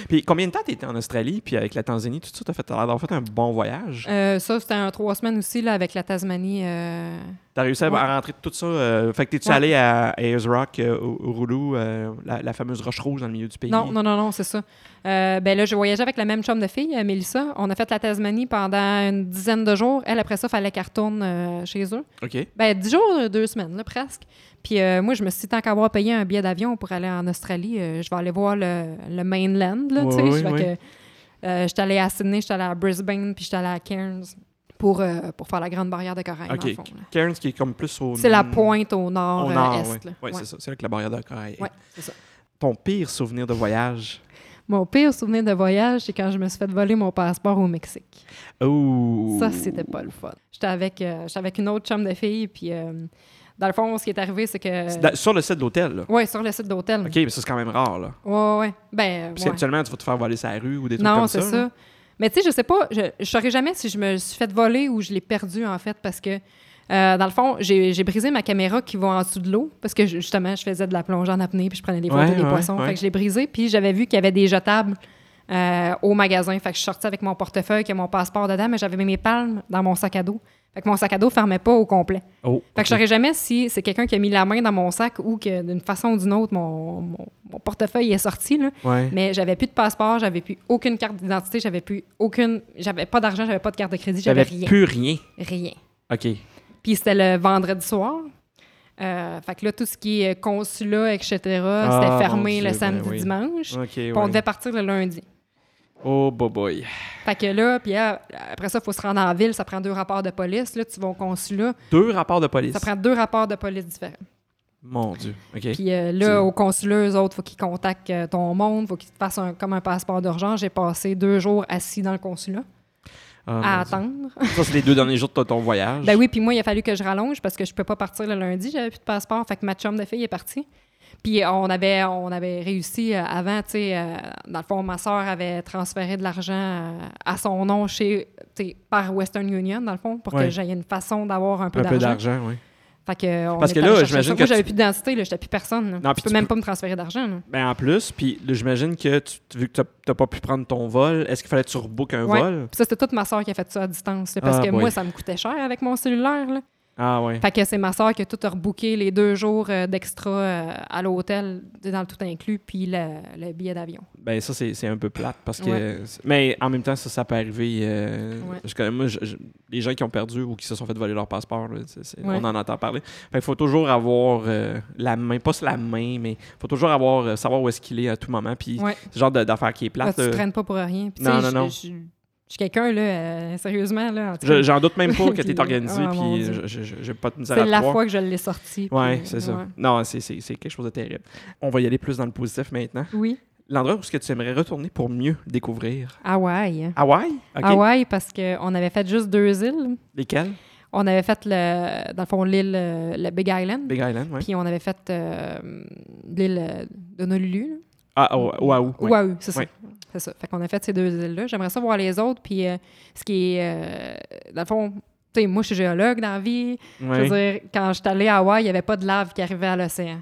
Speaker 1: Puis combien de temps t'étais en Australie, puis avec la Tanzanie, tout ça, t'as fait, t'as l'air d'avoir fait un bon voyage?
Speaker 2: Euh, ça, c'était un trois semaines aussi, là, avec la Tasmanie. euh,
Speaker 1: T'as réussi à
Speaker 2: ouais.
Speaker 1: à rentrer tout ça. euh, fait que t'es-tu
Speaker 2: Ouais.
Speaker 1: allé à Ayers Rock, euh, au au Roulou, euh, la, la fameuse roche rouge dans le milieu du pays?
Speaker 2: Non, non, non, non, c'est ça. Euh, ben là, je voyageais avec la même chum de fille, euh, Mélissa. On a fait la Tasmanie pendant une dizaine de jours. Elle, après ça, fallait qu'elle retourne euh, chez eux.
Speaker 1: OK.
Speaker 2: Ben, dix jours, euh, deux semaines, là, presque. Puis euh, moi, je me suis dit, tant qu'avoir payé un billet d'avion pour aller en Australie, euh, je vais aller voir le, le mainland, là,
Speaker 1: Ouais,
Speaker 2: tu sais.
Speaker 1: ouais,
Speaker 2: Fait
Speaker 1: ouais.
Speaker 2: que, euh, j'étais allée à Sydney, j'étais allée à Brisbane, puis j'étais allée à Cairns pour, euh, pour faire la grande barrière de corail,
Speaker 1: OK.
Speaker 2: dans le fond, là.
Speaker 1: Cairns, qui est comme plus au.
Speaker 2: C'est la pointe euh, au
Speaker 1: Au
Speaker 2: nord-est.
Speaker 1: nord,
Speaker 2: Oui,
Speaker 1: ouais. Ouais, c'est ça. C'est là que la barrière de corail est.
Speaker 2: c'est ça.
Speaker 1: Ton pire souvenir de voyage?
Speaker 2: Mon pire souvenir de voyage, c'est quand je me suis fait voler mon passeport au Mexique.
Speaker 1: Oh!
Speaker 2: Ça, c'était pas le fun. J'étais avec, euh, j'étais avec une autre chum de fille, puis euh, dans le fond, ce qui est arrivé, c'est
Speaker 1: C'est
Speaker 2: que.
Speaker 1: da- Sur le site de l'hôtel, là.
Speaker 2: Euh, Ouais, sur le site d'hôtel.
Speaker 1: OK, mais ça, c'est quand même rare, là.
Speaker 2: Ouais, ouais, ouais. Ben,
Speaker 1: Parce
Speaker 2: ouais.
Speaker 1: qu'habituellement, tu vas te faire voler sa rue ou des trucs
Speaker 2: Non,
Speaker 1: comme
Speaker 2: c'est
Speaker 1: ça. hein.
Speaker 2: ça.
Speaker 1: là.
Speaker 2: Mais tu sais, je sais pas, je ne saurais jamais si je me suis fait voler ou je l'ai perdu, en fait, parce que, euh, dans le fond, j'ai j'ai brisé ma caméra qui va en dessous de l'eau, parce que ju- justement, je faisais de la plongée en apnée, puis je prenais des photos
Speaker 1: Ouais,
Speaker 2: des
Speaker 1: ouais,
Speaker 2: poissons.
Speaker 1: ouais.
Speaker 2: Fait que je l'ai brisé, puis j'avais vu qu'il y avait des jetables euh, au magasin. Fait que je suis sortie avec mon portefeuille, qui a mon passeport dedans, mais j'avais mis mes palmes dans mon sac à dos. Fait que mon sac à dos ne fermait pas au complet.
Speaker 1: Oh,
Speaker 2: Fait que je saurais jamais si c'est quelqu'un qui a mis la main dans mon sac ou que d'une façon ou d'une autre, mon, mon- mon portefeuille est sorti. Là.
Speaker 1: Ouais.
Speaker 2: Mais j'avais plus de passeport, j'avais plus aucune carte d'identité, j'avais plus aucune. J'avais pas d'argent, j'avais pas de carte de crédit, j'avais
Speaker 1: J'avais
Speaker 2: rien.
Speaker 1: plus rien.
Speaker 2: Rien.
Speaker 1: OK.
Speaker 2: Puis c'était le vendredi soir. Euh, fait que là, tout ce qui est consulat, etc.,
Speaker 1: mon
Speaker 2: c'était fermé
Speaker 1: Dieu,
Speaker 2: le
Speaker 1: ben
Speaker 2: samedi,
Speaker 1: oui.
Speaker 2: dimanche.
Speaker 1: OK,
Speaker 2: Puis
Speaker 1: ouais.
Speaker 2: on devait partir le lundi.
Speaker 1: Oh, boy, boy.
Speaker 2: Fait que là, puis euh, après ça, il faut se rendre en ville, ça prend deux rapports de police. Là, tu vas au consulat,
Speaker 1: Deux rapports de police.
Speaker 2: ça prend deux rapports de police différents.
Speaker 1: Mon Dieu. OK.
Speaker 2: Puis
Speaker 1: C'est-
Speaker 2: euh, là, au consulat, eux autres, faut qu'ils contactent euh, ton monde, faut qu'ils te fassent un- comme un passeport d'urgence. J'ai passé deux jours assis dans le consulat
Speaker 1: Ah,
Speaker 2: à
Speaker 1: mon
Speaker 2: attendre.
Speaker 1: Dieu. Ça, c'est les deux derniers jours de ton voyage.
Speaker 2: Ben oui, puis moi, il a fallu que je rallonge parce que je peux pas partir le lundi. J'avais plus de passeport. Fait que ma chum de fille est partie. Puis euh, on avait, on avait réussi euh, avant, tu sais, euh, dans le fond, ma soeur avait transféré de l'argent euh, à son nom chez, tu sais, par Western Union, dans le fond, pour
Speaker 1: Ouais.
Speaker 2: que j'aie une façon d'avoir un peu
Speaker 1: Un peu
Speaker 2: d'argent.
Speaker 1: d'argent, oui.
Speaker 2: Fait que, euh, on
Speaker 1: Parce
Speaker 2: est
Speaker 1: que
Speaker 2: allé
Speaker 1: là,
Speaker 2: chercher
Speaker 1: j'imagine
Speaker 2: ça.
Speaker 1: que
Speaker 2: Moi,
Speaker 1: tu-
Speaker 2: j'avais plus d'identité, là, j'étais plus personne. là.
Speaker 1: Non, puis
Speaker 2: tu peux
Speaker 1: tu
Speaker 2: même
Speaker 1: peux-
Speaker 2: pas me transférer d'argent. là.
Speaker 1: Ben en plus, puis là, j'imagine que tu, vu que t'as- t'as pas pu prendre ton vol, est-ce qu'il fallait que tu rebookes un
Speaker 2: Ouais.
Speaker 1: vol?
Speaker 2: Puis ça, c'était toute ma soeur qui a fait ça à distance. là, parce
Speaker 1: Ah,
Speaker 2: que
Speaker 1: boy.
Speaker 2: moi, ça me coûtait cher avec mon cellulaire. Là.
Speaker 1: Ah ouais.
Speaker 2: Fait que c'est ma soeur qui a tout rebooké les deux jours euh, d'extra euh, à l'hôtel, dans le tout inclus, puis le, le billet d'avion.
Speaker 1: Ben ça, c'est c'est un peu plate parce que.
Speaker 2: Ouais.
Speaker 1: Mais en même temps, ça, ça peut arriver. euh,
Speaker 2: Ouais.
Speaker 1: je connais- moi, je- je- les gens qui ont perdu ou qui se sont fait voler leur passeport, là, c'est- c'est-
Speaker 2: Ouais.
Speaker 1: on en entend parler. Fait qu'il faut toujours avoir euh, la main, pas sur la main, mais faut toujours avoir euh, savoir où est-ce qu'il est à tout moment. Puis
Speaker 2: Ouais.
Speaker 1: c'est le genre de- d'affaire qui est
Speaker 2: Là,
Speaker 1: plate.
Speaker 2: tu
Speaker 1: là.
Speaker 2: traînes pas pour rien. Puis, tu
Speaker 1: Non,
Speaker 2: sais,
Speaker 1: non, non.
Speaker 2: Je, je- je suis quelqu'un, là, euh, sérieusement, là. en tout
Speaker 1: Je-
Speaker 2: cas,
Speaker 1: J'en doute même pas que
Speaker 2: Puis,
Speaker 1: t'es organisé,
Speaker 2: ah, mon
Speaker 1: puis
Speaker 2: Dieu.
Speaker 1: je- je- je- j'ai pas de misère à
Speaker 2: c'est
Speaker 1: te
Speaker 2: la
Speaker 1: croire.
Speaker 2: fois que je l'ai sorti. puis,
Speaker 1: Ouais, c'est ça.
Speaker 2: ouais.
Speaker 1: Non, c'est- c'est c'est quelque chose de terrible. On va y aller plus dans le positif maintenant.
Speaker 2: Oui,
Speaker 1: L'endroit où est-ce que tu aimerais retourner pour mieux découvrir?
Speaker 2: Hawaï. hein.
Speaker 1: Hawaï? Ah, OK.
Speaker 2: Hawaï, parce qu'on avait fait juste deux îles.
Speaker 1: Lesquels?
Speaker 2: On avait fait, le, dans le fond, l'île, euh, la Big Island.
Speaker 1: Big Island, oui.
Speaker 2: Puis on avait fait euh, l'île euh, d'Honolulu. là.
Speaker 1: Ah, oh, Oahu. ouais.
Speaker 2: Waouh, c'est ça.
Speaker 1: Ouais.
Speaker 2: C'est ça. Fait qu'on a fait ces deux îles-là. J'aimerais ça voir les autres. Puis euh, ce qui est. euh, dans le fond, tu sais, moi, je suis géologue dans la vie. Je
Speaker 1: Ouais,
Speaker 2: veux dire, quand je suis allée à Hawaï, il n'y avait pas de lave qui arrivait à l'océan.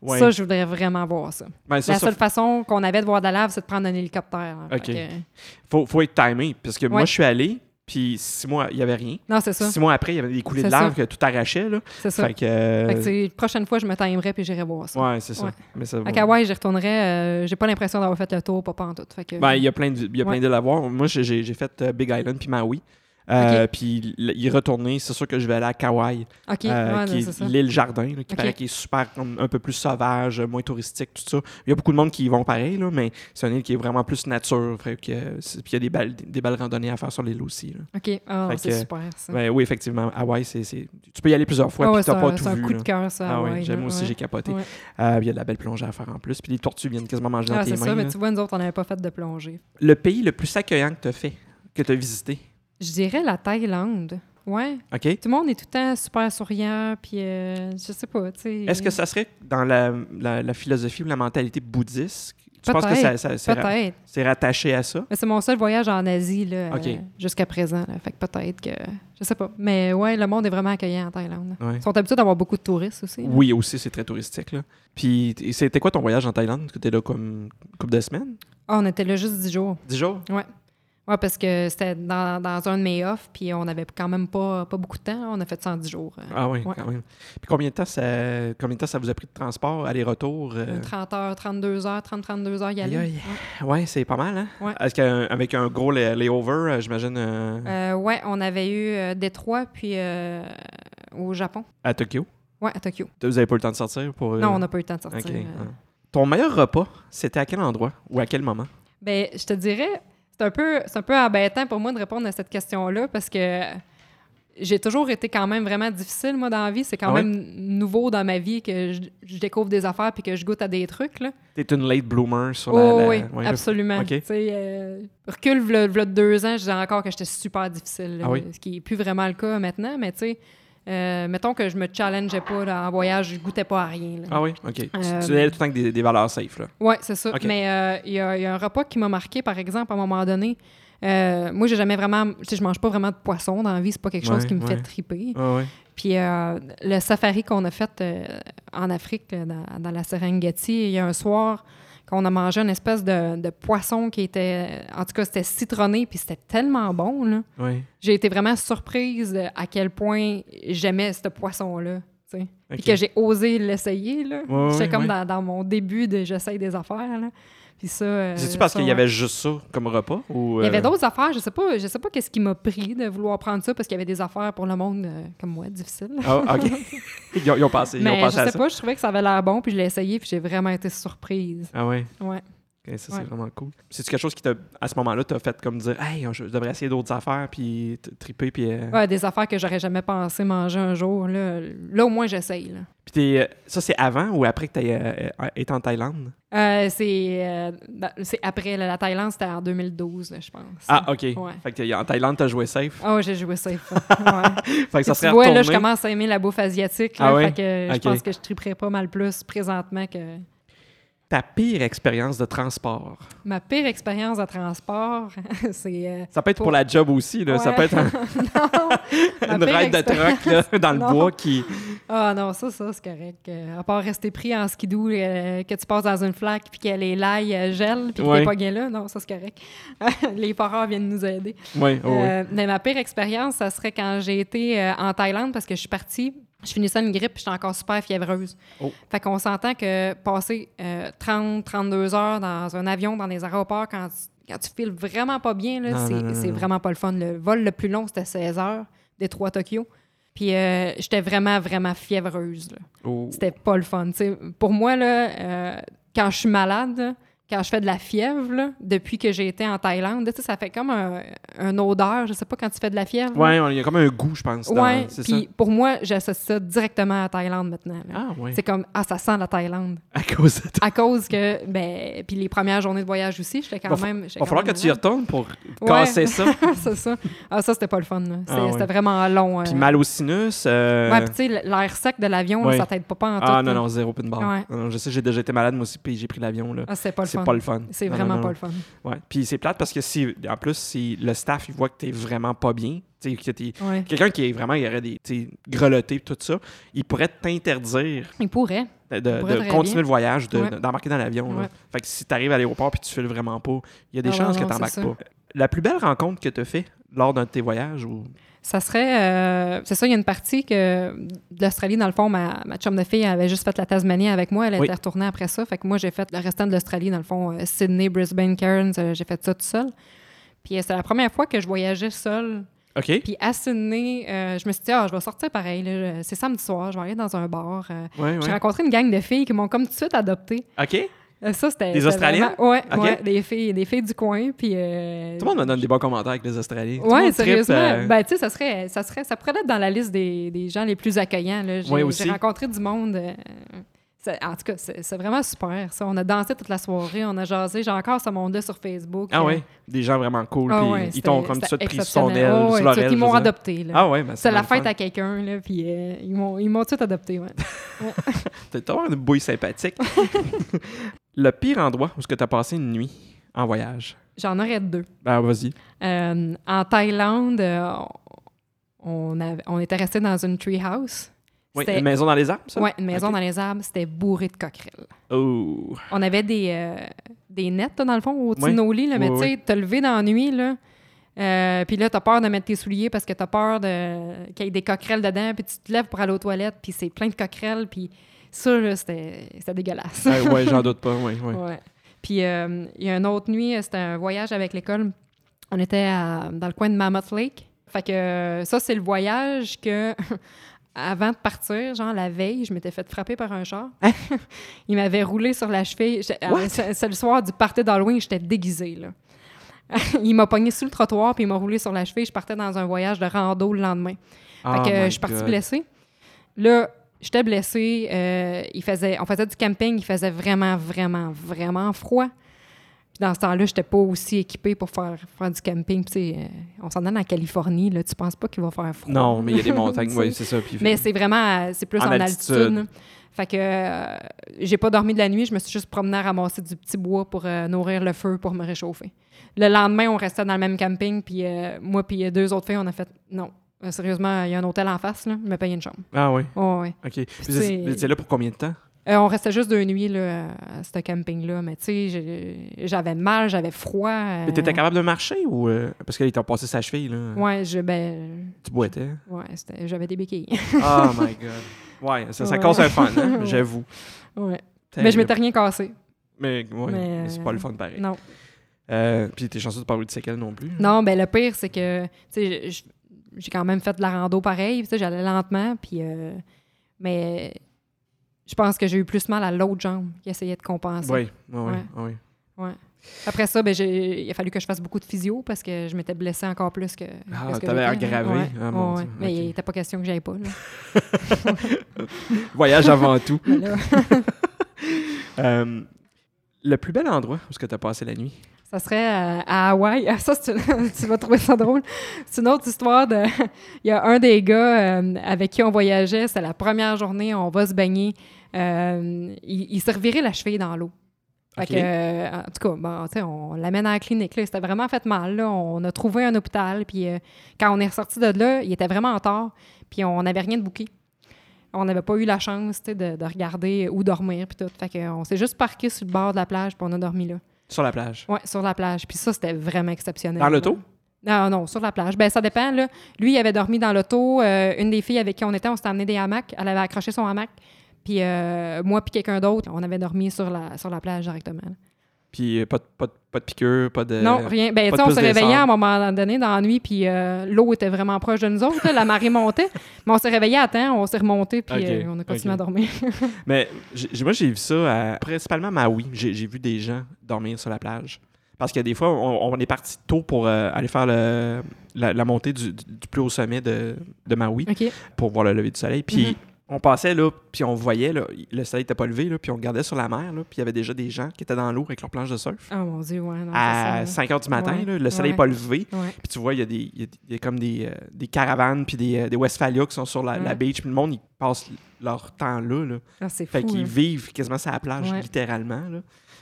Speaker 1: ouais.
Speaker 2: Ça, je voudrais vraiment voir ça.
Speaker 1: Ben, ça,
Speaker 2: la
Speaker 1: ça,
Speaker 2: seule façon qu'on avait de voir de la lave, c'est de prendre un hélicoptère. hein. Fait
Speaker 1: OK.
Speaker 2: que-
Speaker 1: faut, faut être timé, parce que moi,
Speaker 2: Ouais.
Speaker 1: je suis allé, puis six mois, il n'y avait rien.
Speaker 2: non, c'est ça.
Speaker 1: Six mois après, il y avait des coulées de
Speaker 2: C'est ça.
Speaker 1: lave que tout arrachait, là.
Speaker 2: C'est ça.
Speaker 1: Fait
Speaker 2: Fait
Speaker 1: que... euh,
Speaker 2: que, tu sais, la prochaine fois, je me timerai puis j'irai voir ça.
Speaker 1: ouais, c'est ça.
Speaker 2: Ouais.
Speaker 1: Mais ça
Speaker 2: À
Speaker 1: vaut-
Speaker 2: Hawaï, j'y retournerai. euh, j'ai pas l'impression d'avoir fait le tour, pas pantoute. Fait que,
Speaker 1: Ben, il y a plein de, il y a plein
Speaker 2: euh, Ouais.
Speaker 1: d'îles à voir. Moi, j'ai- j'ai j'ai fait euh, Big Island puis Maui. Euh, Puis l- y retourner, c'est sûr que je vais aller à Kauai,
Speaker 2: OK,
Speaker 1: euh,
Speaker 2: ouais,
Speaker 1: qui
Speaker 2: non, c'est
Speaker 1: est
Speaker 2: ça.
Speaker 1: l'île jardin, là, qui
Speaker 2: Ok.
Speaker 1: paraît qui est super, comme, un peu plus sauvage, euh, moins touristique, tout ça. Il y a beaucoup de monde qui y vont pareil, là, mais c'est une île qui est vraiment plus nature. Fait que, c'est- puis il y a des balles, des balles randonnées à faire sur l'île aussi. là.
Speaker 2: OK, ah,
Speaker 1: Fait
Speaker 2: c'est
Speaker 1: que-
Speaker 2: super. Ça.
Speaker 1: Ben oui, effectivement. Hawaï, c'est, c'est- tu peux y aller plusieurs fois,
Speaker 2: Ah ouais,
Speaker 1: puis
Speaker 2: c'est
Speaker 1: t'as pas
Speaker 2: un,
Speaker 1: tout
Speaker 2: c'est un
Speaker 1: vu.
Speaker 2: coup
Speaker 1: là.
Speaker 2: de cœur, ça.
Speaker 1: Ah ouais,
Speaker 2: Hawaï,
Speaker 1: j'aime
Speaker 2: là,
Speaker 1: aussi,
Speaker 2: ouais.
Speaker 1: j'ai capoté.
Speaker 2: Ouais.
Speaker 1: Euh, Il y a de la belle plongée à faire en plus. Puis les tortues viennent quasiment manger dans
Speaker 2: Ah,
Speaker 1: tes
Speaker 2: c'est
Speaker 1: mains.
Speaker 2: ça, mais
Speaker 1: là.
Speaker 2: tu vois, nous autres, on n'avait pas fait de plongée.
Speaker 1: Le pays le plus accueillant que tu as fait, que tu as visité,
Speaker 2: Je dirais la Thaïlande. Ouais.
Speaker 1: OK?
Speaker 2: Tout le monde est tout le temps super souriant, puis euh, je sais pas, tu sais.
Speaker 1: Est-ce que ça serait dans la, la- la philosophie ou la mentalité bouddhiste? Tu penses que ça,
Speaker 2: Peut-être,
Speaker 1: ça- c'est, ra-
Speaker 2: Peut-être.
Speaker 1: c'est rattaché à ça?
Speaker 2: Mais c'est mon seul voyage en Asie, là,
Speaker 1: OK.
Speaker 2: euh, jusqu'à présent. là. Fait que peut-être que. Je sais pas. Mais ouais, le monde est vraiment accueillant en Thaïlande.
Speaker 1: Ouais.
Speaker 2: Ils sont habitués d'avoir beaucoup de touristes aussi. là.
Speaker 1: Oui, aussi, c'est très touristique. Là. Puis, t- c'était quoi ton voyage en Thaïlande? Que t'es là comme une couple de semaines?
Speaker 2: Ah, on était là juste 10 jours.
Speaker 1: Dix jours?
Speaker 2: Ouais, parce que c'était dans, dans un de mes offs, puis on avait quand même pas, pas beaucoup de temps. On a fait 110 jours. euh,
Speaker 1: Ah oui,
Speaker 2: Ouais.
Speaker 1: quand même. Puis combien de, temps ça, combien de temps ça vous a pris de transport, aller-retour? euh?
Speaker 2: 30 heures, 32 heures, 30-32 heures y
Speaker 1: Aïe,
Speaker 2: aller.
Speaker 1: aïe. Ouais, c'est pas mal, hein?
Speaker 2: Ouais.
Speaker 1: Est-ce qu'avec un gros lay- layover, euh, j'imagine, euh,
Speaker 2: Euh, ouais, on avait eu euh, Détroit, puis euh, au Japon.
Speaker 1: à Tokyo?
Speaker 2: Ouais, à Tokyo.
Speaker 1: Vous avez pas eu le temps de sortir pour... euh,
Speaker 2: Non, on n'a pas eu le temps de sortir.
Speaker 1: OK,
Speaker 2: euh.
Speaker 1: ouais. Ton meilleur repas, c'était à quel endroit ou à quel moment?
Speaker 2: Ben, je te dirais, c'est un, peu, c'est un peu embêtant pour moi de répondre à cette question-là parce que j'ai toujours été quand même vraiment difficile, moi, dans la vie. C'est quand
Speaker 1: Ah ouais?
Speaker 2: même nouveau dans ma vie que je, je découvre des affaires puis que je goûte à des trucs, là.
Speaker 1: T'es une late bloomer sur la.
Speaker 2: Oh,
Speaker 1: la-
Speaker 2: oui,
Speaker 1: ouais,
Speaker 2: absolument.
Speaker 1: ok.
Speaker 2: Tu sais, euh, recule, v'là, v'là deux ans, je disais encore que j'étais super difficile, là,
Speaker 1: Ah oui?
Speaker 2: ce qui n'est plus vraiment le cas maintenant, mais tu sais, euh, mettons que je me challengeais pas là, en voyage, je goûtais pas à rien. là.
Speaker 1: Ah oui, OK. Tu-
Speaker 2: Euh,
Speaker 1: Tu, l'aides tout le temps avec des, des valeurs safe, là.
Speaker 2: Oui, c'est ça.
Speaker 1: OK.
Speaker 2: Mais euh, il y, a- il y a un repas qui m'a marqué, par exemple, à un moment donné. Euh, moi, j'ai jamais vraiment. Tu sais, je mange pas vraiment de poisson dans la vie. C'est pas quelque chose
Speaker 1: Ouais,
Speaker 2: qui me
Speaker 1: ouais.
Speaker 2: fait triper.
Speaker 1: Ah oui.
Speaker 2: Puis euh, le safari qu'on a fait euh, en Afrique, là, dans, dans la Serengeti, il y a un soir qu'on a mangé une espèce de, de poisson qui était. En tout cas, c'était citronné, puis c'était tellement bon, là.
Speaker 1: Oui.
Speaker 2: J'ai été vraiment surprise à quel point j'aimais ce poisson-là. tu sais. Puis que j'ai osé l'essayer, là.
Speaker 1: Ouais,
Speaker 2: J'étais
Speaker 1: ouais,
Speaker 2: comme
Speaker 1: ouais.
Speaker 2: dans, dans mon début de j'essaye des affaires, là. Puis ça. euh,
Speaker 1: C'est-tu parce
Speaker 2: ça,
Speaker 1: qu'il y
Speaker 2: ouais.
Speaker 1: avait juste ça comme repas? Ou,
Speaker 2: Il y avait
Speaker 1: euh,
Speaker 2: d'autres affaires, je sais pas, je sais pas qu'est-ce qui m'a pris de vouloir prendre ça parce qu'il y avait des affaires pour le monde euh, comme moi difficiles.
Speaker 1: Ah, OK. ils, ont, ils ont passé, ils ont
Speaker 2: Mais je
Speaker 1: passé à
Speaker 2: sais
Speaker 1: ça.
Speaker 2: pas, je trouvais que ça avait l'air bon puis je l'ai essayé puis j'ai vraiment été surprise.
Speaker 1: Ah oui.
Speaker 2: Ouais.
Speaker 1: Ok, ça,
Speaker 2: Ouais.
Speaker 1: c'est vraiment cool. C'est-tu quelque chose qui, t'a, à ce moment-là, t'a fait comme dire « Hey, je devrais essayer d'autres affaires, puis t- triper, puis... euh,
Speaker 2: Ouais, des affaires que j'aurais jamais pensé manger un jour là, là au moins j'essaye là.
Speaker 1: Puis t'es- euh, ça, c'est avant ou après que t'aies euh, euh, été en Thaïlande?
Speaker 2: Euh, c'est euh, dans- c'est après là, la Thaïlande, c'était en 2012, là, je pense.
Speaker 1: Ah, OK.
Speaker 2: Ouais.
Speaker 1: Fait que t'es- en Thaïlande, t'as joué safe.
Speaker 2: Oh, j'ai joué safe. Ouais.
Speaker 1: Fait que ça
Speaker 2: Puis
Speaker 1: serait
Speaker 2: tu vois, là, je
Speaker 1: retourné.
Speaker 2: commence à aimer la bouffe asiatique. Là,
Speaker 1: Ah ouais?
Speaker 2: fait que je
Speaker 1: Ok.
Speaker 2: pense que je triperais pas mal plus présentement que
Speaker 1: Ta pire expérience de transport.
Speaker 2: ma pire expérience de transport. c'est euh,
Speaker 1: Ça peut être pour, la job aussi, là. Ça
Speaker 2: Ouais.
Speaker 1: peut être un-
Speaker 2: ma
Speaker 1: une
Speaker 2: pire
Speaker 1: ride de
Speaker 2: expérience-
Speaker 1: truck là, dans le
Speaker 2: Non.
Speaker 1: bois qui...
Speaker 2: Ah non, ça, ça, c'est correct. Euh, à part rester pris en skidoo, euh, que tu passes dans une flaque, puis que les lailles euh, gèlent, puis que
Speaker 1: Ouais.
Speaker 2: t'es pas gain là, non, ça, c'est correct. les parents viennent nous aider.
Speaker 1: Oui, oui, oui.
Speaker 2: Euh, mais ma pire expérience, ça serait quand j'ai été euh, en Thaïlande parce que je suis partie, je finissais une grippe puis j'étais encore super fiévreuse.
Speaker 1: Oh.
Speaker 2: Fait qu'on s'entend que passer euh, 30, 32 heures dans un avion, dans des aéroports, quand tu, quand tu files vraiment pas bien, là,
Speaker 1: Non, non, non,
Speaker 2: c'est c'est
Speaker 1: non.
Speaker 2: vraiment pas le fun. Le vol le plus long, c'était 16 heures, Détroit à Tokyo. Puis euh, j'étais vraiment, vraiment fiévreuse. là.
Speaker 1: Oh.
Speaker 2: C'était pas le fun. Tu sais, pour moi, là, euh, quand je suis malade, là, quand je fais de la fièvre, là, depuis que j'ai été en Thaïlande, tu sais, ça fait comme un, un odeur. Je sais pas quand tu fais de la fièvre. là.
Speaker 1: Ouais, on- il y a comme un goût, je pense. dans-
Speaker 2: Ouais,
Speaker 1: c'est ça.
Speaker 2: Puis pour moi, j'associe ça directement à la Thaïlande maintenant. là.
Speaker 1: Ah, ouais.
Speaker 2: C'est comme, ah, ça sent la Thaïlande.
Speaker 1: À cause de toi.
Speaker 2: À cause que, ben, puis les premières journées de voyage aussi, j'étais quand
Speaker 1: Va fa-
Speaker 2: même.
Speaker 1: Il
Speaker 2: j'étais
Speaker 1: va
Speaker 2: quand
Speaker 1: falloir que
Speaker 2: même
Speaker 1: tu y
Speaker 2: malade.
Speaker 1: retournes pour casser ça.
Speaker 2: C'est ça. Ah, ça, c'était pas le fun. là. C'est-
Speaker 1: Ah, ouais.
Speaker 2: C'était vraiment long.
Speaker 1: Puis
Speaker 2: euh.
Speaker 1: mal au sinus. euh,
Speaker 2: Ouais, puis tu sais, l'air sec de l'avion, là,
Speaker 1: Ouais.
Speaker 2: ça t'aide pas, pas en tout.
Speaker 1: ah, non,
Speaker 2: là.
Speaker 1: non, zéro pin barre.
Speaker 2: Ouais.
Speaker 1: Non, non, je sais, j'ai déjà été malade, moi aussi, puis j'ai pris l'avion. là.
Speaker 2: Ah, c'est pas le
Speaker 1: c'est
Speaker 2: fun.
Speaker 1: pas le fun.
Speaker 2: C'est
Speaker 1: Non,
Speaker 2: vraiment
Speaker 1: non, non.
Speaker 2: pas le fun.
Speaker 1: Ouais. Puis c'est plate parce que si, en plus, si le staff il voit que t'es vraiment pas bien, tu sais, que t'es-
Speaker 2: Ouais.
Speaker 1: quelqu'un qui est vraiment, il aurait des tu sais, grelottés et tout ça, il pourrait t'interdire
Speaker 2: Il pourrait.
Speaker 1: de, de-
Speaker 2: pourrait
Speaker 1: de
Speaker 2: très
Speaker 1: continuer
Speaker 2: bien.
Speaker 1: le voyage, de-
Speaker 2: Ouais.
Speaker 1: d'embarquer dans l'avion. là.
Speaker 2: Ouais.
Speaker 1: Fait que si t'arrives à l'aéroport puis tu files vraiment pas, il y a des
Speaker 2: Non,
Speaker 1: chances
Speaker 2: non,
Speaker 1: que
Speaker 2: non,
Speaker 1: t'embarques
Speaker 2: c'est ça.
Speaker 1: pas. Euh, La plus belle rencontre que t'as fait lors d'un de tes voyages ou
Speaker 2: Ça serait. euh, c'est ça, il y a une partie que de l'Australie, dans le fond, ma, ma chum de fille elle avait juste fait la Tasmanie avec moi. Elle
Speaker 1: Oui.
Speaker 2: était retournée après ça. Fait que moi, j'ai fait le restant de l'Australie, dans le fond, euh, Sydney, Brisbane, Cairns. euh, j'ai fait ça tout seul. Puis euh, c'était la première fois que je voyageais seule.
Speaker 1: OK.
Speaker 2: Puis à Sydney, euh, je me suis dit, ah, je vais sortir pareil. là. Je- C'est samedi soir, je vais aller dans un bar. euh.
Speaker 1: Ouais,
Speaker 2: J'ai
Speaker 1: ouais.
Speaker 2: rencontré une gang de filles qui m'ont comme tout de suite adoptée.
Speaker 1: OK.
Speaker 2: Euh, Ça, c'était.
Speaker 1: Des
Speaker 2: c'était
Speaker 1: Australiennes?
Speaker 2: vraiment- Ouais,
Speaker 1: Ok.
Speaker 2: ouais, des filles, des filles du coin. Puis. euh,
Speaker 1: Tout le monde me donne des bons commentaires avec les Australiens. Tout le
Speaker 2: Ouais,
Speaker 1: monde trippe,
Speaker 2: sérieusement.
Speaker 1: euh,
Speaker 2: Ben, tu sais, ça serait, ça serait, ça pourrait être dans la liste des, des gens les plus accueillants. là. J'ai
Speaker 1: Ouais, aussi.
Speaker 2: j'ai rencontré du monde. euh, c'est- en tout cas, c'est c'est vraiment super. Ça, on a dansé toute la soirée, on a jasé. J'ai encore ce monde-là sur Facebook.
Speaker 1: Ah
Speaker 2: euh,
Speaker 1: ouais, des gens vraiment cool.
Speaker 2: ah
Speaker 1: puis
Speaker 2: ouais,
Speaker 1: ils
Speaker 2: c'était-
Speaker 1: t'ont comme tout de
Speaker 2: c'était
Speaker 1: suite pris sous son
Speaker 2: exceptionnel.
Speaker 1: aile,
Speaker 2: Ah ouais,
Speaker 1: sous
Speaker 2: tout de
Speaker 1: leur
Speaker 2: suite,
Speaker 1: aile,
Speaker 2: ils m'ont
Speaker 1: je veux dire.
Speaker 2: adopté. là.
Speaker 1: Ah ouais, ben,
Speaker 2: c'est la
Speaker 1: vraiment
Speaker 2: fête
Speaker 1: le
Speaker 2: à quelqu'un, là, puis euh, ils m'ont ils m'ont tout de suite adopté. ouais.
Speaker 1: fun. T'as vraiment une bouille sympathique. le pire endroit où est-ce que t'as passé une nuit en voyage?
Speaker 2: J'en aurais deux.
Speaker 1: Ben, vas-y.
Speaker 2: Euh, en Thaïlande, euh, on, avait- on était resté dans une treehouse.
Speaker 1: Oui,
Speaker 2: C'était-
Speaker 1: une maison dans les arbres, ça?
Speaker 2: Ouais, une maison
Speaker 1: Ok.
Speaker 2: dans les arbres, c'était bourré de coquerelles.
Speaker 1: Oh.
Speaker 2: On avait des, euh, des nets, là, dans le fond, au-dessus
Speaker 1: Oui.
Speaker 2: de nos lits. Là, mais
Speaker 1: Oui,
Speaker 2: tu sais, t'as levé dans la nuit, là. euh, puis là, t'as peur de mettre tes souliers parce que t'as peur de... qu'il y ait des coquerelles dedans. Puis tu te lèves pour aller aux toilettes, puis c'est plein de coquerelles. Puis ça, là, c'était c'était dégueulasse.
Speaker 1: Ah, ouais, j'en doute pas, ouais, ouais.
Speaker 2: Ouais. Puis euh, il y a une autre nuit, c'était un voyage avec l'école. On était à- dans le coin de Mammoth Lake. Fait que euh, ça, c'est le voyage que, avant de partir, genre la veille, je m'étais fait frapper par un char. il m'avait roulé sur la cheville. euh, J'ai-
Speaker 1: Hein? What?
Speaker 2: C'est c'est le soir du party d'Halloween, j'étais déguisée, là. il m'a pogné sous le trottoir, puis il m'a roulé sur la cheville. Je partais dans un voyage de rando le lendemain.
Speaker 1: Oh
Speaker 2: fait que
Speaker 1: my
Speaker 2: je suis partie
Speaker 1: God.
Speaker 2: blessée. Là, j'étais blessée. euh, il faisait, on faisait du camping. Il faisait vraiment, vraiment, vraiment froid. Puis dans ce temps-là, j'étais pas aussi équipée pour faire, faire du camping. Puis, tu sais, euh, on s'en allait en Californie. Là, tu penses pas qu'il va faire froid.
Speaker 1: Non, mais il y a des
Speaker 2: Tu
Speaker 1: montagnes,
Speaker 2: sais.
Speaker 1: oui, c'est ça. Puis
Speaker 2: Mais c'est vraiment, à- c'est plus en,
Speaker 1: En
Speaker 2: altitude.
Speaker 1: altitude.
Speaker 2: Fait que euh, j'ai pas dormi de la nuit, je me suis juste promenée à ramasser du petit bois pour euh, nourrir le feu, pour me réchauffer. Le lendemain, on restait dans le même camping, puis euh, moi puis euh, deux autres filles, on a fait non. euh, Sérieusement, il y a un hôtel en face, là, je me paye une chambre.
Speaker 1: Ah oui,
Speaker 2: Ouais, ouais.
Speaker 1: OK. Puis
Speaker 2: c'est-
Speaker 1: c'est- mais c'est là pour combien de temps?
Speaker 2: Euh, on restait juste deux nuits là, à ce camping-là, mais tu sais, j'ai- j'avais mal, j'avais froid. euh,
Speaker 1: Mais t'étais capable de marcher ou... euh, Parce qu'il t'a passé sa cheville, là.
Speaker 2: Ouais, je, ben,
Speaker 1: Tu boitais.
Speaker 2: ouais, c'était- j'avais des béquilles.
Speaker 1: Oh my God. Ouais, ça, ça
Speaker 2: Ouais.
Speaker 1: casse un fun, hein, j'avoue.
Speaker 2: ouais. Mais je m'étais rien cassé.
Speaker 1: Mais, ouais,
Speaker 2: Mais,
Speaker 1: mais c'est pas le fun pareil.
Speaker 2: Non.
Speaker 1: Euh, puis t'es chanceux de pas avoir eu de séquelles non plus.
Speaker 2: Non, ben le pire, c'est que, tu sais, je- j'ai quand même fait de la rando pareil, tu sais, j'allais lentement, puis, euh, mais je pense que j'ai eu plus mal à l'autre jambe qui essayait de compenser.
Speaker 1: Oui, oui, oui.
Speaker 2: Ouais.
Speaker 1: oui.
Speaker 2: Après ça, ben, j'ai- il a fallu que je fasse beaucoup de physio parce que je m'étais blessée encore plus que.
Speaker 1: Ah,
Speaker 2: que ce que
Speaker 1: t'avais
Speaker 2: j'étais, hein.
Speaker 1: aggravé.
Speaker 2: Ouais,
Speaker 1: Ah, mon
Speaker 2: ouais,
Speaker 1: Dieu,
Speaker 2: Mais il
Speaker 1: ok.
Speaker 2: n'était pas question que j'aille pas. là.
Speaker 1: Voyage avant tout.
Speaker 2: Mais là,
Speaker 1: Euh, le plus bel endroit où est-ce que t'as passé la nuit?
Speaker 2: ça serait à, à Hawaï. Ah, Ça, c'est une- tu vas trouver ça drôle. C'est une autre histoire. De... Il y a un des gars euh, avec qui on voyageait. C'est la première journée. On va se baigner. Euh, il, il s'est reviré la cheville dans l'eau. Fait
Speaker 1: Ok.
Speaker 2: que, euh, en tout cas, bon, tu sais, on l'amène à la clinique. là. C'était vraiment fait mal. là. On a trouvé un hôpital. Puis euh, quand on est ressorti de là, il était vraiment en tort. Puis on n'avait rien de bouqué. On n'avait pas eu la chance tu sais, de, de regarder où dormir. Puis tout. Fait que, euh, on s'est juste parqué sur le bord de la plage. Puis on a dormi là.
Speaker 1: Sur la plage.
Speaker 2: Oui, sur la plage. Puis ça, c'était vraiment exceptionnel.
Speaker 1: Dans l'auto?
Speaker 2: Non, non, sur la plage. Ben, ça dépend. Là. Lui, il avait dormi dans l'auto. Euh, une des filles avec qui on était, on s'était amené des hamacs. Elle avait accroché son hamac. Puis euh, moi, puis quelqu'un d'autre, on avait dormi sur la, sur la plage directement. là.
Speaker 1: Puis euh, pas de, pas, de, pas de piqûre, pas de...
Speaker 2: non, rien. Ben,
Speaker 1: Euh, pas de
Speaker 2: tu sais, on
Speaker 1: pouce
Speaker 2: se
Speaker 1: des
Speaker 2: réveillait
Speaker 1: sables.
Speaker 2: à un moment donné dans la nuit, puis euh, l'eau était vraiment proche de nous autres. là. la marée montait. Mais on s'est réveillé à temps, on s'est remonté, puis
Speaker 1: Ok,
Speaker 2: euh, on a
Speaker 1: ok.
Speaker 2: continué à dormir.
Speaker 1: Mais j'ai- j'ai- moi, j'ai vu ça à- principalement Maui. J'ai j'ai vu des gens dormir sur la plage. Parce que des fois, on, on est parti tôt pour euh, aller faire le- la, la montée du, du- du plus haut sommet de, de Maui
Speaker 2: OK.
Speaker 1: pour voir le lever du soleil. Puis
Speaker 2: Mhm.
Speaker 1: on passait là, puis on voyait, là, le soleil n'était pas levé, là, puis on regardait sur la mer, là, puis il y avait déjà des gens qui étaient dans l'eau avec leur planche de surf.
Speaker 2: Oh mon Dieu, ouais. Non,
Speaker 1: à
Speaker 2: c'est
Speaker 1: 5 heures du matin,
Speaker 2: Ouais,
Speaker 1: là, le soleil
Speaker 2: ouais.
Speaker 1: n'est pas levé.
Speaker 2: ça, là. Ouais.
Speaker 1: Puis tu vois, il y a des, il y a des- il y a comme des, euh, des caravanes puis des, euh, des Westphalia qui sont sur la,
Speaker 2: Ouais.
Speaker 1: la beach. Puis le monde, ils passent leur temps là. là.
Speaker 2: Ah, c'est fou.
Speaker 1: Fait qu'ils
Speaker 2: hein.
Speaker 1: vivent quasiment sur la plage,
Speaker 2: Ouais.
Speaker 1: littéralement. Là.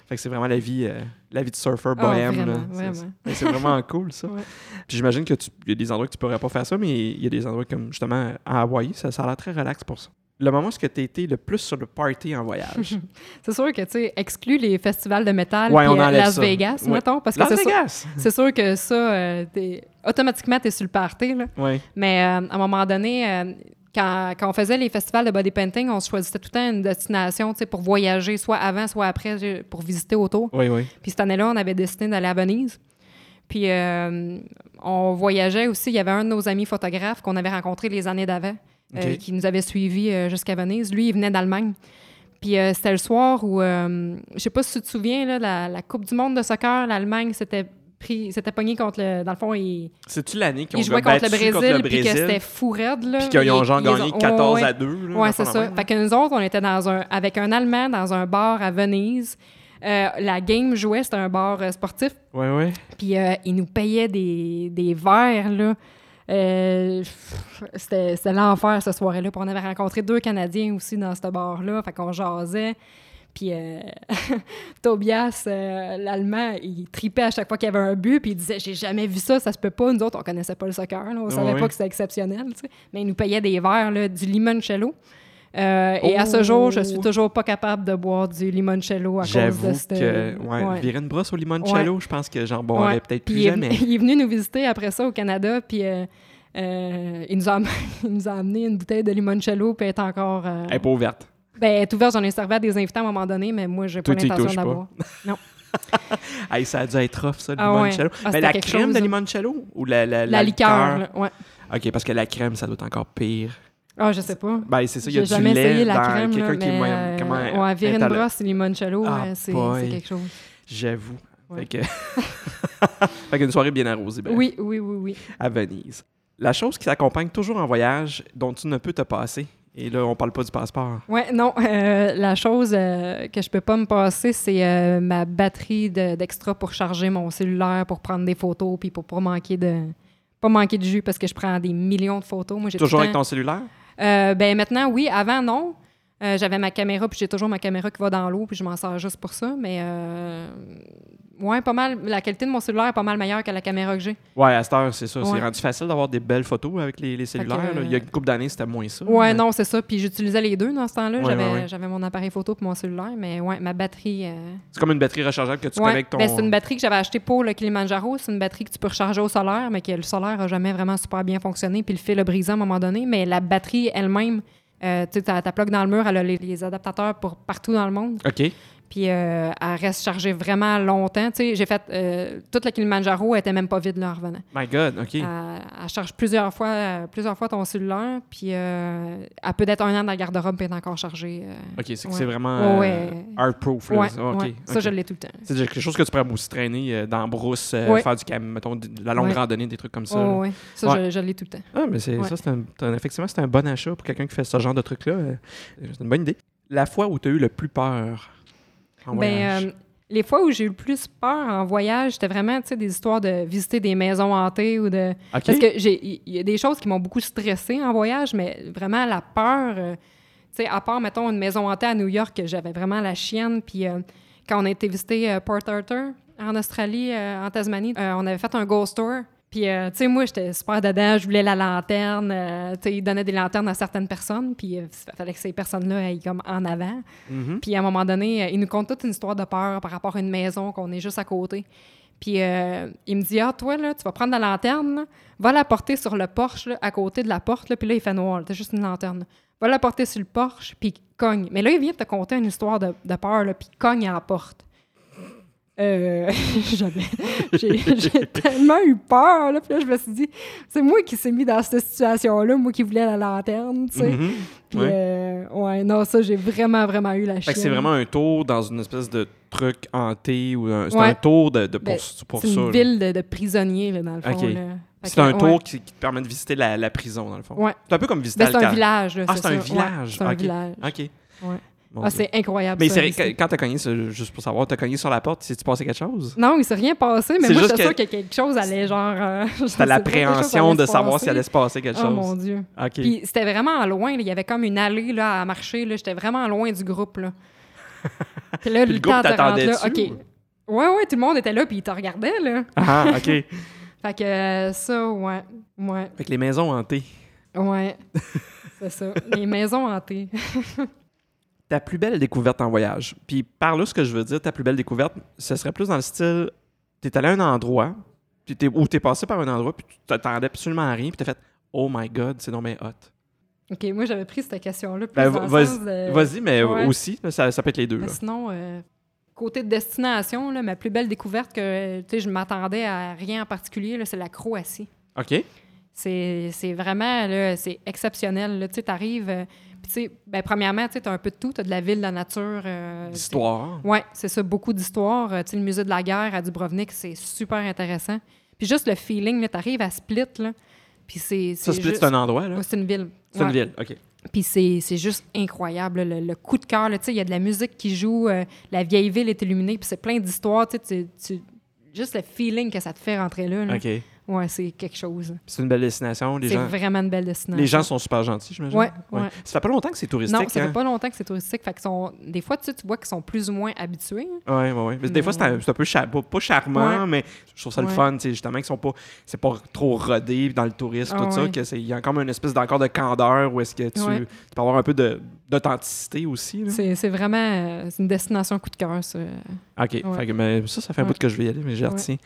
Speaker 1: Fait que c'est vraiment la vie, euh, la vie de surfer
Speaker 2: Ah,
Speaker 1: bohème. là.
Speaker 2: vraiment,
Speaker 1: C'est-
Speaker 2: vraiment.
Speaker 1: c'est- C'est vraiment cool, ça.
Speaker 2: Ouais.
Speaker 1: Puis j'imagine qu'il y a des endroits que tu pourrais pas faire ça, mais il y a des endroits comme justement à Hawaï, ça, ça a l'air très relax pour ça. Le moment où est-ce que tu été le plus sur le party en voyage?
Speaker 2: C'est sûr que, tu sais, exclu les festivals de métal
Speaker 1: Ouais,
Speaker 2: puis,
Speaker 1: on
Speaker 2: euh,
Speaker 1: enlève
Speaker 2: Las
Speaker 1: ça.
Speaker 2: Vegas,
Speaker 1: Ouais.
Speaker 2: mettons, parce que
Speaker 1: Las
Speaker 2: c'est sûr,
Speaker 1: Vegas!
Speaker 2: c'est sûr que ça, euh, t'es- automatiquement, t'es sur le party, là.
Speaker 1: Ouais.
Speaker 2: Mais euh, à un moment donné, euh, quand, quand on faisait les festivals de body painting, on se choisissait tout le temps une destination, tu sais, pour voyager, soit avant, soit après, euh, pour visiter autour.
Speaker 1: Oui, oui.
Speaker 2: Puis cette année-là, on avait décidé d'aller à Venise. Puis euh, on voyageait aussi. Il y avait un de nos amis photographes qu'on avait rencontré les années d'avant, euh,
Speaker 1: Ok.
Speaker 2: qui nous avait suivis euh, jusqu'à Venise. Lui, il venait d'Allemagne. Puis euh, c'était le soir où, euh, je sais pas si tu te souviens, là, la, la Coupe du monde de soccer, l'Allemagne s'était pris, s'était pognée contre le. Dans le fond, ils,
Speaker 1: C'est-tu l'année qu'ils ont
Speaker 2: ils jouaient contre le Brésil, puis que c'était fou raide. là.
Speaker 1: puis qu'ils ont
Speaker 2: Ils-
Speaker 1: genre
Speaker 2: ils les
Speaker 1: gagné
Speaker 2: ont-
Speaker 1: 14
Speaker 2: ouais,
Speaker 1: à 2. là,
Speaker 2: Ouais,
Speaker 1: dans
Speaker 2: c'est
Speaker 1: le
Speaker 2: ça.
Speaker 1: même.
Speaker 2: Fait que nous autres, on était dans un, avec un Allemand dans un bar à Venise. Euh, la game jouait, c'était un bar euh, sportif.
Speaker 1: Ouais, ouais.
Speaker 2: Puis euh, ils nous payaient des, des verres, là. Euh, pff, c'était c'était l'enfer ce soir-là. Puis on avait rencontré deux Canadiens aussi dans ce bar-là. Fait qu'on jasait. Puis euh, Tobias, euh, l'Allemand, il tripait à chaque fois qu'il y avait un but. Puis il disait J'ai jamais vu ça, ça se peut pas. Nous autres, on connaissait pas le soccer. là. On savait
Speaker 1: ouais.
Speaker 2: pas que c'était exceptionnel. tu sais. Mais il nous payait des verres, là, du limoncello. Euh, Et à ce
Speaker 1: Oh!
Speaker 2: jour, je suis toujours pas capable de boire du limoncello à cause
Speaker 1: J'avoue
Speaker 2: de cette. euh,
Speaker 1: que ouais,
Speaker 2: ouais.
Speaker 1: virer une brosse au limoncello, je pense que j'en boirais
Speaker 2: Ouais.
Speaker 1: peut-être
Speaker 2: Puis
Speaker 1: plus
Speaker 2: il est-
Speaker 1: jamais.
Speaker 2: Il est venu nous visiter après ça au Canada, puis euh, euh, il, nous a, am- il nous a amené une bouteille de limoncello, puis elle est encore... euh,
Speaker 1: Elle est pas ouverte.
Speaker 2: ben, elle est ouverte, j'en ai servi à des invités à un moment donné, mais moi, j'ai pas
Speaker 1: Toi, tu y
Speaker 2: l'intention de
Speaker 1: touches
Speaker 2: la
Speaker 1: pas.
Speaker 2: boire.
Speaker 1: Hey, ça a dû être rough, ça, le
Speaker 2: Ah ouais.
Speaker 1: limoncello.
Speaker 2: Ah,
Speaker 1: Mais
Speaker 2: c'était
Speaker 1: la
Speaker 2: quelque
Speaker 1: crème
Speaker 2: chose,
Speaker 1: de
Speaker 2: là.
Speaker 1: limoncello ou la, la,
Speaker 2: La, liqueur, là, ouais.
Speaker 1: OK, parce que la crème, ça doit être encore pire.
Speaker 2: Ah, je sais pas.
Speaker 1: Ben, c'est ça, il y a
Speaker 2: J'ai
Speaker 1: du
Speaker 2: jamais
Speaker 1: lait
Speaker 2: essayé la
Speaker 1: dans
Speaker 2: crème, là,
Speaker 1: quelqu'un qui est
Speaker 2: mais
Speaker 1: moyen-
Speaker 2: euh,
Speaker 1: comment-
Speaker 2: ouais, virer une
Speaker 1: intolérant.
Speaker 2: brosse et limoncello,
Speaker 1: Ah,
Speaker 2: ouais, c'est
Speaker 1: boy.
Speaker 2: c'est quelque chose.
Speaker 1: J'avoue.
Speaker 2: Ouais.
Speaker 1: Fait que- fait qu'une soirée bien arrosée ben,
Speaker 2: Oui, oui, oui, oui.
Speaker 1: à Venise. La chose qui s'accompagne toujours en voyage, dont tu ne peux te passer, et là, on parle pas du passeport. hein,
Speaker 2: Ouais, non, euh, la chose euh, que je peux pas me passer, c'est euh, ma batterie de- d'extra pour charger mon cellulaire, pour prendre des photos, puis pour pas manquer de pas manquer de jus parce que je prends des millions de photos. Moi, j'ai
Speaker 1: Toujours
Speaker 2: tout le
Speaker 1: avec
Speaker 2: temps-
Speaker 1: ton cellulaire?
Speaker 2: Euh, ben maintenant, oui. Avant, non. Euh, J'avais ma caméra, puis j'ai toujours ma caméra qui va dans l'eau, puis je m'en sers juste pour ça. Mais euh, ouais, pas mal. La qualité de mon cellulaire est pas mal meilleure que la caméra que j'ai.
Speaker 1: Ouais, à cette heure, c'est ça. C'est
Speaker 2: Ouais.
Speaker 1: rendu facile d'avoir des belles photos avec les, les cellulaires.
Speaker 2: que-
Speaker 1: là. Il y a une couple d'années, c'était moins ça.
Speaker 2: Ouais,
Speaker 1: mais-
Speaker 2: non, c'est ça. Puis j'utilisais les deux dans ce temps-là.
Speaker 1: Ouais,
Speaker 2: J'avais
Speaker 1: ouais, ouais.
Speaker 2: j'avais mon appareil photo puis mon cellulaire, mais ouais, ma batterie. euh,
Speaker 1: C'est comme une batterie rechargeable que tu
Speaker 2: ouais.
Speaker 1: connectes ton.
Speaker 2: Ben, c'est une batterie que j'avais achetée pour le Kilimanjaro. C'est une batterie que tu peux recharger au solaire, mais que le solaire n'a jamais vraiment super bien fonctionné. Puis le fil a brisé à un moment donné. Mais la batterie elle-même, euh, tu sais, ta ta plug dans le mur, elle a les, les adaptateurs pour partout dans le monde.
Speaker 1: OK.
Speaker 2: Puis euh, elle reste chargée vraiment longtemps. Tu sais, j'ai fait. euh, toute le Kilimanjaro elle était même pas vide là en revenant.
Speaker 1: My God, OK.
Speaker 2: Elle, elle charge plusieurs fois, euh, plusieurs fois ton cellulaire, puis euh, elle peut être un an dans la garde-robe puis être encore chargée. euh.
Speaker 1: OK, c'est que
Speaker 2: ouais.
Speaker 1: c'est vraiment
Speaker 2: Ouais,
Speaker 1: euh,
Speaker 2: ouais.
Speaker 1: hard-proof. là.
Speaker 2: Ouais,
Speaker 1: Ah, OK,
Speaker 2: ouais. Ça,
Speaker 1: OK.
Speaker 2: je l'ai tout le temps.
Speaker 1: C'est quelque chose que tu pourrais aussi traîner euh, dans la brousse, euh,
Speaker 2: Ouais.
Speaker 1: faire du cam, mettons, de la longue
Speaker 2: Ouais.
Speaker 1: randonnée, des trucs comme ça. là.
Speaker 2: Ouais, ouais. Ça,
Speaker 1: Ouais.
Speaker 2: je, je l'ai tout le temps.
Speaker 1: Ah, mais c'est
Speaker 2: Ouais.
Speaker 1: ça, c'est un, c'est un- effectivement, c'est un bon achat pour quelqu'un qui fait ce genre de truc-là. euh, C'est une bonne idée. La fois où tu as eu le plus peur en voyage.
Speaker 2: Ben, euh, les fois où j'ai eu le plus peur en voyage, c'était vraiment tu sais, des histoires de visiter des maisons hantées ou de.
Speaker 1: OK.
Speaker 2: euh, Parce que j'ai, il y a des choses qui m'ont beaucoup stressée en voyage, mais vraiment la peur. euh, tu sais, à part, mettons, une maison hantée à New York, que j'avais vraiment la chienne. Puis euh, quand on a été visiter euh, Port Arthur en Australie, euh, en Tasmanie, euh, on avait fait un ghost tour. Puis, euh, tu sais, moi, j'étais super dedans, je voulais la lanterne. euh, tu sais, ils donnaient des lanternes à certaines personnes, puis euh, fallait que ces personnes-là aillent comme en avant.
Speaker 1: Mhm.
Speaker 2: Puis à un moment donné, euh, il nous conte toute une histoire de peur par rapport à une maison qu'on est juste à côté. Puis euh, il me dit Ah, toi, là, tu vas prendre la lanterne, là, va la porter sur le porche, là, à côté de la porte. Là. Puis là, il fait noir, là, t'as juste une lanterne. Va la porter sur le porche, puis cogne. Mais là, il vient de te conter une histoire de, de peur, là, puis cogne à la porte. Euh, j'avais- j'ai j'ai tellement eu peur, là. Puis là, je me suis dit, c'est moi qui s'est mis dans cette situation-là, moi qui voulais la lanterne, tu sais.
Speaker 1: Mhm.
Speaker 2: Puis, euh,
Speaker 1: Ouais.
Speaker 2: ouais. non, ça, j'ai vraiment, vraiment eu la
Speaker 1: Fait
Speaker 2: chienne.
Speaker 1: que c'est vraiment un tour dans une espèce de truc hanté ou un- c'est
Speaker 2: Ouais.
Speaker 1: un tour de, de pour,
Speaker 2: Ben,
Speaker 1: pour
Speaker 2: C'est
Speaker 1: ça.
Speaker 2: une
Speaker 1: là.
Speaker 2: ville de, de prisonniers, là, dans le fond.
Speaker 1: OK.
Speaker 2: là. Fait
Speaker 1: C'est
Speaker 2: que,
Speaker 1: un
Speaker 2: ouais.
Speaker 1: tour qui, qui te permet de visiter la, la prison, dans le fond.
Speaker 2: Ouais.
Speaker 1: C'est un peu comme visiter
Speaker 2: Ben, c'est un
Speaker 1: Alcatraz.
Speaker 2: village. là,
Speaker 1: Ah, c'est
Speaker 2: ça.
Speaker 1: un
Speaker 2: Ouais,
Speaker 1: village.
Speaker 2: c'est un
Speaker 1: OK.
Speaker 2: village.
Speaker 1: OK.
Speaker 2: Ouais.
Speaker 1: Mon
Speaker 2: Ah,
Speaker 1: Dieu.
Speaker 2: c'est incroyable.
Speaker 1: Mais
Speaker 2: ça,
Speaker 1: c'est vrai,
Speaker 2: ici.
Speaker 1: que- quand t'as cogné, c'est- juste pour savoir, t'as cogné sur la porte, si tu passé quelque chose?
Speaker 2: Non, il s'est rien passé, mais
Speaker 1: C'est
Speaker 2: moi,
Speaker 1: juste
Speaker 2: j'étais
Speaker 1: que-
Speaker 2: sûre que quelque chose allait genre. euh,
Speaker 1: T'as
Speaker 2: je sais pas, quelque chose
Speaker 1: l'appréhension
Speaker 2: allait
Speaker 1: de
Speaker 2: se
Speaker 1: savoir
Speaker 2: passer.
Speaker 1: s'il allait se passer quelque
Speaker 2: Oh mon
Speaker 1: chose.
Speaker 2: Dieu.
Speaker 1: OK.
Speaker 2: Puis c'était vraiment loin. là. Il y avait comme une allée là, à marcher. Là. J'étais vraiment loin du groupe. Là. Puis là,
Speaker 1: Puis le
Speaker 2: temps
Speaker 1: groupe
Speaker 2: de rentrer, là,
Speaker 1: t'attendait-tu,
Speaker 2: OK. Ouais, ouais, tout le monde était là, puis il te regardait. Là.
Speaker 1: Ah, OK. Fait
Speaker 2: Fait que euh, ça, ouais. Ouais.
Speaker 1: que les maisons hantées.
Speaker 2: Ouais. c'est ça. Les maisons hantées.
Speaker 1: Ta plus belle découverte en voyage. Puis par là, ce que je veux dire, ta plus belle découverte, ce serait plus dans le style, t'es allé à un endroit, puis t'es, ou t'es passé par un endroit, puis tu t'attendais absolument à rien, puis t'as fait « Oh my God, c'est non mais hot
Speaker 2: OK, moi, j'avais pris cette question-là plus
Speaker 1: Ben,
Speaker 2: dans le
Speaker 1: vas-
Speaker 2: sens de-
Speaker 1: Vas-y, mais
Speaker 2: Euh, ouais.
Speaker 1: aussi, là, ça, ça peut être les deux.
Speaker 2: Mais
Speaker 1: là.
Speaker 2: sinon, euh, côté de destination, là, ma plus belle découverte que euh, tu sais, je m'attendais à rien en particulier, là, c'est la Croatie.
Speaker 1: OK?
Speaker 2: C'est c'est vraiment là, c'est exceptionnel. là. Tu arrives, puis tu sais, ben, premièrement, tu as un peu de tout. Tu as de la ville, de la nature. euh,
Speaker 1: L'histoire.
Speaker 2: Oui, c'est ça, beaucoup d'histoires. Euh, tu sais, le musée de la guerre à Dubrovnik, c'est super intéressant. Puis juste le feeling, tu arrives à Split, là, puis c'est...
Speaker 1: Ça, Split,
Speaker 2: juste-
Speaker 1: c'est un endroit, là?
Speaker 2: Ouais, c'est une ville.
Speaker 1: C'est une
Speaker 2: Ouais.
Speaker 1: ville, OK.
Speaker 2: Puis c'est c'est juste incroyable, là, le, le coup de cœur. là, tu sais, Il y a de la musique qui joue, euh, la vieille ville est illuminée, puis c'est plein d'histoires. tu sais, tu- tu- Juste le feeling que ça te fait rentrer là. là.
Speaker 1: OK. Puis
Speaker 2: Ouais, c'est quelque chose.
Speaker 1: C'est une belle destination. Les
Speaker 2: Mm. C'est
Speaker 1: gens,
Speaker 2: vraiment une belle destination.
Speaker 1: les gens sont super gentils, j'imagine.
Speaker 2: Ouais, ouais.
Speaker 1: Ça fait pas longtemps que c'est touristique.
Speaker 2: Non, ça
Speaker 1: hein?
Speaker 2: fait pas longtemps que c'est touristique. Fait qu'ils sont... Des fois, tu, sais, tu vois qu'ils sont plus ou moins habitués. hein.
Speaker 1: Ouais, ouais, ouais. Parce que des
Speaker 2: Mais
Speaker 1: fois, c'est un, c'est un peu char- pas, pas charmant,
Speaker 2: Ouais.
Speaker 1: mais je trouve ça le
Speaker 2: Ouais.
Speaker 1: fun, tu sais, justement, qu'ils sont pas, c'est pas trop rodé dans le tourisme,
Speaker 2: Ah
Speaker 1: tout ça,
Speaker 2: ouais.
Speaker 1: que c'est, il y a comme une espèce d'encore de candeur où est-ce que tu,
Speaker 2: Ouais.
Speaker 1: tu peux avoir un peu de, d'authenticité aussi. là.
Speaker 2: C'est c'est vraiment euh, c'est une destination coup de cœur, ça.
Speaker 1: Ok, fait que, mais ça, ça fait un
Speaker 2: Ouais.
Speaker 1: bout que je vais y aller, mais je
Speaker 2: Ouais.
Speaker 1: retiens.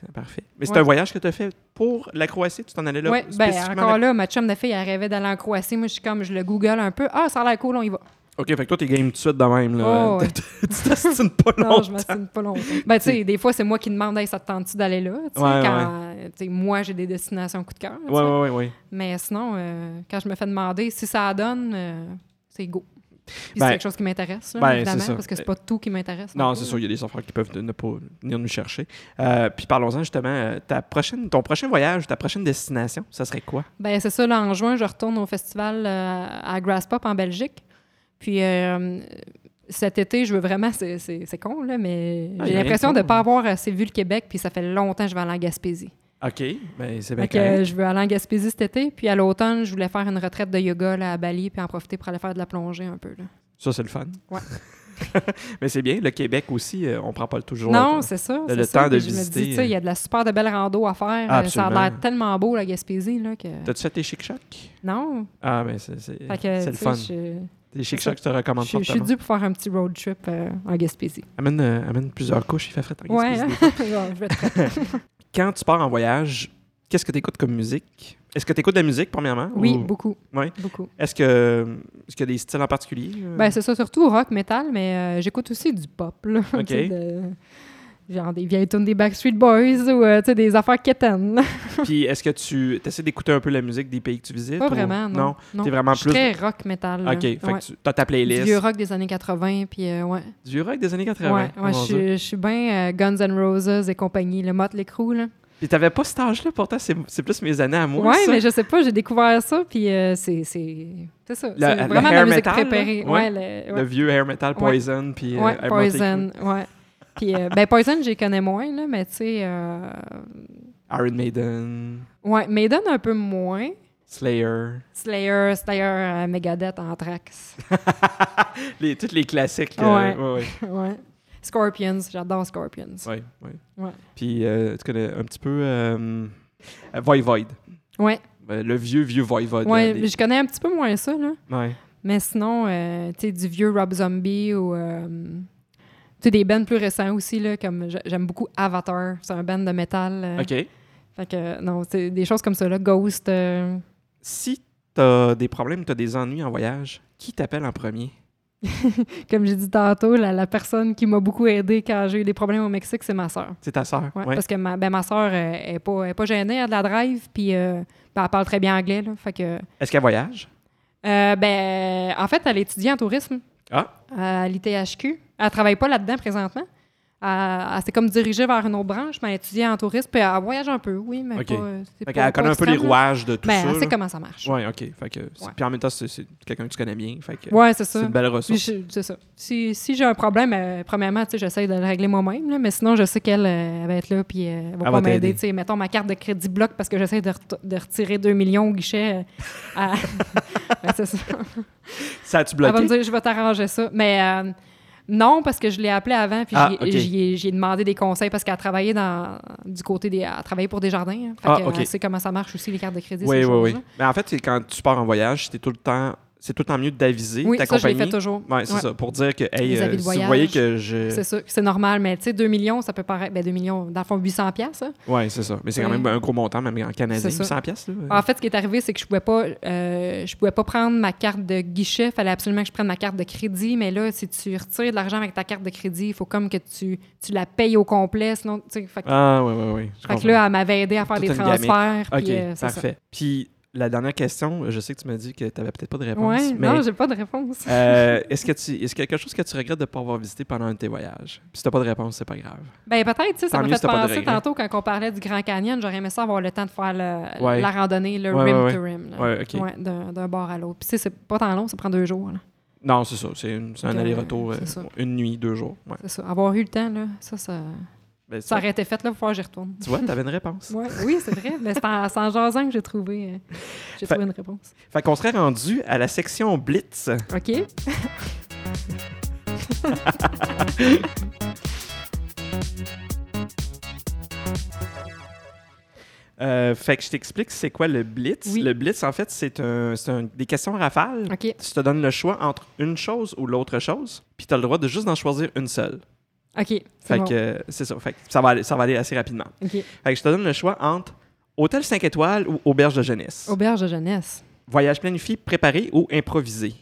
Speaker 1: C'est Parfait. Mais c'est
Speaker 2: Ouais.
Speaker 1: un voyage que tu as fait pour la Croatie, tu t'en allais là
Speaker 2: Ouais, ben,
Speaker 1: spécifiquement
Speaker 2: encore
Speaker 1: la-
Speaker 2: là, ma chum de fille, elle rêvait d'aller en Croatie. Moi, je suis comme, je le google un peu. Ah, ça a l'air cool, on y va.
Speaker 1: Ok, fait que toi, t'es game tout de suite de même. Là.
Speaker 2: Oh, ouais.
Speaker 1: tu t'astines pas longtemps.
Speaker 2: Non, je m'assigne pas longtemps. Ben, tu sais, des fois, c'est moi qui demande, hey, ça te tente-tu d'aller là? Tu sais,
Speaker 1: Ouais,
Speaker 2: quand, tu sais, moi, j'ai des destinations coup de cœur. tu sais.
Speaker 1: Ouais, ouais, ouais, ouais.
Speaker 2: Mais sinon, euh, quand je me fais demander si ça donne, euh, c'est go. Puis
Speaker 1: Ben,
Speaker 2: c'est quelque chose qui m'intéresse, là,
Speaker 1: ben, c'est
Speaker 2: évidemment,
Speaker 1: ça.
Speaker 2: parce que c'est pas tout qui m'intéresse.
Speaker 1: Non,
Speaker 2: plus,
Speaker 1: c'est
Speaker 2: là.
Speaker 1: sûr, il y a des affaires qui peuvent ne pas venir nous chercher. Euh, puis parlons-en justement, euh, ta prochaine, ton prochain voyage, ta prochaine destination, ça serait quoi?
Speaker 2: Ben, c'est ça, là, en juin, je retourne au festival euh, à Grasspop en Belgique. Puis euh, cet été, je veux vraiment, c'est- c'est c'est con, là, mais
Speaker 1: Ah, y
Speaker 2: j'ai
Speaker 1: a rien de
Speaker 2: l'impression de
Speaker 1: con.
Speaker 2: ne pas avoir assez vu le Québec, puis ça fait longtemps que je vais aller en Gaspésie.
Speaker 1: OK, ben c'est bien
Speaker 2: Fait que, euh, je veux aller en Gaspésie cet été, puis à l'automne, je voulais faire une retraite de yoga là, à Bali, puis en profiter pour aller faire de la plongée un peu. là.
Speaker 1: Ça, c'est le fun.
Speaker 2: Ouais.
Speaker 1: Mais c'est bien, le Québec aussi, euh, on prend pas le toujours. le
Speaker 2: Non,
Speaker 1: temps.
Speaker 2: c'est ça.
Speaker 1: le
Speaker 2: c'est
Speaker 1: temps
Speaker 2: ça,
Speaker 1: de
Speaker 2: puis Je me
Speaker 1: visiter,
Speaker 2: dis, tu sais, il y a de la super de belles randos à faire.
Speaker 1: Ah,
Speaker 2: euh, ça a
Speaker 1: absolument.
Speaker 2: l'air tellement beau, la Gaspésie, là, que...
Speaker 1: T'as-tu fait tes chic-chocs?
Speaker 2: Non.
Speaker 1: Ah, mais c'est c'est-
Speaker 2: Fait que,
Speaker 1: c'est
Speaker 2: tu
Speaker 1: le
Speaker 2: sais,
Speaker 1: fun.
Speaker 2: je-
Speaker 1: Les chic-chocs, je te recommande
Speaker 2: Je, je suis
Speaker 1: fortement.
Speaker 2: due pour faire un petit road trip euh, en Gaspésie.
Speaker 1: Amène, euh, amène plusieurs couches, il fait fret. en
Speaker 2: Ouais,
Speaker 1: Gaspésie.
Speaker 2: hein? Ouais, je vais te-
Speaker 1: Quand tu pars en voyage, qu'est-ce que tu écoutes comme musique? Est-ce que tu écoutes de la musique, premièrement?
Speaker 2: Oui,
Speaker 1: ou-
Speaker 2: beaucoup.
Speaker 1: Oh. Ouais.
Speaker 2: Beaucoup.
Speaker 1: Est-ce que est-ce qu'il y a des styles en particulier? euh?
Speaker 2: Ben, c'est ça, surtout rock, metal, mais euh, j'écoute aussi du pop. Là, tu
Speaker 1: Ok.
Speaker 2: sais, de- genre des vieilles tunes des Backstreet Boys ou euh, tu sais, des affaires quétaines. là.
Speaker 1: Puis est-ce que tu essaies d'écouter un peu la musique des pays que tu visites?
Speaker 2: Pas
Speaker 1: ou-
Speaker 2: vraiment, non.
Speaker 1: t'es vraiment
Speaker 2: Je suis
Speaker 1: plus-
Speaker 2: très rock, metal. là.
Speaker 1: OK, fait
Speaker 2: Ouais.
Speaker 1: que tu as ta playlist.
Speaker 2: Du vieux rock des années 80, puis euh, ouais.
Speaker 1: Du rock des années
Speaker 2: Ouais,
Speaker 1: 80.
Speaker 2: ouais,
Speaker 1: comment
Speaker 2: je
Speaker 1: on dit.
Speaker 2: suis- je suis bien euh, Guns N' Roses et compagnie, le Motley Crue, là.
Speaker 1: Puis t'avais pas cet âge-là, pourtant, c'est c'est plus mes années à moi.
Speaker 2: ouais,
Speaker 1: ça.
Speaker 2: mais je sais pas, j'ai découvert ça, puis euh, c'est c'est c'est ça. C'est
Speaker 1: le
Speaker 2: vraiment
Speaker 1: hair
Speaker 2: ma musique
Speaker 1: metal, là?
Speaker 2: préférée.
Speaker 1: Ouais.
Speaker 2: Ouais, le, ouais.
Speaker 1: Le vieux hair metal
Speaker 2: Ouais.
Speaker 1: Poison. Puis, euh,
Speaker 2: Ouais,
Speaker 1: Air Motley
Speaker 2: Poison, ouais. Puis, euh, ben, Poison, j'y connais moins, là, mais tu sais. euh,
Speaker 1: Crue, Iron Maiden,
Speaker 2: ouais, Maiden un peu moins.
Speaker 1: Slayer.
Speaker 2: Slayer, Slayer, euh, Megadeth, Anthrax.
Speaker 1: les, tous les classiques.
Speaker 2: Ouais.
Speaker 1: euh, ouais,
Speaker 2: ouais. Scorpions, j'adore Scorpions.
Speaker 1: ouais, ouais, ouais.
Speaker 2: Ouais.
Speaker 1: Puis euh, tu connais un petit peu euh, euh, Voivode.
Speaker 2: Ouais,
Speaker 1: Euh, le vieux, vieux Voivode.
Speaker 2: ouais,
Speaker 1: là, les-
Speaker 2: je connais un petit peu moins ça, là.
Speaker 1: ouais.
Speaker 2: Mais sinon, euh, tu sais, du vieux Rob Zombie ou. euh, tu sais, des bands plus récents aussi, là, comme j'a- j'aime beaucoup Avatar. C'est un band de métal. euh,
Speaker 1: OK.
Speaker 2: Fait que, euh, non, c'est des choses comme ça, là. Ghost. euh,
Speaker 1: Si t'as des problèmes, t'as des ennuis en voyage, qui t'appelle en premier?
Speaker 2: comme j'ai dit tantôt, la, la personne qui m'a beaucoup aidé quand j'ai eu des problèmes au Mexique, c'est ma sœur.
Speaker 1: C'est ta sœur.
Speaker 2: Ouais,
Speaker 1: ouais.
Speaker 2: Parce que ma, ben, ma sœur euh, est pas, elle est pas gênée, elle a de la drive, puis euh, ben, elle parle très bien anglais. là, fait que,
Speaker 1: Est-ce qu'elle voyage?
Speaker 2: euh, ben, en fait, elle étudie en tourisme
Speaker 1: Ah.
Speaker 2: à l'ITHQ. Elle travaille pas là-dedans présentement. Elle, elle s'est comme dirigée vers une autre branche, mais elle étudie en tourisme, puis elle voyage un peu, oui, mais
Speaker 1: OK.
Speaker 2: pas, euh, c'est
Speaker 1: Fait
Speaker 2: pas-
Speaker 1: qu'elle
Speaker 2: pas
Speaker 1: connaît un peu les
Speaker 2: extrême, là.
Speaker 1: rouages de tout
Speaker 2: Ben,
Speaker 1: ça.
Speaker 2: elle sait
Speaker 1: là.
Speaker 2: comment ça marche.
Speaker 1: Ouais, OK. Fait que, c'est-
Speaker 2: Ouais.
Speaker 1: Puis en même temps, c'est c'est quelqu'un que tu connais bien. Fait que
Speaker 2: Ouais, c'est
Speaker 1: c'est
Speaker 2: ça.
Speaker 1: une belle
Speaker 2: Puis
Speaker 1: ressource.
Speaker 2: je- c'est ça. Si, si j'ai un problème, euh, premièrement, tu sais, j'essaie de le régler moi-même, là, mais sinon, je sais qu'elle euh, elle va être là puis euh, elle va
Speaker 1: Elle va
Speaker 2: pas
Speaker 1: t'aider.
Speaker 2: m'aider. Tu sais, Mettons, ma carte de crédit bloque parce que j'essaie de, ret- de retirer 2 millions au guichet. euh, à- Ben, c'est ça.
Speaker 1: Ça a-tu
Speaker 2: Elle va me
Speaker 1: bloqué?
Speaker 2: dire, je vais t'arranger ça. Mais euh, non, parce que je l'ai appelée avant puis
Speaker 1: Ah,
Speaker 2: j'ai
Speaker 1: ok.
Speaker 2: j'y ai- j'y ai demandé des conseils parce qu'elle travaillait dans, du côté des... Elle travaillait pour des jardins. Hein, fait
Speaker 1: Ah,
Speaker 2: qu'elle
Speaker 1: ok.
Speaker 2: sait comment ça marche aussi, les cartes de crédit.
Speaker 1: Oui,
Speaker 2: ces
Speaker 1: oui, oui.
Speaker 2: choses-là.
Speaker 1: Mais en fait, c'est quand tu pars en voyage, c'est tout le temps, c'est tout le temps mieux d'aviser
Speaker 2: Oui,
Speaker 1: ta
Speaker 2: ça, je l'ai
Speaker 1: compagnie.
Speaker 2: fait toujours.
Speaker 1: Ouais, c'est
Speaker 2: Ouais.
Speaker 1: ça. Pour dire que, hey,
Speaker 2: Les
Speaker 1: euh,
Speaker 2: avis de
Speaker 1: si vous
Speaker 2: voyage.
Speaker 1: voyez que je.
Speaker 2: C'est sûr que c'est normal, mais tu sais, 2 millions, ça peut paraître. Ben, 2 millions, dans le fond, 800 piastres. hein.
Speaker 1: Oui, c'est ça. Mais c'est quand
Speaker 2: Ouais.
Speaker 1: même un gros montant, même en canadien,
Speaker 2: C'est ça. Ah,
Speaker 1: 100 pièces.
Speaker 2: En fait, ce qui est arrivé, c'est que je pouvais pas, euh, je pouvais pas prendre ma carte de guichet. Fallait absolument que je prenne ma carte de crédit. Mais là, si tu retires de l'argent avec ta carte de crédit, il faut comme que tu, tu la payes au complet. Sinon, tu sais, fait, que-
Speaker 1: Ah, oui, oui, oui. je
Speaker 2: fait que
Speaker 1: comprends.
Speaker 2: là, elle m'avait aidé à faire
Speaker 1: Toute
Speaker 2: des
Speaker 1: une gamique.
Speaker 2: transferts.
Speaker 1: OK,
Speaker 2: puis, euh, c'est ça.
Speaker 1: parfait. Puis la dernière question, je sais que tu m'as dit que tu n'avais peut-être pas de réponse.
Speaker 2: Ouais,
Speaker 1: mais
Speaker 2: non, j'ai pas de réponse.
Speaker 1: euh, est-ce que tu, est-ce qu'il y a quelque chose que tu regrettes de ne pas avoir visité pendant un de tes voyages? Puis si tu n'as pas de réponse, c'est pas grave.
Speaker 2: Ben peut-être, tu sais, ça
Speaker 1: tant mieux
Speaker 2: m'a
Speaker 1: si
Speaker 2: fait
Speaker 1: t'as pas de
Speaker 2: penser
Speaker 1: regrets.
Speaker 2: tantôt quand on parlait du Grand Canyon, j'aurais aimé ça avoir le temps de faire le-
Speaker 1: Ouais.
Speaker 2: la randonnée, le
Speaker 1: Ouais,
Speaker 2: rim
Speaker 1: ouais,
Speaker 2: to rim, là.
Speaker 1: Ouais, OK.
Speaker 2: Euh, Ouais, d'un d'un bord à l'autre. Puis tu sais, c'est pas tant long, ça prend deux jours. là.
Speaker 1: Non, c'est ça. C'est, une- c'est un
Speaker 2: Donc, euh,
Speaker 1: aller-retour, euh,
Speaker 2: c'est ça.
Speaker 1: une nuit, deux jours. Ouais.
Speaker 2: C'est ça. Avoir eu le temps, là, ça, ça,
Speaker 1: Ben, tu
Speaker 2: ça
Speaker 1: vois-
Speaker 2: aurait été fait, là, pour que j'y retourne.
Speaker 1: Tu vois, tu avais une réponse.
Speaker 2: Ouais, oui, c'est vrai. Mais c'est en, c'est en jasant que j'ai trouvé, euh, j'ai
Speaker 1: Fait-
Speaker 2: trouvé une réponse.
Speaker 1: Fait qu'on serait rendu à la section Blitz.
Speaker 2: OK.
Speaker 1: Euh, fait que je t'explique c'est quoi le Blitz.
Speaker 2: Oui.
Speaker 1: Le Blitz, en fait, c'est, un, c'est un- des questions rafales.
Speaker 2: OK.
Speaker 1: Tu te donnes le choix entre une chose ou l'autre chose, puis tu as le droit de juste d'en choisir une seule.
Speaker 2: OK. C'est
Speaker 1: Fait
Speaker 2: bon.
Speaker 1: que euh, c'est ça. Fait que ça va aller, ça va aller assez rapidement.
Speaker 2: OK.
Speaker 1: Fait que je te donne le choix entre hôtel 5 étoiles ou auberge de jeunesse.
Speaker 2: Auberge de jeunesse.
Speaker 1: Voyage planifié, préparé ou improvisé.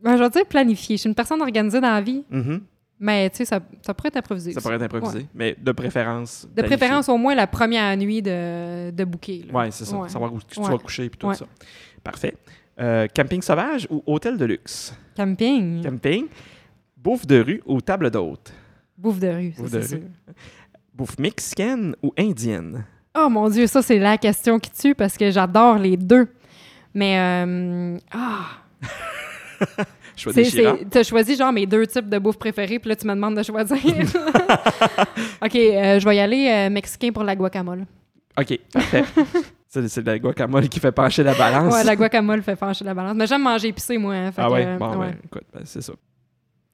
Speaker 2: Ben, je vais dire planifier. Je suis une personne organisée dans la vie,
Speaker 1: Mhm.
Speaker 2: mais tu sais, ça, ça pourrait être improvisé.
Speaker 1: Ça
Speaker 2: aussi.
Speaker 1: pourrait être improvisé, mais de préférence.
Speaker 2: De
Speaker 1: planifié.
Speaker 2: préférence, au moins la première nuit de, de bouquet. là.
Speaker 1: Ouais, c'est ça.
Speaker 2: Ouais.
Speaker 1: Savoir où tu
Speaker 2: Ouais.
Speaker 1: vas coucher puis tout
Speaker 2: Ouais.
Speaker 1: ça. Parfait. Euh, camping sauvage ou hôtel de luxe?
Speaker 2: Camping.
Speaker 1: Camping, bouffe de rue ou table d'hôte?
Speaker 2: Bouffe de rue, ça,
Speaker 1: Bouffe de
Speaker 2: c'est
Speaker 1: rue.
Speaker 2: sûr.
Speaker 1: Bouffe mexicaine ou indienne?
Speaker 2: Oh mon Dieu, ça, c'est la question qui tue parce que j'adore les deux. Mais, euh, ah,
Speaker 1: Choix
Speaker 2: C'est-
Speaker 1: déchirant.
Speaker 2: c'est- T'as choisi genre mes deux types de bouffe préférés, puis là tu me demandes de choisir. ok, euh, je vais y aller euh, mexicain pour la guacamole.
Speaker 1: OK, parfait. c'est c'est de la guacamole qui fait pencher la balance.
Speaker 2: Ouais, la guacamole fait pencher la balance. Mais j'aime manger épicé, moi. hein, fait
Speaker 1: ah
Speaker 2: que,
Speaker 1: ouais,
Speaker 2: euh,
Speaker 1: bon,
Speaker 2: ouais.
Speaker 1: ben, écoute, ben, c'est ça.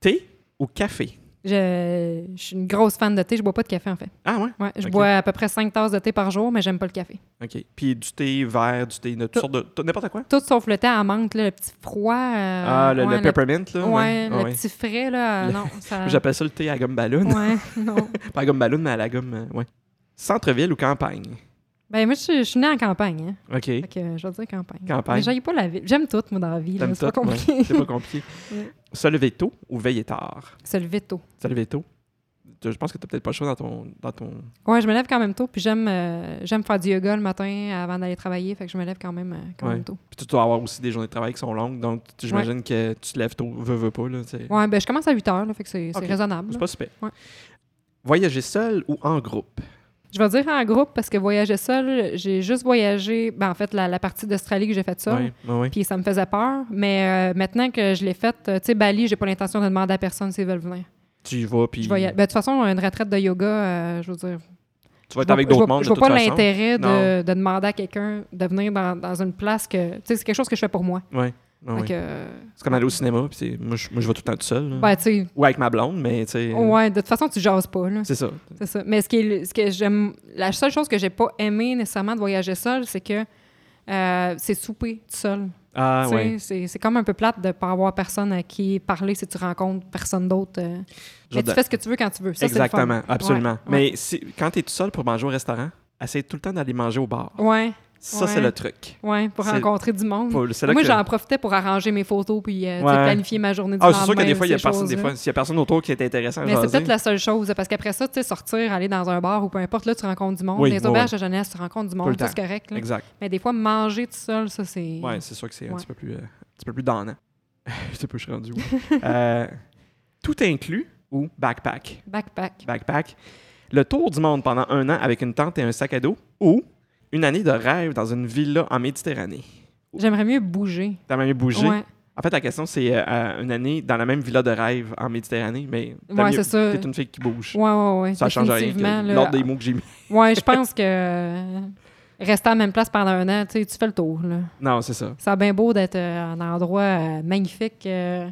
Speaker 1: Thé ou café?
Speaker 2: Je, je suis une grosse fan de thé. Je bois pas de café, en fait.
Speaker 1: Ah ouais?
Speaker 2: Ouais, je
Speaker 1: Ok.
Speaker 2: bois à peu près 5 tasses de thé par jour, mais j'aime pas le café.
Speaker 1: OK. Puis du thé vert, du thé, de toutes
Speaker 2: Tout.
Speaker 1: sortes de... tout- N'importe quoi?
Speaker 2: Tout sauf le thé à menthe, là, le petit froid. euh,
Speaker 1: ah, le,
Speaker 2: ouais,
Speaker 1: le peppermint, là?
Speaker 2: Ouais,
Speaker 1: Ah
Speaker 2: le petit frais, là. euh,
Speaker 1: Le-
Speaker 2: Non, ça.
Speaker 1: J'appelle ça le thé à gomme ballon.
Speaker 2: Ouais, non.
Speaker 1: Pas à gomme ballon, mais à la gomme... euh, ouais. Centre-ville ou campagne?
Speaker 2: Ben, moi, je suis- je suis née en campagne. Hein.
Speaker 1: OK.
Speaker 2: Fait que, euh, je vais dire campagne.
Speaker 1: Campagne.
Speaker 2: Mais j'aille pas la ville. J'aime tout, moi, dans la vie. là,
Speaker 1: T'aimes
Speaker 2: C'est pas
Speaker 1: tout, ouais.
Speaker 2: compliqué.
Speaker 1: C'est pas compliqué.
Speaker 2: Ouais.
Speaker 1: Se lever tôt ou veiller tard?
Speaker 2: Se lever tôt.
Speaker 1: Se lever tôt? Tu- Je pense que t'as peut-être pas le choix dans ton... Dans ton...
Speaker 2: Ouais, je me lève quand même tôt, puis j'aime euh, j'aime faire du yoga le matin avant d'aller travailler, fait que je me lève quand même, euh, quand
Speaker 1: Ouais.
Speaker 2: même tôt.
Speaker 1: Puis tu dois avoir aussi des journées de travail qui sont longues, donc tu- j'imagine que tu te lèves tôt, veux, veux pas, là, tu sais.
Speaker 2: Ouais, ben je commence à 8 heures, là, fait que c'est c'est
Speaker 1: Ok.
Speaker 2: raisonnable.
Speaker 1: C'est
Speaker 2: là.
Speaker 1: pas super.
Speaker 2: Ouais.
Speaker 1: Voyager seul ou en groupe?
Speaker 2: Je vais dire en groupe parce que voyager seul, j'ai juste voyagé, ben en fait, la, la partie d'Australie que j'ai faite seule,
Speaker 1: Ouais, ouais, ouais.
Speaker 2: puis ça me faisait peur, mais euh, maintenant que je l'ai faite, euh, tu sais, Bali, j'ai pas l'intention de demander à personne s'ils veulent venir.
Speaker 1: Tu y vas, puis
Speaker 2: Je voyage... ben, de toute façon, une retraite de yoga, euh, je veux dire,
Speaker 1: tu vas être
Speaker 2: Je
Speaker 1: avec
Speaker 2: vois-
Speaker 1: d'autres
Speaker 2: je vois-
Speaker 1: mondes
Speaker 2: Je
Speaker 1: de
Speaker 2: vois
Speaker 1: toute
Speaker 2: pas
Speaker 1: façon.
Speaker 2: l'intérêt de, de demander à quelqu'un de venir dans, dans une place que. Tu sais, c'est quelque chose que je fais pour moi.
Speaker 1: Ouais, ouais,
Speaker 2: Fait
Speaker 1: ouais.
Speaker 2: que, euh,
Speaker 1: C'est comme aller au cinéma, puis c'est- moi, je, moi, je vais tout le temps tout seul. là.
Speaker 2: ben, tu sais,
Speaker 1: Ou avec ma blonde, mais tu sais,
Speaker 2: ouais, de toute façon, tu jases pas, là.
Speaker 1: c'est ça.
Speaker 2: C'est ça. Mais ce, qui est le- ce que j'aime. La seule chose que j'ai pas aimé nécessairement de voyager seul, c'est que euh, c'est souper tout seul.
Speaker 1: Ah
Speaker 2: Tu sais,
Speaker 1: ouais.
Speaker 2: c'est, c'est comme un peu plate de pas avoir personne à qui parler si tu rencontres personne d'autre. euh. Mais tu
Speaker 1: Jordan.
Speaker 2: fais ce que tu veux quand tu veux. Ça, c'est le fun.
Speaker 1: Exactement, absolument.
Speaker 2: Ouais, ouais.
Speaker 1: Mais si, quand tu es tout seul pour manger au restaurant, essaie tout le temps d'aller manger au bar.
Speaker 2: Ouais,
Speaker 1: Ça, c'est
Speaker 2: Ouais.
Speaker 1: le truc.
Speaker 2: ouais, pour
Speaker 1: C'est-
Speaker 2: rencontrer du monde.
Speaker 1: Faut- C'est là
Speaker 2: Moi,
Speaker 1: que...
Speaker 2: j'en profitais pour arranger mes photos puis euh, tu sais,
Speaker 1: Ouais.
Speaker 2: planifier ma journée du
Speaker 1: Ah, c'est sûr que
Speaker 2: lendemain,
Speaker 1: des fois, il y a
Speaker 2: ces
Speaker 1: personne, des
Speaker 2: choses-là.
Speaker 1: fois, s'il y a personne autour qui est intéressant à
Speaker 2: Mais c'est
Speaker 1: jaser.
Speaker 2: peut-être la seule chose, parce qu'après ça, tu sais, sortir, aller dans un bar ou peu importe, là, tu rencontres du monde.
Speaker 1: Oui,
Speaker 2: les
Speaker 1: oui,
Speaker 2: auberges de jeunesse, tu rencontres du
Speaker 1: Tout
Speaker 2: monde,
Speaker 1: le
Speaker 2: ça,
Speaker 1: temps.
Speaker 2: c'est correct. là.
Speaker 1: Exact.
Speaker 2: Mais des fois, manger tout seul, ça, c'est...
Speaker 1: Ouais, c'est sûr que c'est un
Speaker 2: Ouais.
Speaker 1: petit peu plus, euh, un petit peu plus donnant. je sais pas, je suis rendu où. Euh, tout inclus ou backpack.
Speaker 2: Backpack.
Speaker 1: Backpack. Le tour du monde pendant un an avec une tente et un sac à dos ou une année de rêve dans une villa en Méditerranée.
Speaker 2: J'aimerais mieux bouger.
Speaker 1: T'as même bougé.
Speaker 2: Ouais,
Speaker 1: En fait, la question, c'est euh, euh, une année dans la même villa de rêve en Méditerranée, mais t'as
Speaker 2: Ouais,
Speaker 1: mieux-
Speaker 2: c'est ça.
Speaker 1: t'es une fille qui bouge.
Speaker 2: ouais, ouais. ouais
Speaker 1: Ça change rien.
Speaker 2: définitivement,
Speaker 1: que
Speaker 2: là.
Speaker 1: L'ordre des mots que j'ai mis.
Speaker 2: Ouais, je pense que euh, rester à la même place pendant un an, tu sais, tu fais le tour, là.
Speaker 1: Non, c'est ça.
Speaker 2: Ça a bien beau d'être euh, un endroit euh, magnifique. euh,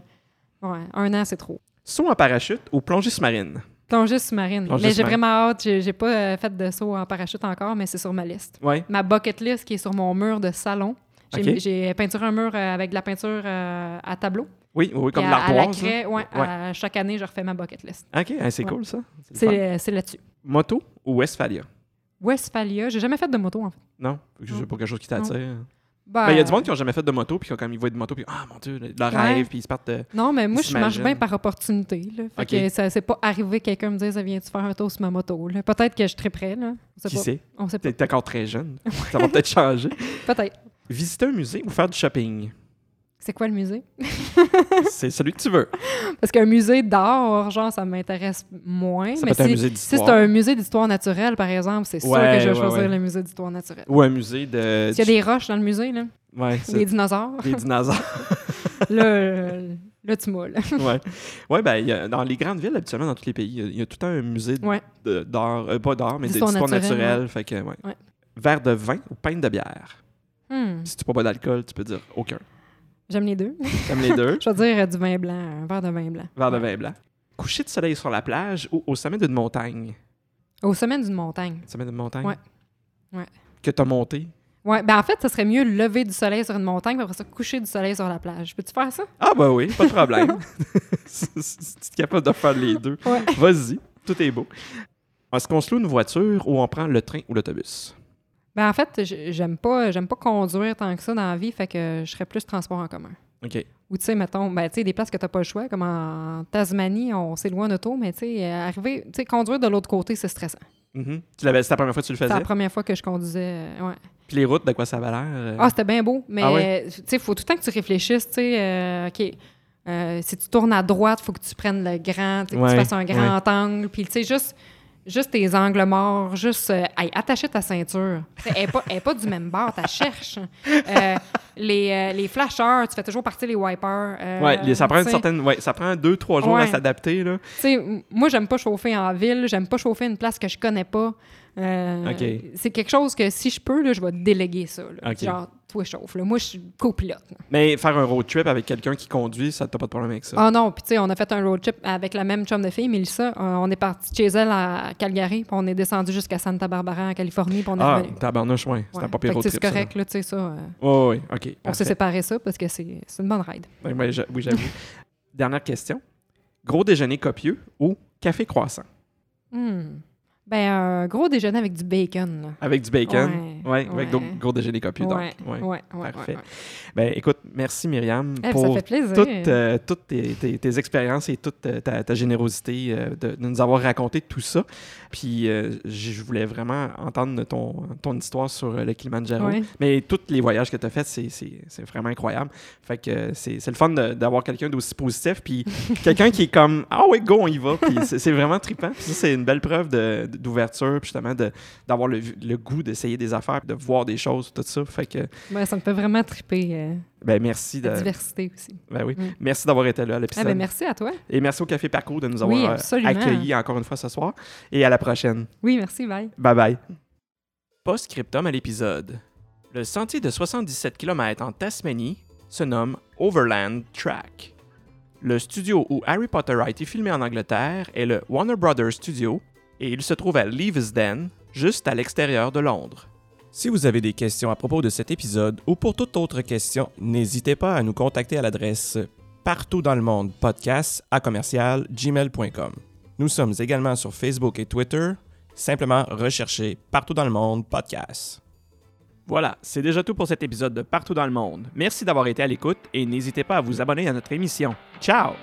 Speaker 2: ouais, un an, c'est trop.
Speaker 1: Saut en parachute ou plongée sous-marine.
Speaker 2: Plongée sous-marine.
Speaker 1: Plongée
Speaker 2: mais j'ai
Speaker 1: sous-marine.
Speaker 2: vraiment hâte. J'ai j'ai pas euh, fait de saut en parachute encore, mais c'est sur ma liste.
Speaker 1: Ouais.
Speaker 2: Ma bucket list qui est sur mon mur de salon. J'ai
Speaker 1: Ok.
Speaker 2: j'ai peinturé un mur euh, avec de la peinture euh, à tableau.
Speaker 1: Oui, oui, oui, comme
Speaker 2: Puis à- à la
Speaker 1: l'ardoise.
Speaker 2: craie, ouais,
Speaker 1: Ouais.
Speaker 2: à chaque année, je refais ma bucket list.
Speaker 1: là. OK, hein, c'est
Speaker 2: Ouais.
Speaker 1: cool, ça. C'est le
Speaker 2: C'est
Speaker 1: fun.
Speaker 2: euh, c'est là-dessus.
Speaker 1: Moto ou Westphalia?
Speaker 2: Westphalia, j'ai jamais fait de moto en fait.
Speaker 1: Non? Je sais
Speaker 2: Non.
Speaker 1: pas quelque chose qui t'attire. Ben, Il
Speaker 2: Ben,
Speaker 1: y a du monde qui ont jamais fait de moto, puis qui ont quand ils voient de moto, puis ah mon Dieu, le, le rêve, puis ils se partent de.
Speaker 2: Non, mais moi,
Speaker 1: Ils
Speaker 2: je marche
Speaker 1: s'imaginent.
Speaker 2: bien par opportunité. Là. Fait
Speaker 1: Ok.
Speaker 2: que ça- c'est pas arrivé que quelqu'un me dise « Viens-tu faire un tour sur ma moto? » là. Peut-être que je serai prêt. Là. On sait
Speaker 1: Qui
Speaker 2: pas.
Speaker 1: sait?
Speaker 2: On sait pas.
Speaker 1: T'es t'es encore très jeune. ça va peut-être changer.
Speaker 2: Peut-être.
Speaker 1: Visiter un musée ou faire du shopping?
Speaker 2: C'est quoi le musée?
Speaker 1: C'est celui que tu veux.
Speaker 2: Parce qu'un musée d'art, genre, ça m'intéresse moins.
Speaker 1: Ça
Speaker 2: mais
Speaker 1: peut être un
Speaker 2: si-
Speaker 1: musée
Speaker 2: Si
Speaker 1: d'histoire.
Speaker 2: c'est un musée d'histoire naturelle, par exemple, c'est sûr
Speaker 1: Ouais,
Speaker 2: que je vais
Speaker 1: ouais,
Speaker 2: choisir
Speaker 1: ouais.
Speaker 2: le musée d'histoire naturelle.
Speaker 1: Ou un musée de.
Speaker 2: S'il y a des roches dans le musée, là,
Speaker 1: Ouais, c'est-
Speaker 2: des dinosaures,
Speaker 1: des dinosaures.
Speaker 2: là, euh, là, tu moules.
Speaker 1: ouais. ouais, ben, il y a- dans les grandes villes, habituellement, dans tous les pays, il y a- il y, a tout le temps un musée d-
Speaker 2: Ouais.
Speaker 1: de- d'art, euh, pas d'art, mais de-
Speaker 2: D'histoire
Speaker 1: d'histoire naturelle.
Speaker 2: naturelle,
Speaker 1: Fait que, ouais.
Speaker 2: Ouais.
Speaker 1: Verre de vin ou pinte de bière?
Speaker 2: Hmm,
Speaker 1: Si tu bois pas d'alcool, tu peux dire aucun.
Speaker 2: J'aime les deux.
Speaker 1: Comme les deux.
Speaker 2: Je vais dire euh, du vin blanc, un verre de vin blanc.
Speaker 1: Vers le vin blanc. Coucher de soleil sur la plage ou au sommet d'une montagne.
Speaker 2: Au sommet d'une montagne.
Speaker 1: Sommet d'une montagne?
Speaker 2: Ouais. Ouais.
Speaker 1: Que t'as monté.
Speaker 2: Ouais, ben en fait, ça serait mieux lever du soleil sur une montagne, puis après ça, coucher du soleil sur la plage. Peux-tu faire ça?
Speaker 1: Ah bah oui, pas de problème. si tu es capable de faire les deux,
Speaker 2: Ouais.
Speaker 1: vas-y, tout est beau. Est-ce qu'on se loue une voiture ou on prend le train ou l'autobus?
Speaker 2: Ben en fait, j- j'aime pas, j'aime pas conduire tant que ça dans la vie, fait que je serais plus transport en commun.
Speaker 1: OK.
Speaker 2: Ou tu sais, mettons, ben, tu sais, des places que t'as pas le choix, comme en Tasmanie, on s'éloigne en auto, mais tu sais, euh, arriver, tu sais, conduire de l'autre côté, c'est stressant.
Speaker 1: Mhm. Mm-hmm. Tu l'avais- C'était la première fois que tu le
Speaker 2: C'est la
Speaker 1: faisais?
Speaker 2: première fois que je conduisais. euh, ouais.
Speaker 1: Puis les routes, de quoi ça avait l'air? euh?
Speaker 2: Ah, c'était bien beau, mais
Speaker 1: Ah ouais?
Speaker 2: euh, tu sais, faut tout le temps que tu réfléchisses, tu sais, euh, OK, euh, si tu tournes à droite, faut que tu prennes le grand, tu sais, que
Speaker 1: Ouais,
Speaker 2: tu fasses un grand angle, puis tu sais, juste, juste tes angles morts, juste, euh, hey, attacher ta ceinture. Tu sais, Elle n'est pas, elle est pas du même bord, tu cherches. Euh, les, euh, les flasheurs, tu fais toujours partir les wipers. euh,
Speaker 1: Ouais, les- ça prend
Speaker 2: tu
Speaker 1: une
Speaker 2: sais.
Speaker 1: certaine. Ouais, ça prend deux, trois jours à
Speaker 2: Ouais.
Speaker 1: s'adapter. Là.
Speaker 2: Tu sais, m- moi, j'aime pas chauffer en ville, j'aime pas chauffer une place que je connais pas. Euh,
Speaker 1: OK.
Speaker 2: C'est quelque chose que si je peux, là, je vais déléguer ça. là.
Speaker 1: OK.
Speaker 2: Genre, toi, chauffe. là. Moi, je suis copilote. là.
Speaker 1: Mais faire un road trip avec quelqu'un qui conduit, ça t'as pas de problème avec ça.
Speaker 2: Ah non, puis tu sais, on a fait un road trip avec la même chum de fille, Mélissa. Euh, on est parti de chez elle à Calgary, puis on est descendu jusqu'à Santa Barbara, en Californie, puis on est
Speaker 1: Ah,
Speaker 2: revenu.
Speaker 1: tabarnouche, ouais. C'est
Speaker 2: Ouais.
Speaker 1: un pas pire
Speaker 2: Fait que
Speaker 1: road
Speaker 2: tu
Speaker 1: trip. ça,
Speaker 2: sais, c'est
Speaker 1: là.
Speaker 2: correct, là, tu sais, ça. euh,
Speaker 1: Ouais, ouais, OK.
Speaker 2: on
Speaker 1: parfait.
Speaker 2: s'est séparé ça parce que c'est c'est une bonne ride.
Speaker 1: Ouais, ouais, j'a- oui, j'avoue. Dernière question. Gros déjeuner copieux ou café croissant?
Speaker 2: Hmm. Ben, un gros déjeuner avec du bacon, là.
Speaker 1: Avec du bacon?
Speaker 2: Ouais,
Speaker 1: Ouais, avec
Speaker 2: ouais.
Speaker 1: donc gros déjeuner copieux. donc.
Speaker 2: ouais,
Speaker 1: Ouais.
Speaker 2: ouais, ouais, ouais,
Speaker 1: parfait.
Speaker 2: ouais.
Speaker 1: Ben, écoute, merci Myriam
Speaker 2: Eh,
Speaker 1: pour
Speaker 2: ça fait plaisir.
Speaker 1: toutes, euh, toutes tes, tes- tes expériences et toute euh, ta, ta générosité euh, de, de nous avoir raconté tout ça. Puis euh, j- je voulais vraiment entendre ton, ton histoire sur euh, le Kilimanjaro.
Speaker 2: Ouais.
Speaker 1: Mais tous les voyages que tu as faits, c'est- c'est c'est vraiment incroyable. Fait que euh, c'est c'est le fun de- d'avoir quelqu'un d'aussi positif, puis quelqu'un qui est comme « Ah ouais, go, on y va! » Puis c'est c'est vraiment trippant. Puis ça, c'est une belle preuve de- d'ouverture, puis justement de- d'avoir le, le goût d'essayer des affaires, de voir des choses, tout ça. Fait que,
Speaker 2: Ben, ça me fait vraiment triper, euh,
Speaker 1: ben merci de...
Speaker 2: la diversité aussi.
Speaker 1: Ben oui.
Speaker 2: Mm.
Speaker 1: Merci d'avoir été là à
Speaker 2: Ah,
Speaker 1: l'épisode.
Speaker 2: ben, merci à toi.
Speaker 1: Et merci au Café Parcours de nous
Speaker 2: Oui,
Speaker 1: avoir euh,
Speaker 2: absolument.
Speaker 1: accueillis encore une fois ce soir. Et à la prochaine.
Speaker 2: Oui, merci, bye.
Speaker 1: Bye bye. Post-scriptum à l'épisode. Le sentier de 77 km en Tasmanie se nomme Overland Track. Le studio où Harry Potter a été filmé en Angleterre est le Warner Brothers Studio et il se trouve à Leavesden, juste à l'extérieur de Londres.
Speaker 3: Si vous avez des questions à propos de cet épisode ou pour toute autre question, n'hésitez pas à nous contacter à l'adresse partout dans le monde podcast à commercial gmail.com. Nous sommes également sur Facebook et Twitter. Simplement recherchez partout dans le monde podcast.
Speaker 1: Voilà, c'est déjà tout pour cet épisode de Partout dans le monde. Merci d'avoir été à l'écoute et n'hésitez pas à vous abonner à notre émission. Ciao!